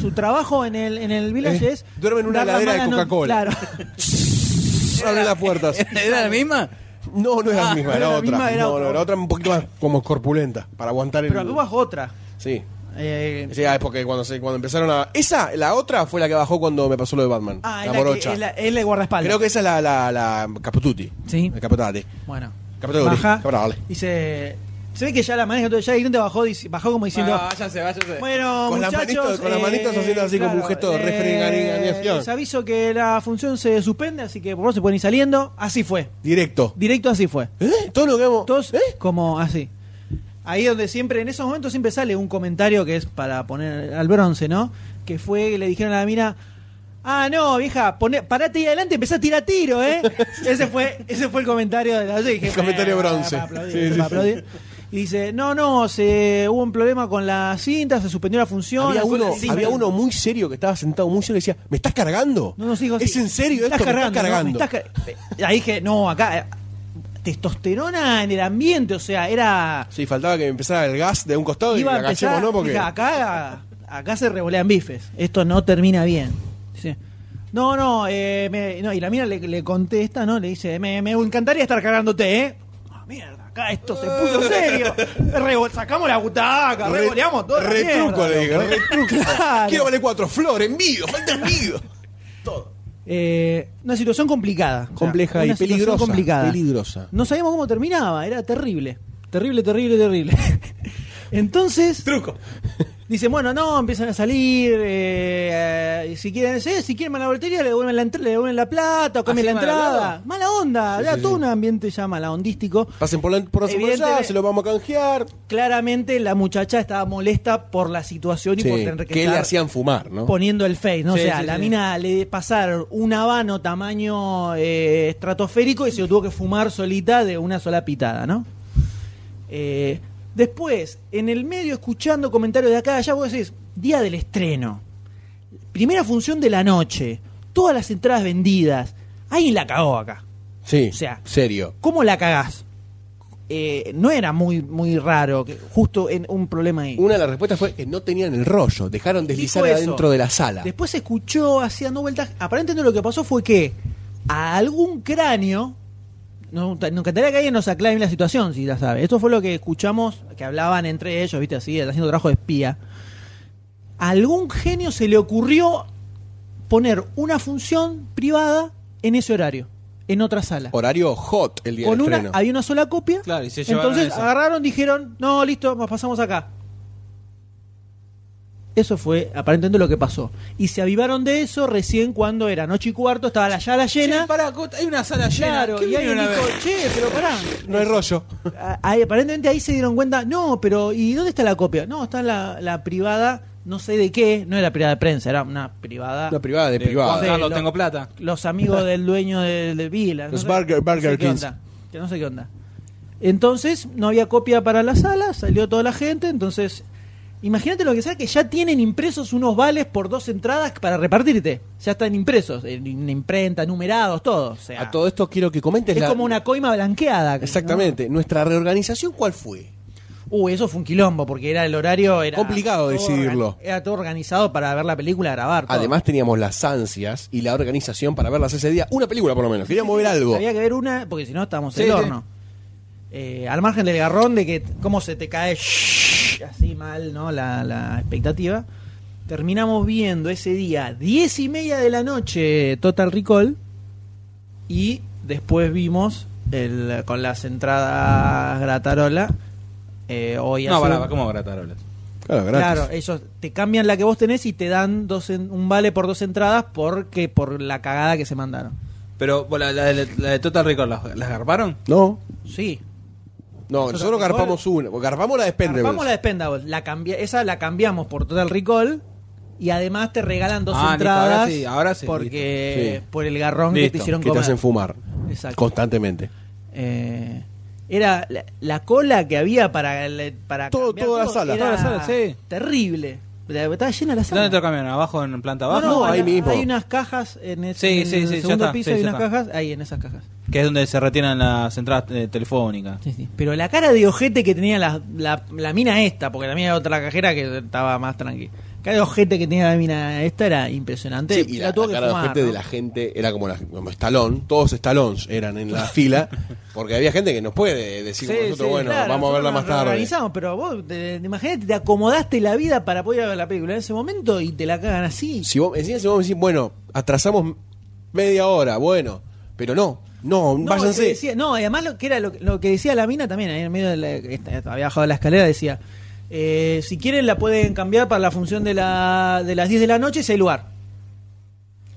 su trabajo en el, en el village
Eh,
es.
duerme en una
dar las
heladera de
malas no-
Coca-Cola.
Claro.
Abre las puertas.
¿Era la misma?
No, no es la
Ah,
misma, era
no era la
otra.
misma, era
no,
otra.
no, era otra un poquito más como corpulenta para aguantar el.
Pero acá bajo otra.
Sí.
Eh,
Sí, ah, es porque cuando, se, cuando empezaron a. Esa, la otra fue la que bajó cuando me pasó lo de Batman.
ah,
la
es la, que-
morocha.
es la, es la de guardaespaldas.
Creo que esa es la, la, la Capututi.
Sí.
La Caputati.
Bueno.
Capitán Uri,
baja.
Cabral.
Dice. Se ve que ya la maneja todo. Ya directamente bajó, dici- bajó como diciendo.
Ah, váyase, váyase.
Bueno,
Con las
muchachos, eh,
manitos- con las manitas haciendo así como un gesto de refrenganización.
Les aviso que la función se suspende, así que por favor se pueden ir saliendo. Así fue.
Directo.
Directo así fue.
¿Eh? Todo lo que hemos.
Todos
¿Eh?
como así. Ahí donde siempre, en esos momentos siempre sale un comentario que es para poner al bronce, ¿no? Que fue, que le dijeron a la mina, ah, no, vieja, poné, parate ahí adelante, empezá a tirar tiro, ¿eh? ese, fue, ese fue el comentario de la... yo dije,
El comentario
"Para,
bronce".
para aplaudir,
Sí, sí,
para
sí.
aplaudir". Y dice, no, no, se, hubo un problema con la cinta, se suspendió la función.
había,
la-
uno,
sí,
había
me-
uno muy serio que estaba sentado muy serio y decía, ¿me estás cargando?
No, no, sí, digo,
¿Es
sí,
en serio
me
esto?
Estás
¿Me
cargando.
estás
¿no? Me
cargando?
estás car- Ahí dije, no, acá... eh, Testosterona en el ambiente, o sea, era...
Sí, faltaba que me empezara el gas de un costado y
iba a
la
empezar,
agachemos, ¿no? Porque
dije, acá, acá se revolean bifes. Esto no termina bien. Dice, no, no, eh, me- no, y la mina le, le contesta, ¿no? Le dice, me, me encantaría estar cagándote, ¿eh? Ah, mierda, acá esto se puso serio. Revol- sacamos la butaca,
Re-
revoleamos todo.
retruco, le digo, retruco.
Claro.
Quiero valer cuatro flores, envido, falta envido.
Eh, una situación complicada. O sea,
Compleja
una
y
situación
peligrosa,
complicada.
peligrosa.
No sabíamos cómo terminaba, era terrible. Terrible, terrible, terrible. Entonces. Truco. Dicen, bueno, no, empiezan a salir. eh, eh, si quieren, eh, si quieren mala voltería, le devuelven la, entr- le devuelven la plata,
¿Así
comen la
mal
entrada.
hablado?
Mala onda, ya
sí,
todo
sí.
un ambiente ya malahondístico.
Pasen por, la, por, pasen por allá,
Evidentemente-
se lo vamos a canjear.
Claramente la muchacha estaba molesta por la situación y
Sí,
por tener que
que le
estar-
hacían fumar, ¿no?
poniendo el face, ¿no?
Sí,
o sea,
sí,
la
sí.
mina le pasaron un habano tamaño eh, estratosférico y se lo tuvo que fumar solita de una sola pitada, ¿no? Eh, después, en el medio, escuchando comentarios de acá, allá vos decís, día del estreno, primera función de la noche, todas las entradas vendidas, alguien la cagó acá.
Sí,
o sea,
serio.
¿Cómo la cagás? Eh, no era muy, muy raro, que justo en un problema ahí.
Una de las respuestas fue que no tenían el rollo, dejaron deslizar
Dijo eso.
adentro de la sala.
Después se escuchó así dando vueltas. Aparentemente lo que pasó fue que a algún cráneo. No, ta- nos encantaría que alguien nos aclare la situación, si la sabe. Esto fue lo que escuchamos, que hablaban entre ellos, viste, así, haciendo trabajo de espía. A algún genio se le ocurrió poner una función privada en ese horario, en otra sala.
Horario hot el día
Con
del
una,
estreno.
había una sola copia.
Claro, y se llevaron
entonces
esa.
agarraron, dijeron, no, listo, nos pasamos acá. Eso fue aparentemente lo que pasó. Y se avivaron de eso recién cuando era noche y cuarto, estaba la sala llena.
Che, pará, Cot, hay una sala llena.
claro,
¿Qué
y alguien
vinieron a
dijo,
ver?
che, pero pará.
No hay rollo.
Ah, ahí, aparentemente ahí se dieron cuenta, no, pero ¿y dónde está la copia? No, está la, la privada, no sé de qué, no era privada de prensa, era una privada.
Una privada de
Eh, Juan
privada.
Carlos,
lo-
tengo plata.
los amigos del dueño de, de Vila.
Los Burger- Burger
qué
Kings.
onda, que no sé qué onda. Entonces, no había copia para la sala, salió toda la gente. Entonces, imagínate lo que sea, que ya tienen impresos unos vales por dos entradas para repartirte. Ya están impresos, en en imprenta, numerados, todos. O sea,
A todo esto quiero que comentes
es
la-
como una Ah. coima blanqueada. ¿no?
Exactamente. ¿Nuestra reorganización cuál fue?
Uy, Uh, eso fue un quilombo, porque era el horario. Era
Complicado
todo
decidirlo.
organ- Era todo organizado para ver la película, grabar. todo.
Además teníamos las ansias y la organización para verlas ese día. Una película por lo menos. Queríamos ver algo.
Había que ver una, porque si no estábamos
Sí,
en el
sí.
horno. Eh, al margen del garrón de que t- cómo se te cae shhh, así mal, ¿no? La, la expectativa. Terminamos viendo ese día, 10 y media de la noche, Total Recall. Y después vimos el, con las entradas Gratarola. eh, hoy
No,
hace-
pará, ¿cómo gratarolas?
Claro, gratis.
Claro, ellos te cambian la que vos tenés y te dan dos en- un vale por dos entradas porque por la cagada que se mandaron.
Pero ¿vos la, la- la- la de Total Record, ¿las, las garparon?
No,
Sí,
no, nosotros garpamos una. Garpamos la de Spendables.
Vamos la de Spendables. La cambi- esa la cambiamos por Total Recall. Y además te regalan dos
Ah, listo, ahora
entradas.
sí, ahora sí,
porque
listo. Sí.
por el garrón que te
Listo,
hicieron
que te
comer.
hacen fumar.
Exacto.
Constantemente.
Eh, era la, la cola que había para, el- para
Todo-
cambiar
toda la sala.
era
Toda la sala, sí.
Terrible. Estaba llena la sala.
¿Dónde te lo cambiaron? ¿Abajo en planta
No,
abajo?
no,
ahí
hay,
mismo.
hay unas cajas en el,
Sí,
en el
sí, sí, ya
segundo
está,
piso,
sí,
hay
ya
unas
está.
cajas, ahí en esas cajas.
Que es donde se retiran las entradas eh, telefónicas.
Sí, sí. Pero la cara de ojete que tenía la, la, la mina esta, porque la mina era otra cajera que estaba más tranquila. Cara de ojete que tenía la mina esta era impresionante.
Sí, y la,
tuvo
la
que
cara de
fumar,
gente
¿no?
de la gente era como, la, como estalón, todos estalones eran en la fila, porque había gente que nos puede decir como
Sí,
nosotros,
sí,
bueno,
Claro,
vamos a verla
nosotros
más
nos
tarde.
reorganizamos, pero vos, te- te- imagínate, te acomodaste la vida para poder ir a ver la película en ese momento y te la cagan así.
Si vos, encima si vos me decís, bueno, atrasamos media hora, bueno, pero no, no,
No,
váyanse.
que decía- no, y además lo que era lo, lo que decía la mina también, ahí en medio de la, que esta- había bajado la escalera, decía, eh, si quieren la pueden cambiar para la función de, la, de las 10 de la noche si hay lugar.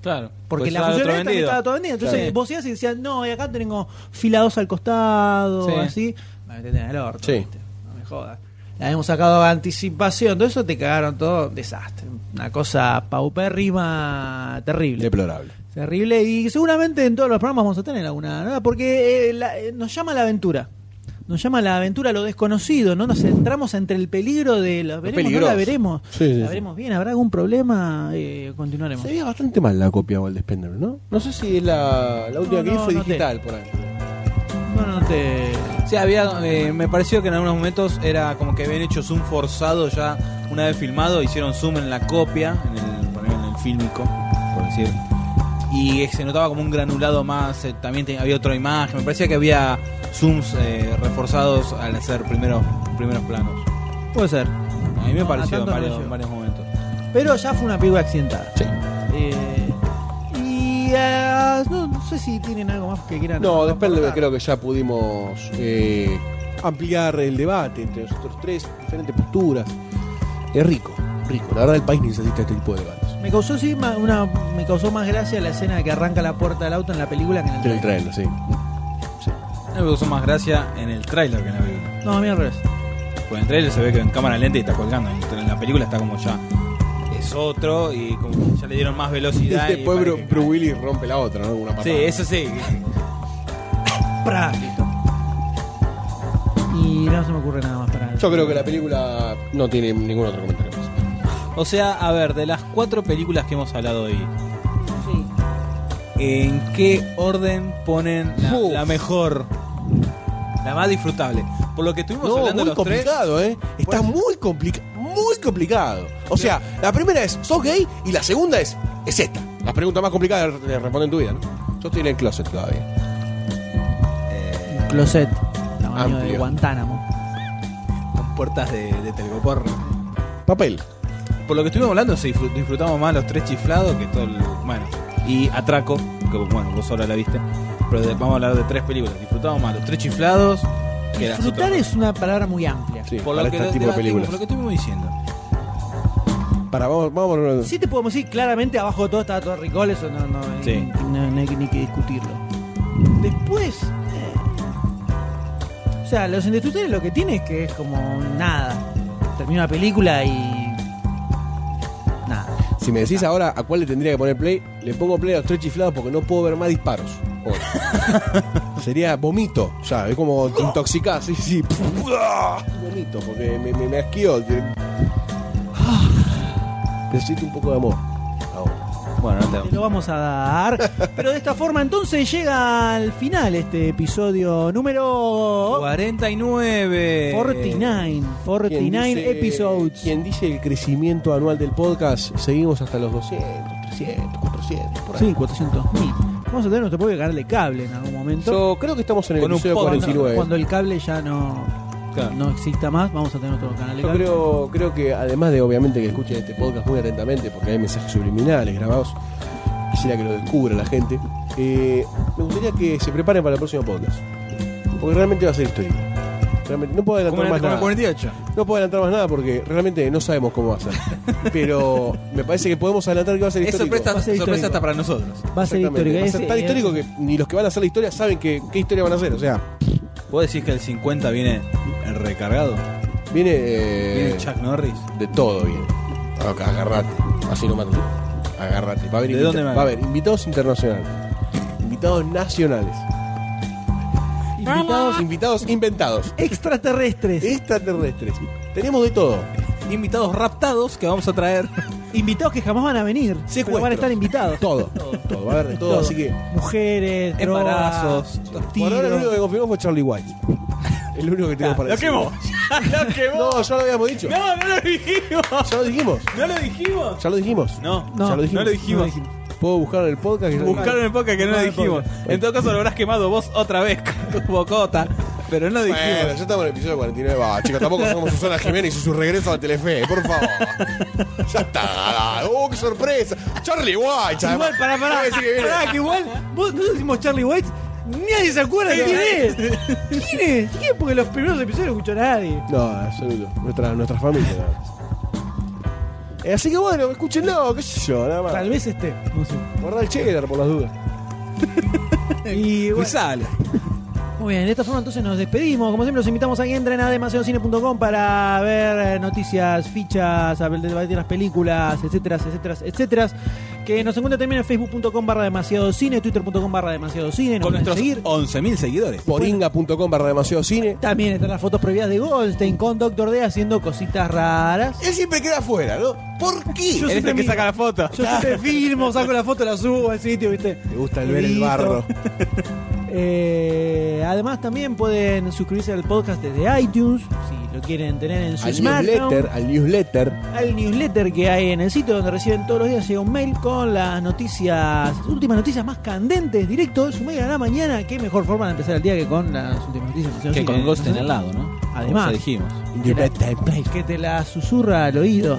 Claro.
Porque
pues
la
estaba
función
otro
de esta que
vendido.
estaba todo vendido. Entonces
Claro.
vos ibas y decías, no, y acá tengo fila dos al costado,
Sí.
así. Me meten en el orto.
Sí.
¿viste? No me joda. La habíamos sacado a anticipación, todo eso te cagaron todo, un desastre. Una cosa paupérrima terrible.
Deplorable.
Terrible. Y seguramente en todos los programas vamos a tener alguna, ¿no? porque eh, la- eh, nos llama la aventura. Nos llama la aventura lo desconocido, ¿no? Nos centramos entre el peligro de la veremos, no la
peligroso.
veremos.
Sí, sí,
la
sí.
veremos bien, ¿habrá algún problema? Eh, continuaremos.
Se veía bastante mal la copia de Spender, ¿no? No sé si es la, la última
No,
que vi
no,
fue
no
digital por ahí.
No, no te.
Sí, había, eh, me pareció que en algunos momentos era como que habían hecho zoom forzado ya una vez filmado, hicieron zoom en la copia, en el, poner en el fílmico, por decir. Y eh, se notaba como un granulado más, eh, también te- había otra imagen, me parecía que había zooms eh, reforzados al hacer primeros, primeros planos.
Puede ser.
A mí me
No, a
pareció en
tanto no
varios,
llegó.
en varios momentos.
Pero ya fue una película accidentada.
Sí.
Eh, y eh, no, no sé si tienen algo más que quieran.
No, después
aportar.
creo que ya pudimos eh, ampliar el debate entre nosotros tres, diferentes posturas. Es rico, rico. La verdad, el país necesita este tipo de debates.
Me causó sí ma- una, me causó más gracia la escena de que arranca la puerta del auto en la película que en el
Tiene que
trailer.
traerlo, sí.
A mí Me causó más gracia en el tráiler que en la película.
No, a mí al revés.
Porque en el tráiler se ve que en cámara lenta y está colgando, en en la película está como ya es otro y como que ya le dieron más velocidad.
Este
y
pueblo
parece que-
Bruce Willis rompe la otra, ¿no? Una
Sí,
patada.
eso sí.
Pra, listo. Y no se me ocurre nada más para
Yo creo que la película no tiene ningún otro comentario más.
O sea, a ver, de las cuatro películas que hemos hablado hoy, ¿en qué orden ponen la,
Uf.
la mejor? La más disfrutable. Por lo que estuvimos
No,
hablando
muy
los
complicado, ¿eh? Está muy, complica muy complicado. O sea, la primera es, ¿sos gay? Y la segunda es, es esta. La pregunta más complicada de responder en tu vida, ¿no? Yo estoy en el closet todavía.
Un closet. Tamaño de
Amplio.
Guantánamo.
tres con puertas de, de telgopor.
Papel.
Por lo que estuvimos hablando, sí, disfrut- disfrutamos más los tres chiflados que todo el. Bueno, y Atraco, que bueno, vos ahora la viste. Pero de- vamos a hablar de tres películas. Disfrutamos más los tres chiflados que las
Disfrutar
otras.
es una palabra muy amplia.
Sí,
Por lo,
para
que
este
nos
tipo de
debatimos,
películas.
por lo que estuvimos diciendo.
Para, vamos, vamos a volver.
Sí te podemos decir, claramente abajo de todo estaba todo Ricol, eso no, no,
Sí.
ni- no- no hay que- ni que discutirlo. Después, eh, o sea, los indestructibles lo que tiene es que es como nada. Termina la película y nada.
Si me decís ahora a cuál le tendría que poner play, le pongo play a los tres chiflados porque no puedo ver más disparos. Hoy. Sería vomito, ya, es como te intoxicás, sí, sí. vomito, porque me, me, me asqueó. Necesito un poco de amor. Ahora.
Bueno, no te
Te lo vamos a dar. Pero de esta forma entonces llega al final este episodio
Oh.
número
49.
49.
Quien
49
dice-
episodes.
Quien dice el crecimiento anual del podcast, seguimos hasta los 200, 300, 400, por ahí.
Sí, 400 Vamos a tener nuestro propio canal de cable en algún momento.
Yo creo que estamos en el
Con un
episodio
podcast,
Cuando-
49.
Cuando el cable ya no,
Claro.
no exista más, vamos a tener otro canal de
Yo
cable.
creo, creo que además de obviamente que escuchen este podcast muy atentamente, porque hay mensajes subliminales grabados, quisiera que lo descubra la gente, eh, me gustaría que se preparen para el próximo podcast. Porque realmente va a ser histórico. Realmente, no puedo
Como
adelantar
en el-
más
como en el
nada.
48.
No puedo adelantar más nada porque realmente no sabemos cómo va a ser. Pero me parece que podemos adelantar que va a ser
Es
histórico.
sorpresa,
Va a ser
sorpresa
histórico.
hasta para nosotros.
Va a ser
Exactamente.
histórico.
Va a
Ese-
ser tan
eh,
histórico que ni los que van a hacer la historia saben que, qué historia van a hacer. O sea,
¿Vos decís que el 50 viene recargado?
viene. eh,
¿Viene Chuck Norris?
De todo bien. Agarrate. Así no mato. Agarrate. Va a haber,
¿De
invita-
dónde me
va a haber invitados internacionales. Invitados nacionales.
Invitados
Invitados inventados.
extraterrestres.
Eh. Extraterrestres. Tenemos de todo.
Invitados raptados que vamos a traer.
Invitados que jamás van a venir. Pero
Secuestros.
van a estar invitados.
Todo. todo. Va a haber de todo.
Todo.
Así que.
Mujeres,
Embarazos,
drogas,
Por ahora lo
tiros.
único que confirmamos fue Charlie White. El único que tenemos para
Ah, Lo
decir.
quemó. lo quemó.
No, ya lo habíamos dicho.
No, no lo dijimos.
Ya lo dijimos.
No lo dijimos.
Ya lo dijimos.
No,
No,
ya lo dijimos.
no lo dijimos.
Puedo buscar en el podcast. que ya lo
Buscaron en el podcast que no lo dijimos. En todo caso lo habrás quemado vos otra vez, Bocota. Pero no lo dijimos.
Bueno, ya estamos en el episodio 49. Va, chicos, tampoco somos Susana Jiménez y su regreso a la Telefe, por favor. Ya está. Oh, qué sorpresa. Charlie White.
Igual, pará, pará.
Parece que viene.
Pará, que igual. Vos, nosotros decimos Charlie White. Nadie se acuerda quién es. ¿Quién es? ¿Quién? Porque los primeros episodios no escuchó nadie.
No, en absoluto. Nuestra, nuestra familia. nada más. Eh, Así que bueno, escúchenlo, qué sé yo, nada más.
Tal vez esté. No sé.
Guarda el cheddar por las dudas.
Y bueno,
Cruzala.
Muy bien, de esta forma entonces nos despedimos. Como siempre, los invitamos a que entren a demasiadocine.com para ver eh, noticias, fichas, a ver debatir las películas, etcétera, etcétera, etcétera. Que nos encuentren también en facebook.com barra demasiado cine, twitter.com barra demasiado cine. Nos
Con
pueden
nuestros
seguir.
11.000 seguidores.
Poringa.com barra demasiado cine.
También están las fotos previas de Goldstein con Doctor D haciendo cositas raras.
Él siempre queda afuera, ¿no? ¿Por qué?
Él es
Yo siempre
el este que
mi-
saca la foto.
Yo siempre filmo, saco la foto, la subo al sitio, ¿viste?
Me gusta el ver el
Listo.
barro.
Eh, además, también pueden suscribirse al podcast desde iTunes, si lo quieren tener en su
Al
smartphone.
newsletter, al newsletter.
Al newsletter que hay en el sitio donde reciben todos los días llega un mail con las noticias, últimas noticias más candentes, directo de su mail a la mañana. Qué mejor forma de empezar el día que con las últimas noticias. del
Que
cine,
con
¿no?
Ghost en el lado, ¿no?
Además.
Como ya dijimos.
Que la- Que te la susurra al oído.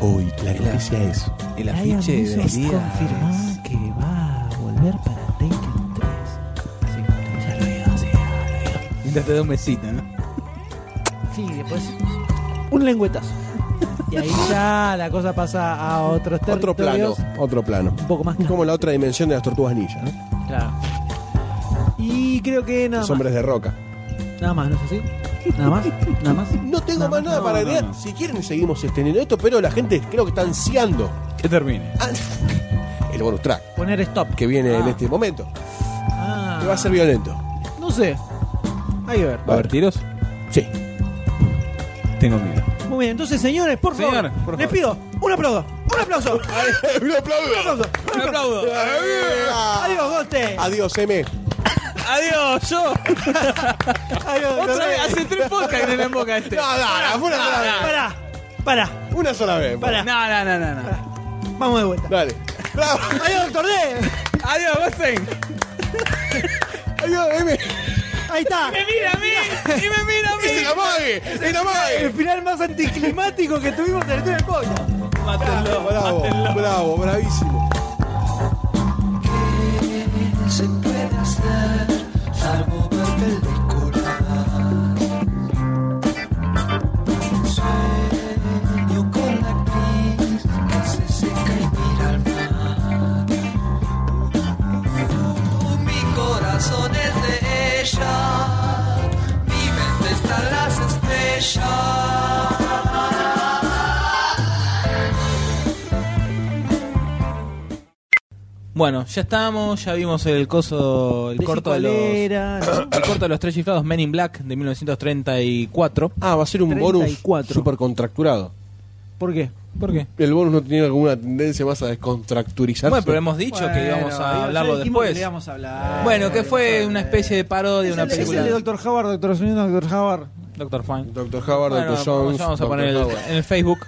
Uy, la noticia es.
El
Ryan
afiche
Gosling
de
confirmó que va a volver para Taken 3. Sí, ya lo veo, sí, ya lo veo.
Mientras te da un besito, ¿no?
Sí, después un lengüetazo. Y ahí ya la cosa pasa a otros
Otro plano,
territorios.
otro plano.
Un poco más claro.
Como la otra dimensión de las tortugas ninja, ¿no?
Claro. Y creo que nada
Los
más.
hombres de roca.
Nada más, ¿no es así? Nada más, nada más.
No tengo más nada para
no,
agregar.
no.
Si quieren seguimos extendiendo esto, pero la gente creo que está ansiando Ah,
Que termine.
el bonus track
Poner stop.
que viene en
Ah.
este momento.
Ah.
Que va a ser violento.
No sé. Hay que ver.
¿Va a haber tiros?
Sí.
Tengo miedo.
Muy bien, entonces señores, por favor,
Señores, por favor.
les pido un aplauso, un aplauso,
¡Un
un aplauso, un aplauso. Adiós, Golte.
Adiós, M.
Adiós, yo.
Adiós,
Otra
Golte.
vez, hace tres podcasts que no le emboca este.
No, no, no, fue una sola vez.
Pará, pará,
Una sola vez. pues.
Pará.
No, no, no, no. no.
vamos de vuelta.
Dale. Bravo.
Adiós, doctor D.
Adiós, Goldstein.
Adiós, M.
Ahí está.
¡Mira a mí!
Y me mira a mí.
¡Es la mague! ¡Es la mague!
El final más anticlimático que tuvimos en el estudio de podcast.
Bravo, bravo, bravo, bravísimo.
se puede hacer salvo ver películas. Sueño con la actriz que se seca y mira al mar. Uh, mi corazón es de ella, mi mente está en las estrellas.
Bueno, ya estamos, ya vimos el coso, el
Decí
corto de
cuál
los.
era, ¿no?
El corto de los tres chiflados Men in Black de 1934.
Ah, va a ser un
34.
bonus super contracturado.
¿Por qué?
¿Por qué?
El bonus no tenía alguna tendencia más a descontracturizarse.
Bueno, pero hemos dicho que íbamos a hablarlo después. bueno, que fue una especie de parodia de una
Es el de
película.
Doctor Howard, Doctor Sonido, Doctor Howard.
Doctor Fine.
Doctor Howard,
Bueno,
Doctor
como
Jones.
ya vamos a
Dr.
poner el-
Howard.
en el Facebook.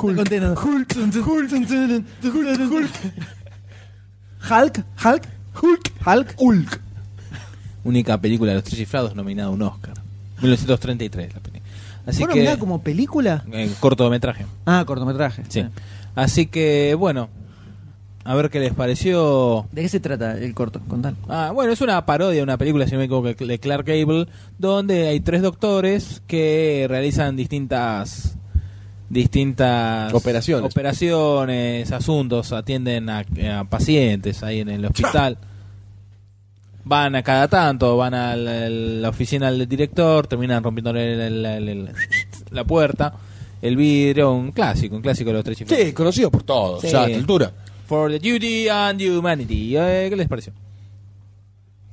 Hulk. Hulk. Hulk. Hulk. Hulk. Hulk. Hulk. Hulk. Hulk.
Única película de los tres chiflados nominada a un Oscar. 1933 la película. Así
Bueno,
que.
mirá, como película.
En cortometraje.
Ah, cortometraje.
Sí. Así que, bueno. A ver qué les pareció.
¿De qué se trata el corto? Contalo.
Ah, bueno, es una parodia de una película, si no me equivoco, de Clark Gable, donde hay tres doctores que realizan distintas distintas
Operaciones.
operaciones, asuntos, atienden a, a pacientes ahí en el hospital. Van a cada tanto, van a la, la oficina del director, terminan rompiendo el- el- el- el- la puerta, el vidrio, un clásico, un clásico de los tres chiflados.
Sí, conocido por todos,
Sí.
ya a esta altura.
For the duty and the humanity. Eh, ¿Qué les pareció?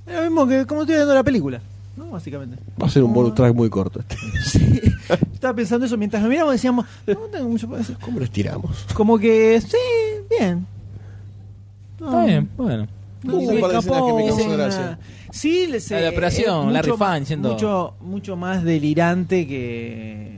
Es lo mismo que como estoy viendo la película, ¿no? Básicamente.
Va a ser un bonus track muy corto. Este.
Sí. Estaba pensando eso mientras lo miramos decíamos, no tengo mucho para decir.
¿Cómo lo estiramos?
Como que, sí, bien. Ah.
Está bien, bueno.
Hubo un par de escenas que me causó gracia.
Sí, les, eh,
La de operación,
mucho
Larry
más-
Fine siendo-
Mucho, mucho más delirante que,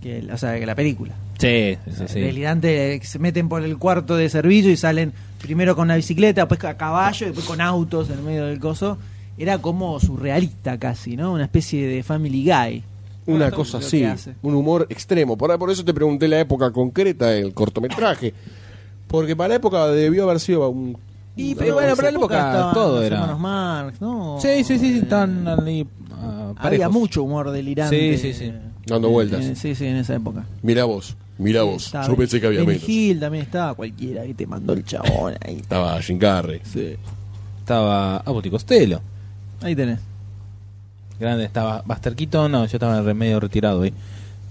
que, el- o sea, que la película.
Sí, sí, sí.
Delirante, eh, que se meten por el cuarto de servicio y salen primero con la bicicleta, después a caballo, y después con autos en medio del coso. Era como surrealista casi, ¿no? Una especie de Family Guy.
Una
Esto es
cosa
lo
así,
que hace.
un humor extremo. Por, ahí- por eso te pregunté la época concreta del cortometraje. Porque para la época debió haber sido un.
Y,
una-
pero bueno, para la época
estaban
todo
los
era.
hermanos Marx, ¿no?
Sí, sí, sí, sí, están
Eh,
ahí, ah,
Había
parejos.
mucho humor delirante.
Sí, sí, sí.
Dando vueltas.
Eh, sí, sí, en esa época.
Mirá vos, mirá vos.
Estaba
Yo pensé que había
Benny
menos.
Hill también estaba, cualquiera que te mandó el chabón ahí.
Estaba Jim Carrey.
Estaba Abbott y Costello.
Ahí tenés.
Grande estaba Buster Keaton, no, yo estaba en remedio retirado ahí.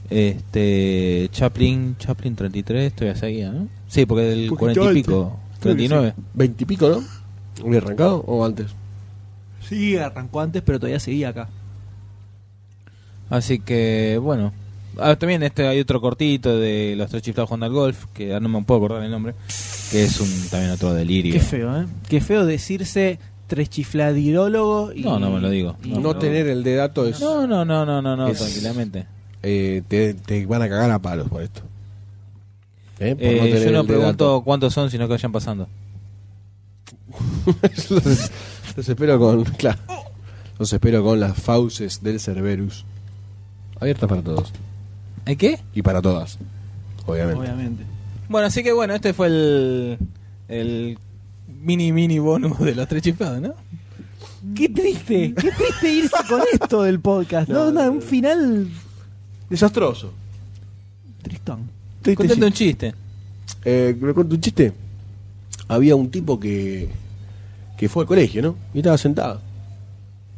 Este, Chaplin, Chaplin 33, todavía seguía, ¿no? Sí, porque del
Poquito
40 y
antes.
pico,
Creo que
39.
sí. 20 y pico, ¿no? ¿Había arrancado o antes?
Sí, arrancó antes, pero todavía seguía acá.
Así que, bueno. Ah, también este hay otro cortito de los tres chiflados jugando al golf, que ah, no me puedo acordar el nombre, que es un también otro delirio.
Qué feo, ¿eh? Qué feo decirse tres chifladirólogo y...
No, no me lo digo.
y
No, tener el de dato es.
No, no, no, no, no, no,
Es-
tranquilamente.
eh, te, te van a cagar a palos por esto. ¿Eh? Por
Eh,
tener
yo
el
no
de
pregunto
dato.
cuántos son, sino que vayan pasando.
los, los espero con. Claro. Los espero con las fauces del Cerberus. Abiertas para todos.
¿Eh, qué?
Y para todas. Obviamente.
Obviamente.
Bueno, así que bueno, este fue el, el mini mini bonus de los tres chiflados, ¿no?
Qué triste, qué triste irse con esto del podcast. No, no, un final
Desastroso.
tristón.
Contando un chiste.
Eh, me cuento un chiste. Había un tipo que, que fue al colegio, ¿no? Y estaba sentado.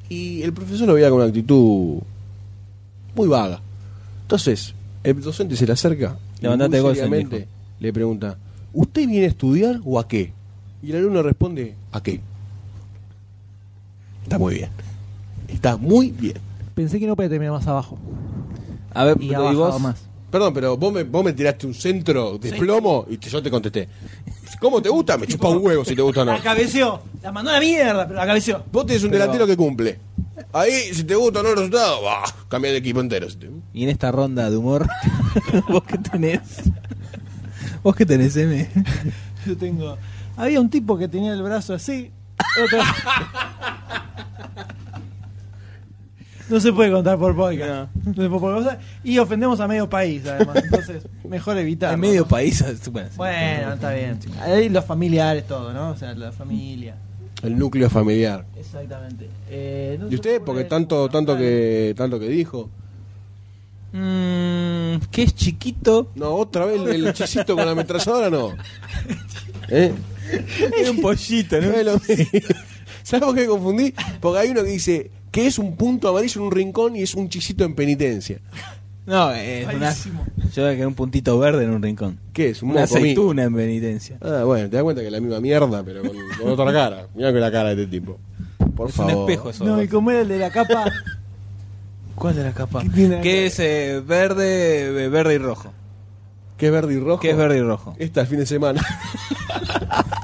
Y el profesor lo veía con una actitud muy vaga. Entonces, el docente se le acerca y
Levantate,
muy
Goldstein,
seriamente
dijo.
le pregunta, ¿usted viene a estudiar o a qué? Y el alumno responde, ¿a qué? Está muy bien. Está muy bien.
Pensé que no podía terminar más abajo.
A ver,
Y
¿y
ha bajado
vos?
más.
Perdón, pero vos me, vos me tiraste un centro de plomo y te- yo te contesté. ¿Cómo te gusta? Me chupa un huevo si te gusta o no.
La cabeció, la mandó a la mierda, pero la cabeció.
Vos tenés un delantero que cumple. Ahí, si te gusta o no el resultado, bah, cambia de equipo entero. si te-
Y en esta ronda de humor, ¿vos qué tenés? ¿Vos qué tenés, M?
Yo tengo. Había un tipo que tenía el brazo así. otro- No se puede contar por podcast. No se puede por podcast. Y ofendemos a medio país, además. Entonces, mejor evitar.
En medio país, bueno, sí.
Bueno, está bien. Ahí los familiares, todo, ¿no? O sea, la familia.
El núcleo familiar.
Exactamente. Eh, no
¿Y
se
usted?
puede-
Porque tanto, tanto que tanto que dijo.
Mm, que es chiquito,
No, otra vez el, el hechicito con la ametralladora no. ¿Eh?
es un pollito,
No
¿no?
es lo mismo. ¿Sabes por qué me confundí? Porque hay uno que dice que es un punto amarillo en un rincón y es un chisito en penitencia.
No, es una...
Malísimo.
Yo voy a quedar un puntito verde en un rincón.
¿Qué es? Un
Una
moco mí.
aceituna en penitencia.
Ah, bueno, te das cuenta que es la misma mierda, pero con, con otra cara. Mira que la cara de este tipo. Por
es
favor.
un espejo eso.
No, y como era el de la capa.
¿Cuál era capa?
¿Qué tiene que
Que es eh, verde, eh, verde y rojo.
Que es verde y rojo.
Que es verde y rojo.
Esta el fin de semana.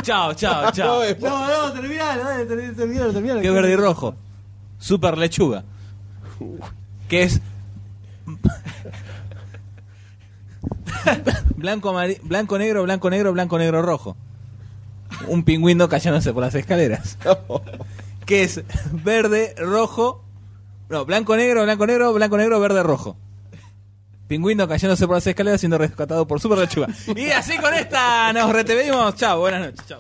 Chao, chao, chao.
No, es-
No, no, terminalo, dale, terminalo, terminalo, terminalo.
Que es verde y rojo. Super lechuga. Que es. blanco, amari- blanco, negro, blanco, negro, blanco, negro, rojo. Un pingüino cayéndose por las escaleras. Que es verde, rojo. No, blanco, negro, blanco, negro, blanco, negro, verde, rojo. Pingüino cayéndose por las escaleras siendo rescatado por Super Lechuga. Y así con esta nos retevimos. Chao, buenas noches. Chao.